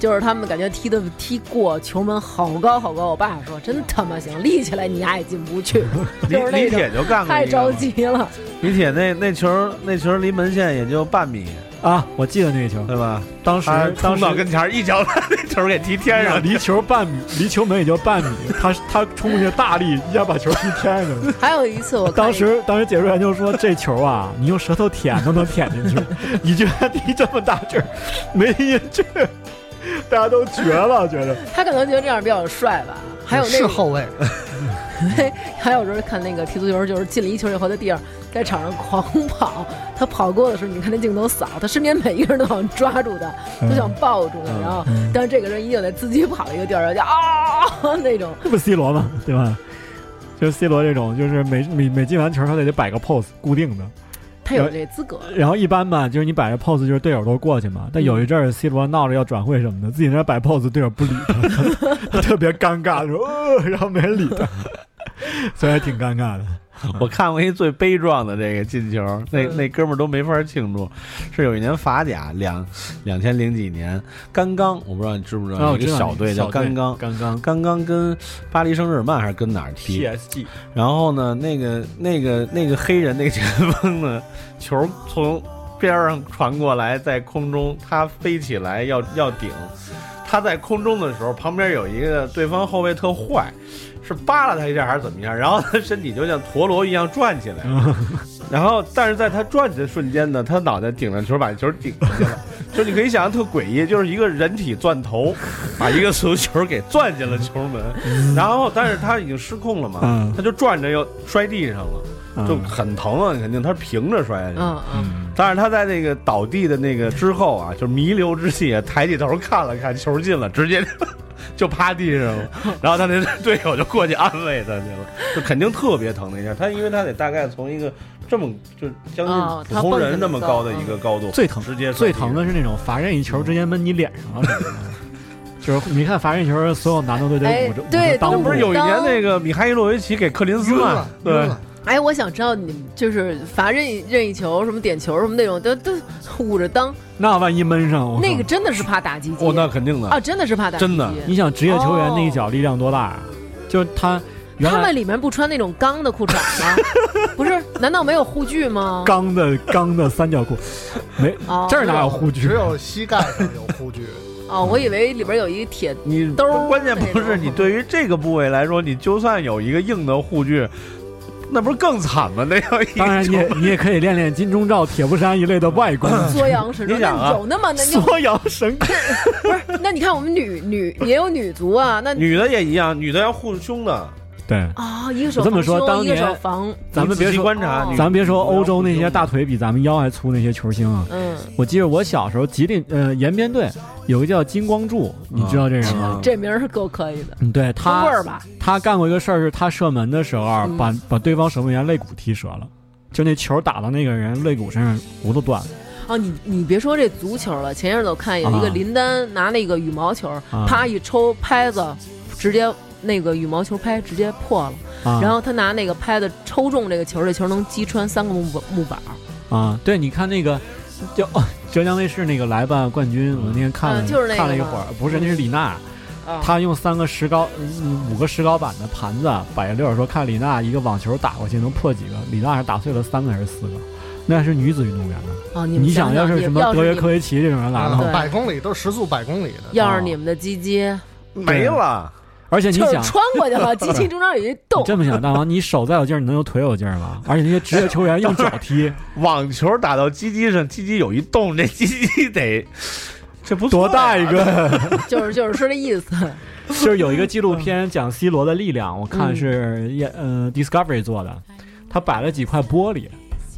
就是他们感觉踢的踢过球门好高好高。我爸说：“真他妈行，立起来你也进不 去。
大四”
就是
李
那
李
种
铁就干过，
太着。急了。
哎
李铁那那球那球离门线也就半米，
啊，我记得那个球，
对吧？
当时
他
当
冲到
时
跟前儿一脚把那球给踢天啊上，
离球半米，离球门也就半米，他他冲过去大力一下把球踢天上去了。
还有一次我看
当时当时解说员就说：“这球 啊，你用舌头舔都能舔进去，你居然踢这么大劲儿，没踢进去，大家都绝了，觉得
他可能觉得这样比较帅吧。
嗯
还有那
是
个
后卫，
还有时候看那个踢足球，就是进了一球以后，在地上在场上狂跑。他跑过的时候，你看那镜头扫，他身边每一个人都想抓住他，
嗯
都想抱住他。然后，但是这个人一定得自己跑一个地儿，然后就啊那种。
这不 C 罗吗？ 对吧？就是 C 罗这种，就是每每每进完球，他得得摆个 pose 固定的。
他有这资格，
然后一般吧，就是你摆着 pose，就是队友都过去嘛。但有一阵儿 C 罗闹着要转会什么的，自己在那摆 pose，队友不理他，他 特别尴尬，说、呃，然后没人理他， 所以还挺尴尬的。
我看过一最悲壮的这个进球，那那哥们儿都没法庆祝。是有一年法甲两两千零几年，甘刚，我不知道你知哦不知道，有啊一个小队叫甘刚。
刚刚
甘刚跟巴黎圣日耳曼还是跟哪儿踢？
PSG
然后呢，那个那个那个黑人那个前锋呢，球从边儿上传过来，在空中他飞起来要要顶，他在空中的时候，旁边有一个对方后卫特坏，是扒拉他一下还是怎么样，然后他身体就像陀螺一样转起来，然后但是在他转起的瞬间呢，他脑袋顶着球把球顶过去了，就是你可以想象特诡异，就是一个人体钻头把一个足球给钻进了球门，然后但是他已经失控了嘛，
嗯
他就转着又摔地上了，就很疼啊，肯定他是平着摔下去的。
嗯嗯，
但是他在那个倒地的那个之后啊，就弥留之际，抬起头看了看，球进了，直接 就趴地上 了。然后他那队友就过去安慰他去了，就肯定特别疼那一下。他因为他得大概从一个这么就将
哦
近普通人那么高的
嗯
一个高度，
最疼
直接
最疼的是那种罚任意球直接闷你脸上啊了， 就是你看罚任意球，所有男的都得捂着
哎对
捂着裆
都
部
不是有一年那个米哈伊洛维奇给克林斯
晕
曼
了，晕
对
了，
哎，我想知道你们就是罚任意任意球什么点球什么那种，都都捂着裆，
那万一闷上，我靠
那个真的是怕打击机
哦，那肯定的，
啊，真的是怕打击
真的
机
你想职业球员那一脚力量多大啊？就是他原
他
来
们里面不穿那种钢的裤衩吗？ 不是，难道没有护具吗？
钢的钢的三角裤，没
哦
这儿哪有护具？
只有膝盖上有 护具。
哦，我以为里边有一铁
你
兜儿
关键不
那
是
种
你对于这个部位来说，你就算有一个硬的护具，那不是更惨吗？那要一
当然你也你也可以练练金钟罩、铁布衫一类的外功，
缩阳神咒，
你想啊
那有那么那有
缩阳神功。
不是？那你看我们女女也有女足啊，那
女的也一样，女的要护胸的。
对，
啊、一个手
我这么
防
说
胸
当
一个手
年
防
咱们别
你仔细
说
观察
哦，
女
咱别说欧洲那
女的
些
要护胸
大腿比咱们腰还粗那些球星啊，
嗯，
我记得我小时候吉林呃延边队有个叫金光柱，你知道这人吗？
这名儿是够可以的，
嗯，对
中
他
味儿吧？
他干过一个事儿，是他射门的时候啊
嗯
把把对方守门员肋骨踢折了，就那球打到那个人肋骨身上，骨头断了。
哦，你你别说这足球了，前一阵子我看有一个
啊
林丹拿那个羽毛球，啪一抽拍子，直接那个羽毛球拍直接破了，
啊，
然后他拿那个拍子抽中这个球，这球能击穿三个木板木板儿。
啊，对，你看那个，就、哦浙江卫视那个来吧冠军，我那天看了、
嗯就是那个
看了一
吗
会儿，不是，那是李娜，
啊
她用三个石膏，嗯五个石膏板的盘子摆着溜儿，说看李娜一个网球打过去能破几个，李娜是打碎了三个还是四个？那是女子运动员呢。
哦，你们
你
想
要是什么
要
德
是
约
你
科
们
维奇这种人来
对
了，
嗯百公里都是时速百公里的，
要是你们的鸡鸡
没了，
而哦且你
就是
想，
穿过去了，鸡鸡中间有一
你
洞，
这么想，大王，你手再有劲儿，你能有腿有劲儿吗？而且那些职业球员用脚 踢，
网球打到鸡鸡上，鸡鸡有一洞，这鸡鸡得这不错
多
呀
大一？个？
就是就是说这意思。
就是有一个纪录片讲 C 罗的力量，我看是
嗯
也呃 Discovery 做的，他摆了几块玻璃，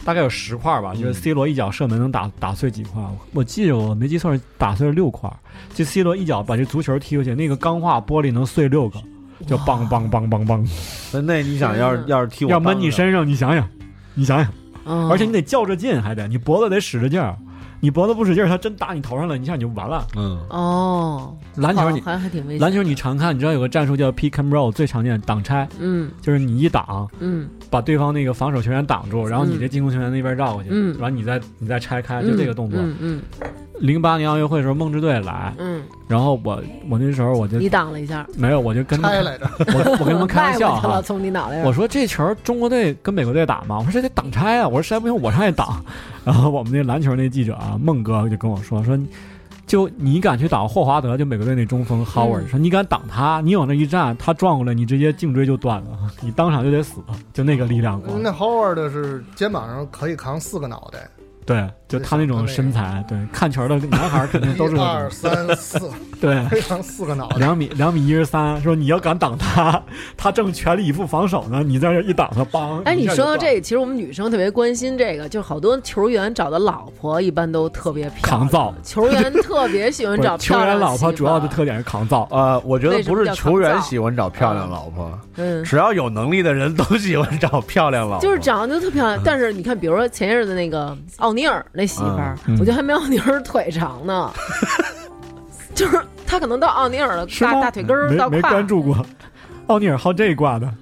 大概有十块
嗯
吧，就是 C 罗一脚射门能打打碎几块，我我记得我没记错是打碎了六块，就 C 罗一脚把这足球踢过去，那个钢化玻璃能碎六个，就梆梆梆梆梆，
那那你想要是要是踢我，
要闷你，身上，你想想，你想想，
啊嗯
而且你得较着劲，还得你脖子得使着劲儿。你脖子不使劲儿，他真打你头上了，你一下你就完了。
嗯，
哦，
篮球你
好像还挺危险。
篮球你常看，你知道有个战术叫 pick and roll，最常见挡拆，
嗯
就是你一挡，
嗯
把对方那个防守球员挡住，然后你
嗯
这进攻球员那边绕过去，
嗯
然后你再你再拆开，
嗯，
啊就这个动作。
嗯嗯
零八、年奥运会的时候，梦之队来，
嗯，
然后我我那时候我就
嗯你挡了一下，
没有，我就跟他
拆
们
来着，
我我跟他 们开玩笑
迈过去了
哈，
从你脑袋上
我。说这球中国队跟美国队打嘛，我说这得挡拆啊，我说实在不行我上去挡。然后我们那篮球那记者啊，孟哥就跟我说说。就你敢去挡霍华德，就美国队那中锋 Howard，、说
嗯
你敢挡他，你往那一站，他撞过来，你直接颈椎就断了，你当场就得死，就那个力量光。
那 Howard 是肩膀上可以扛四个脑袋，
对，就他那种身材，对，看球的男孩儿肯定都是
一
那
二
种，
三 四，
对，
可以扛四个脑袋。
两米两米一十三，说你要敢挡他，他正全力以赴防守呢，你在这一挡他，梆！
哎，你
一下就
说到
断
这，其实我们女生特别关心这个，就好多球员找的老婆一般都特别漂
抗
亮，
造，
球员特别喜欢
不
找
是球
漂亮
员老婆
媳
主要
妇
的
儿哦
特点是抗造，
呃，我觉得
为什
不
么
是
叫
球
抗
员
造
喜欢找漂亮老婆，
嗯，
只要有能力的人都喜欢找漂亮老婆，
就是长得就特漂
嗯
亮。但是你看，比如说前一阵子那个奥尼尔那媳妇儿，
嗯
我觉得还没奥尼尔腿长 呢，就是他可能到奥尼尔的
是
大
吗
大腿根儿到
没没
胯
关，注过。 奥尼尔好这一挂的，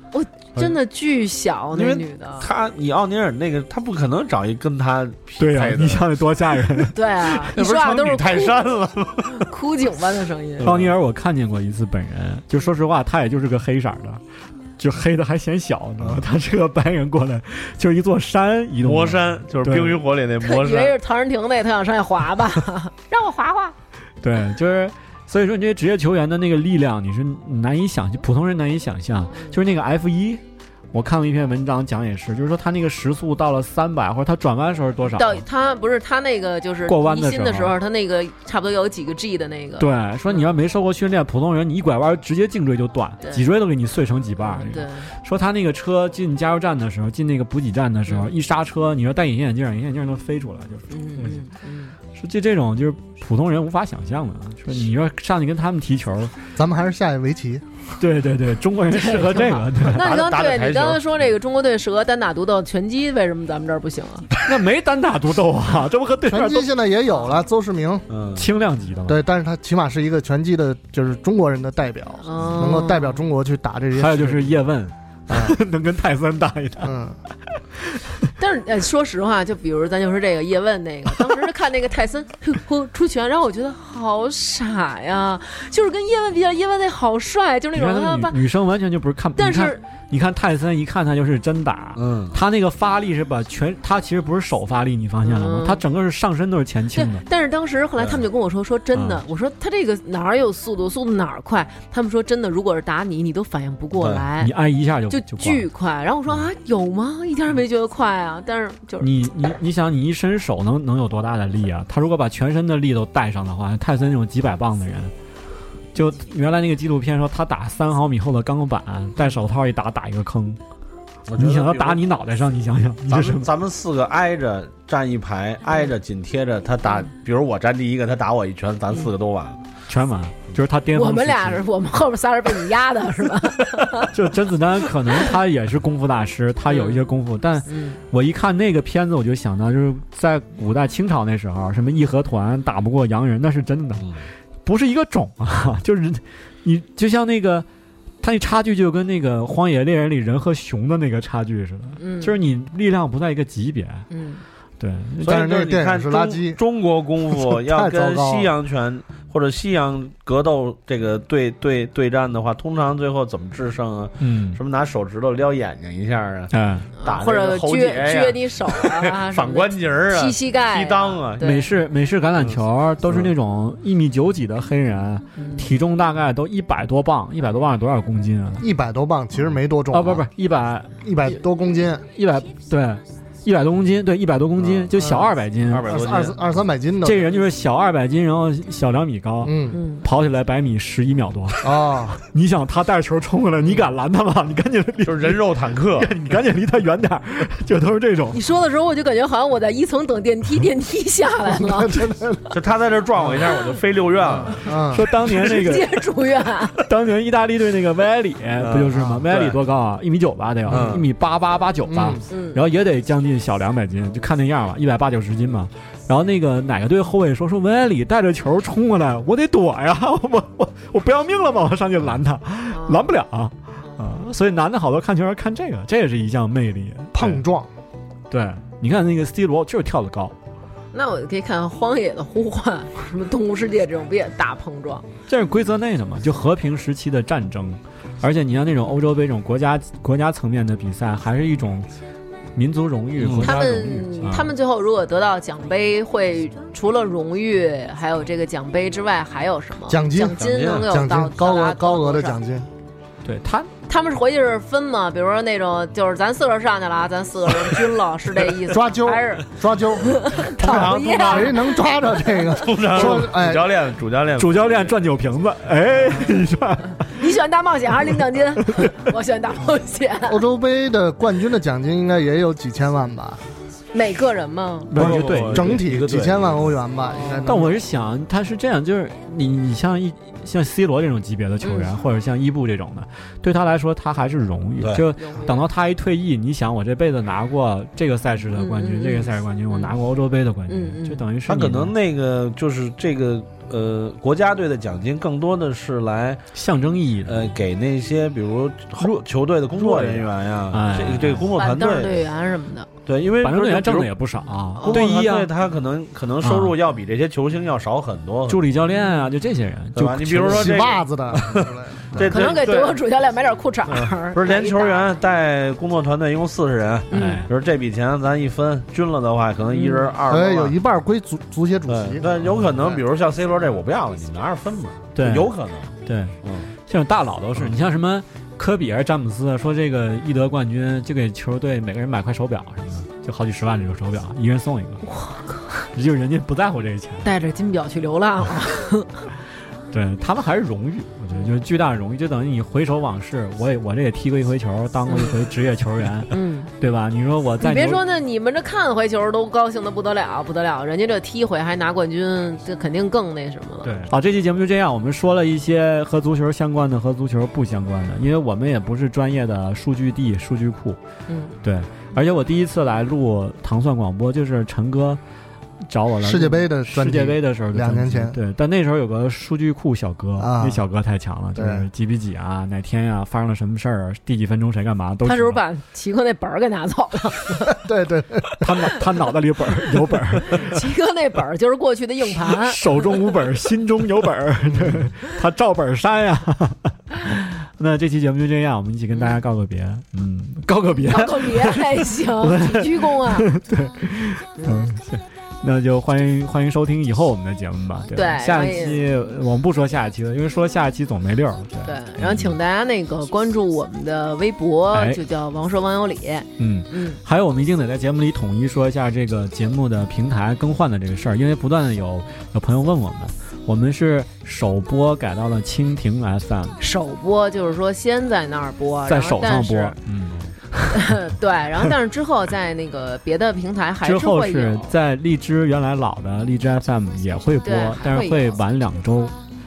真的巨小
因
那
为
女的，
他，你奥尼尔那个，他不可能找一跟他匹
对呀、
配的
你，想得多吓人！
对 啊，
那
一
不
说
是
话都
成
是
女泰
哭
山了吗？
哭警般的声音。
奥尼尔我看见过一次本人，就说实话，他也就是个黑色儿的，就黑的还显小，你知道吗？他是个白人过来，就是一座山，一栋
魔
楼
山就是《冰与火》里那
嗯
魔
以为
山，
是陶然亭那，他想上去滑 吧，让我滑滑。
对，就是所以说你这些职业球员的那个力量，你是难以想象，普通人难以想象。就是那个 F 一，我看了一篇文章讲也是，就是说他那个时速到了三百，或者他转弯的时候是多少？
到他不是他那个就是
过弯
离
的
心
时
的
候
时候，他那个差不多有几个 G 的那个。
对，说你要没受过训练，普通人你一拐弯直接颈椎就断，
对
脊椎都给你碎成几瓣儿
嗯。对，
说他那个车进加油站的时候，进那个补给站的时候，一刹车，你说戴隐形眼镜，隐形眼镜都飞出来，就是
嗯嗯嗯，
说这这种就是普通人无法想象的。啊说你要上去跟他们踢球，
咱们还是下一围棋，
对对对，中国人适合这个，对。
那你刚
打
对
打台
你
球
刚才说这个中国队适合单打独斗，拳击为什么咱们这儿不行啊？
那没单打独斗啊，这不和对
拳
面
击
都
现在也有了，邹市明。
嗯，
轻量级的吗？
对，但是他起码是一个拳击的，就是中国人的代表，
哦
能够代表中国去打这些。
还有就是叶问，哎 能跟泰森打一打。
嗯，
但是呃，说实话，就比如咱就说这个叶问那个，当时看那个泰森嘿呼出拳，然后我觉得好傻呀，就是跟叶问比较，叶问那好帅，就是
你
那
看
种
那
他
个
把，
女女生完全就不是看，
但
你看
是
你看泰森，一看他就是真打，
嗯，
他那个发力是把全，他其实不是手发力，你发现了吗
嗯？
他整个是上身都是前
对
倾的，，
但是当时后来他们就跟我说，说真的
啊，
我说他这个哪儿有速度，速度哪儿快？他们说真的，如果是打你，你都反应不过
对
来
你，挨一下就
就
就挂了
巨快。然后我说啊，有吗？一点儿也没觉得快啊。但是就是
你你你想，你一伸手能能有多大的力啊？他如果把全身的力都带上的话，泰森那种几百磅的人，就原来那个纪录片说他打三毫米厚的钢板，戴手套一打打一个坑。
我觉得
你想要
比如
打你脑袋上，你想想，你这
咱
是
们咱们四个挨着站一排，挨着紧贴着他打，
嗯
比如我站第一个，他打我一拳，咱四个都完了。
全完，
嗯
就是他巅峰。
我们俩是，我们后边仨人被你压的是吧？
就甄子丹，可能他也是功夫大师，他有一些功夫，但
嗯，
我一看那个片子，我就想到，就是在古代清朝那时候，什么义和团打不过洋人，那是真的，
嗯
不是一个种啊， 就是你就像那个，它那差距就跟那个《荒野猎人》里人和熊的那个差距似的，
嗯
就是你力量不在一个级别，
嗯，
对，
所以
但是那个
就
电
你
影
看
是
中
垃圾
中国功夫要
太糟
跟
糕了
西洋拳或者西洋格斗这个对对对战的话，通常最后怎么制胜啊？
嗯，
什么拿手指头撩眼睛一下啊，
哎，
打
或
这
者
个喉
撅
结呀
撅你手啊，什
反
么
关节儿啊，
踢膝盖啊、
踢裆啊
对
美式美式橄榄
嗯
球都是那种一米九几的黑人，
嗯
体重大概都一百多磅，一百多磅是多少公斤啊？
一百多磅其实没多重
啊，不是不，是，一百
一百多公斤，
一百对，一百多公斤，对，一百多公斤，
嗯
就小
嗯
二百斤。
二百
二
多
二
斤。
二三百斤的。
这人就是小二百斤，然后小两米高，
嗯
嗯，
跑起来百米十一秒多。
哦，，
你想他带着球冲过来，你敢拦他吗？你赶紧离，
就是人肉坦克，
你赶紧离他远点儿，就都是这种
你。说的时候我就感觉好像我在一层等电梯，电梯下来了
真的，
就他在这撞我一下，我就飞六院了。
嗯，
说当年 那
直接
个，
住院。啊
当年意大利队那个维埃里不就是吗？维埃里多高啊？一米九吧，得有
嗯
一米八八八九吧，
嗯
然后也得将近小两百斤，就看那样吧，一百八九十斤吧。然后那个哪个队后卫说说维埃里带着球冲过来，我得躲呀， 我我我不要命了吗？我上去拦他，拦不了啊、所以男的好多看球员看这个，这也是一项魅力。
碰撞，
对，对你看那个 C 罗就是跳得高，
那我可以看《荒野的呼唤》，什么《动物世界》这种，不也大碰撞？
这是规则内的嘛，就和平时期的战争。而且你像那种欧洲杯这种国家国家层面的比赛，还是一种民族荣誉、
嗯
国
他
家荣誉。
们
啊
他们最后如果得到奖杯，会除了荣誉，还有这个奖杯之外，还有什么
奖金
奖金能有
奖
到
金高额高额的。
到达多少
奖金，
对他
他们是回去是分嘛？比如说那种，就是咱四个人上去了啊，咱四个人均了，是这意思吗？
抓阄
还是
抓阄，
常通常
谁能抓着这个？
通常
说哎
主教练主教练
主教练转酒瓶子，哎， 你说
你选大冒险还是领奖 金？我选大冒险，
欧洲杯的冠军的奖金应该也有几千万吧，
每个人嘛。
不是对
不不
整
呃一
体
个队嗯
几千万欧元吧，应该能。
但我是想，他是这样，就是你你像一像 C 罗这种级别的球员，
嗯
或者像伊布这种的，对他来说，他还是荣誉。
对
就等到他一退役，你想，我这辈子拿过这个赛事的冠
嗯
军，
嗯嗯
这个赛事冠军，
嗯
我拿过欧洲杯的冠军，
嗯嗯
就等于是
他
你
可能那个就是这个呃，国家队的奖金更多的是来
象征意义的。
呃给那些比如后球队的工作人员呀
哎，
这个这个工作团
板凳
队
队员什么的，
对，因为
反正队员挣的
也
也不少啊，
工作
队医
团队
啊，
他可能可能收入要比这些球星要少很多。
助理教练啊，嗯就这些人，
对
就
吧你比如说
洗
这个
袜子的，
这
可能给德
对
国主教练买点裤衩
嗯
儿。
不是连
买一
球
打
员带工作团队一共四十人，
嗯
哎
比，如这笔钱咱一分均了的话，可能一人二
对，
十多
哎有
万。
一半归足足协主
对
席，。
但有可能，
对
比如像 C 罗这，我不要了，你拿着分吧。
对
有可能。
对，
嗯，
这种大佬都是，你像什么科比还是詹姆斯啊，说这个一得冠军就给球队每个人买块手表什么的，就好几十万这种手表，一人送一个。我靠！就是人家不在乎这个钱，
带着金表去流浪 了。
对他们还是荣誉，我觉得就是巨大的荣誉，就等于你回首往事，我也我这也踢过一回球，当过一回职业球员，
嗯，
对吧？你说我在
你别
牛
说那你们这看回球都高兴的不得了，不得了，人家这踢回还拿冠军，这肯定更那什么了。
对，好，这期节目就这样。我们说了一些和足球相关的和足球不相关的，因为我们也不是专业的数据地、数据库。
嗯，
对。而且我第一次来录糖蒜广播，就是陈哥找我来
世界杯的专
世
题
界杯的时候的专辑，
两年前
对，但那时候有个数据库小哥，
啊
那小哥太强了，就是
对
几比几啊，哪天啊，发生了什么事儿，第几分钟谁干嘛都知道。
他是不是把齐哥那本儿给拿走了？
对对，
他脑他脑袋里有 本儿有本儿，
齐哥那本儿就是过去的硬盘，
手中无本儿，心中有 本儿，对他照本儿删呀。 那这期节目就这样，我们一起跟大家告个别，嗯，告个别，
啊告别还 行，鞠躬啊！
嗯，是那就欢迎欢迎收听以后我们的节目吧。对吧
对
下
欢
一
迎
期我们不说下一期了，因为说下一期总没溜儿。
对
对，，
然后请大家那个关注我们的微博
哎，
就叫“王说王有理
嗯。”。
嗯，
还有，我们一定得在节目里统一说一下这个节目的平台更换的这个事儿，因为不断的有有朋友问我们，我们是首播改到了蜻蜓 FM，
首播就是说先在那儿播，
在
然后
手
但
上播
是，
嗯，
对，然后但是之后在那个别的平台还
之
是
后
会
是
有。
在荔枝原来老的荔枝 FM 也会播
对还会，
但是会晚两周。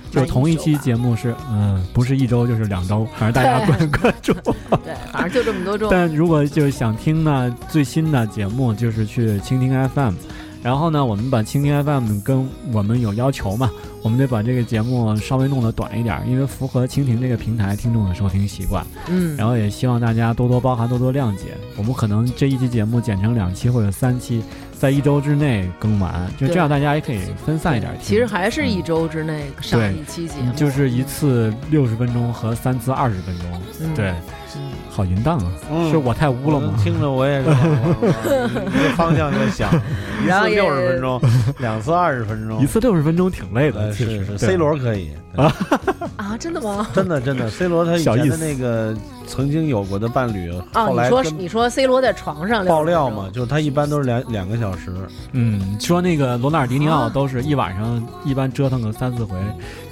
就同一期节目是，嗯，不是一周就是两周，反正大家关关注。
对，反正就这么多种。
但如果就是想听呢最新的节目，就是去蜻蜓 FM。然后呢，我们把蜻蜓 FM 跟我们有要求嘛，我们得把这个节目稍微弄得短一点，因为符合蜻蜓这个平台听众的收听习惯。
嗯
然，后也希望大家多多包涵，多多谅解。我们可能这一期节目剪成两期或者三期，在一周之内更完，就这样大家也可以分散一点听。
其实还是一周之内上
对
一期节
嗯
目，
就是一次六十分钟和三次二十分钟，
嗯
对，
嗯
好淫荡啊！
嗯
是我太污了
我
吗？
听着我也是往往一个方向就想，一
然后
次
也
六十分钟，两次二十分钟
一，次六十分钟挺累的，
呃
其
是
实
是
对啊
C 罗可以，
啊，真的吗？
真的真的 C 罗他以
小
前
意
的
思
那个曾经有过的伴侣，
啊，
后
你
来
说嗯
跟
你说 C 罗在床上
爆
60
料
分钟
嘛，，就是他一般都是两两个小时，
嗯，说那个罗纳尔迪尼奥
啊
都是一晚上一般折腾个三四回，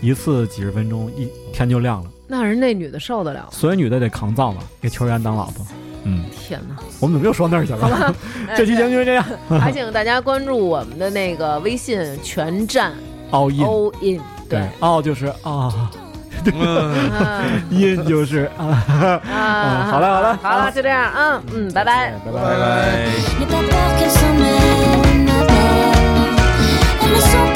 一次几十分钟，一天就亮了。
那人那女的受得了？
所以女的得扛造嘛，给球员当老婆。嗯，
天哪！
我们怎么又说那儿去了？
哎
这期节目就是这样。
对还请大家关注我们的那个微信全站
all in，
all in，对哦
对，，all 就是啊
嗯
，in 就是啊。
啊，
好了好了
好了，就这样，嗯嗯，拜拜。
拜拜。
N'aie pas peur que ça m'aime, ma belle. Elle ne sent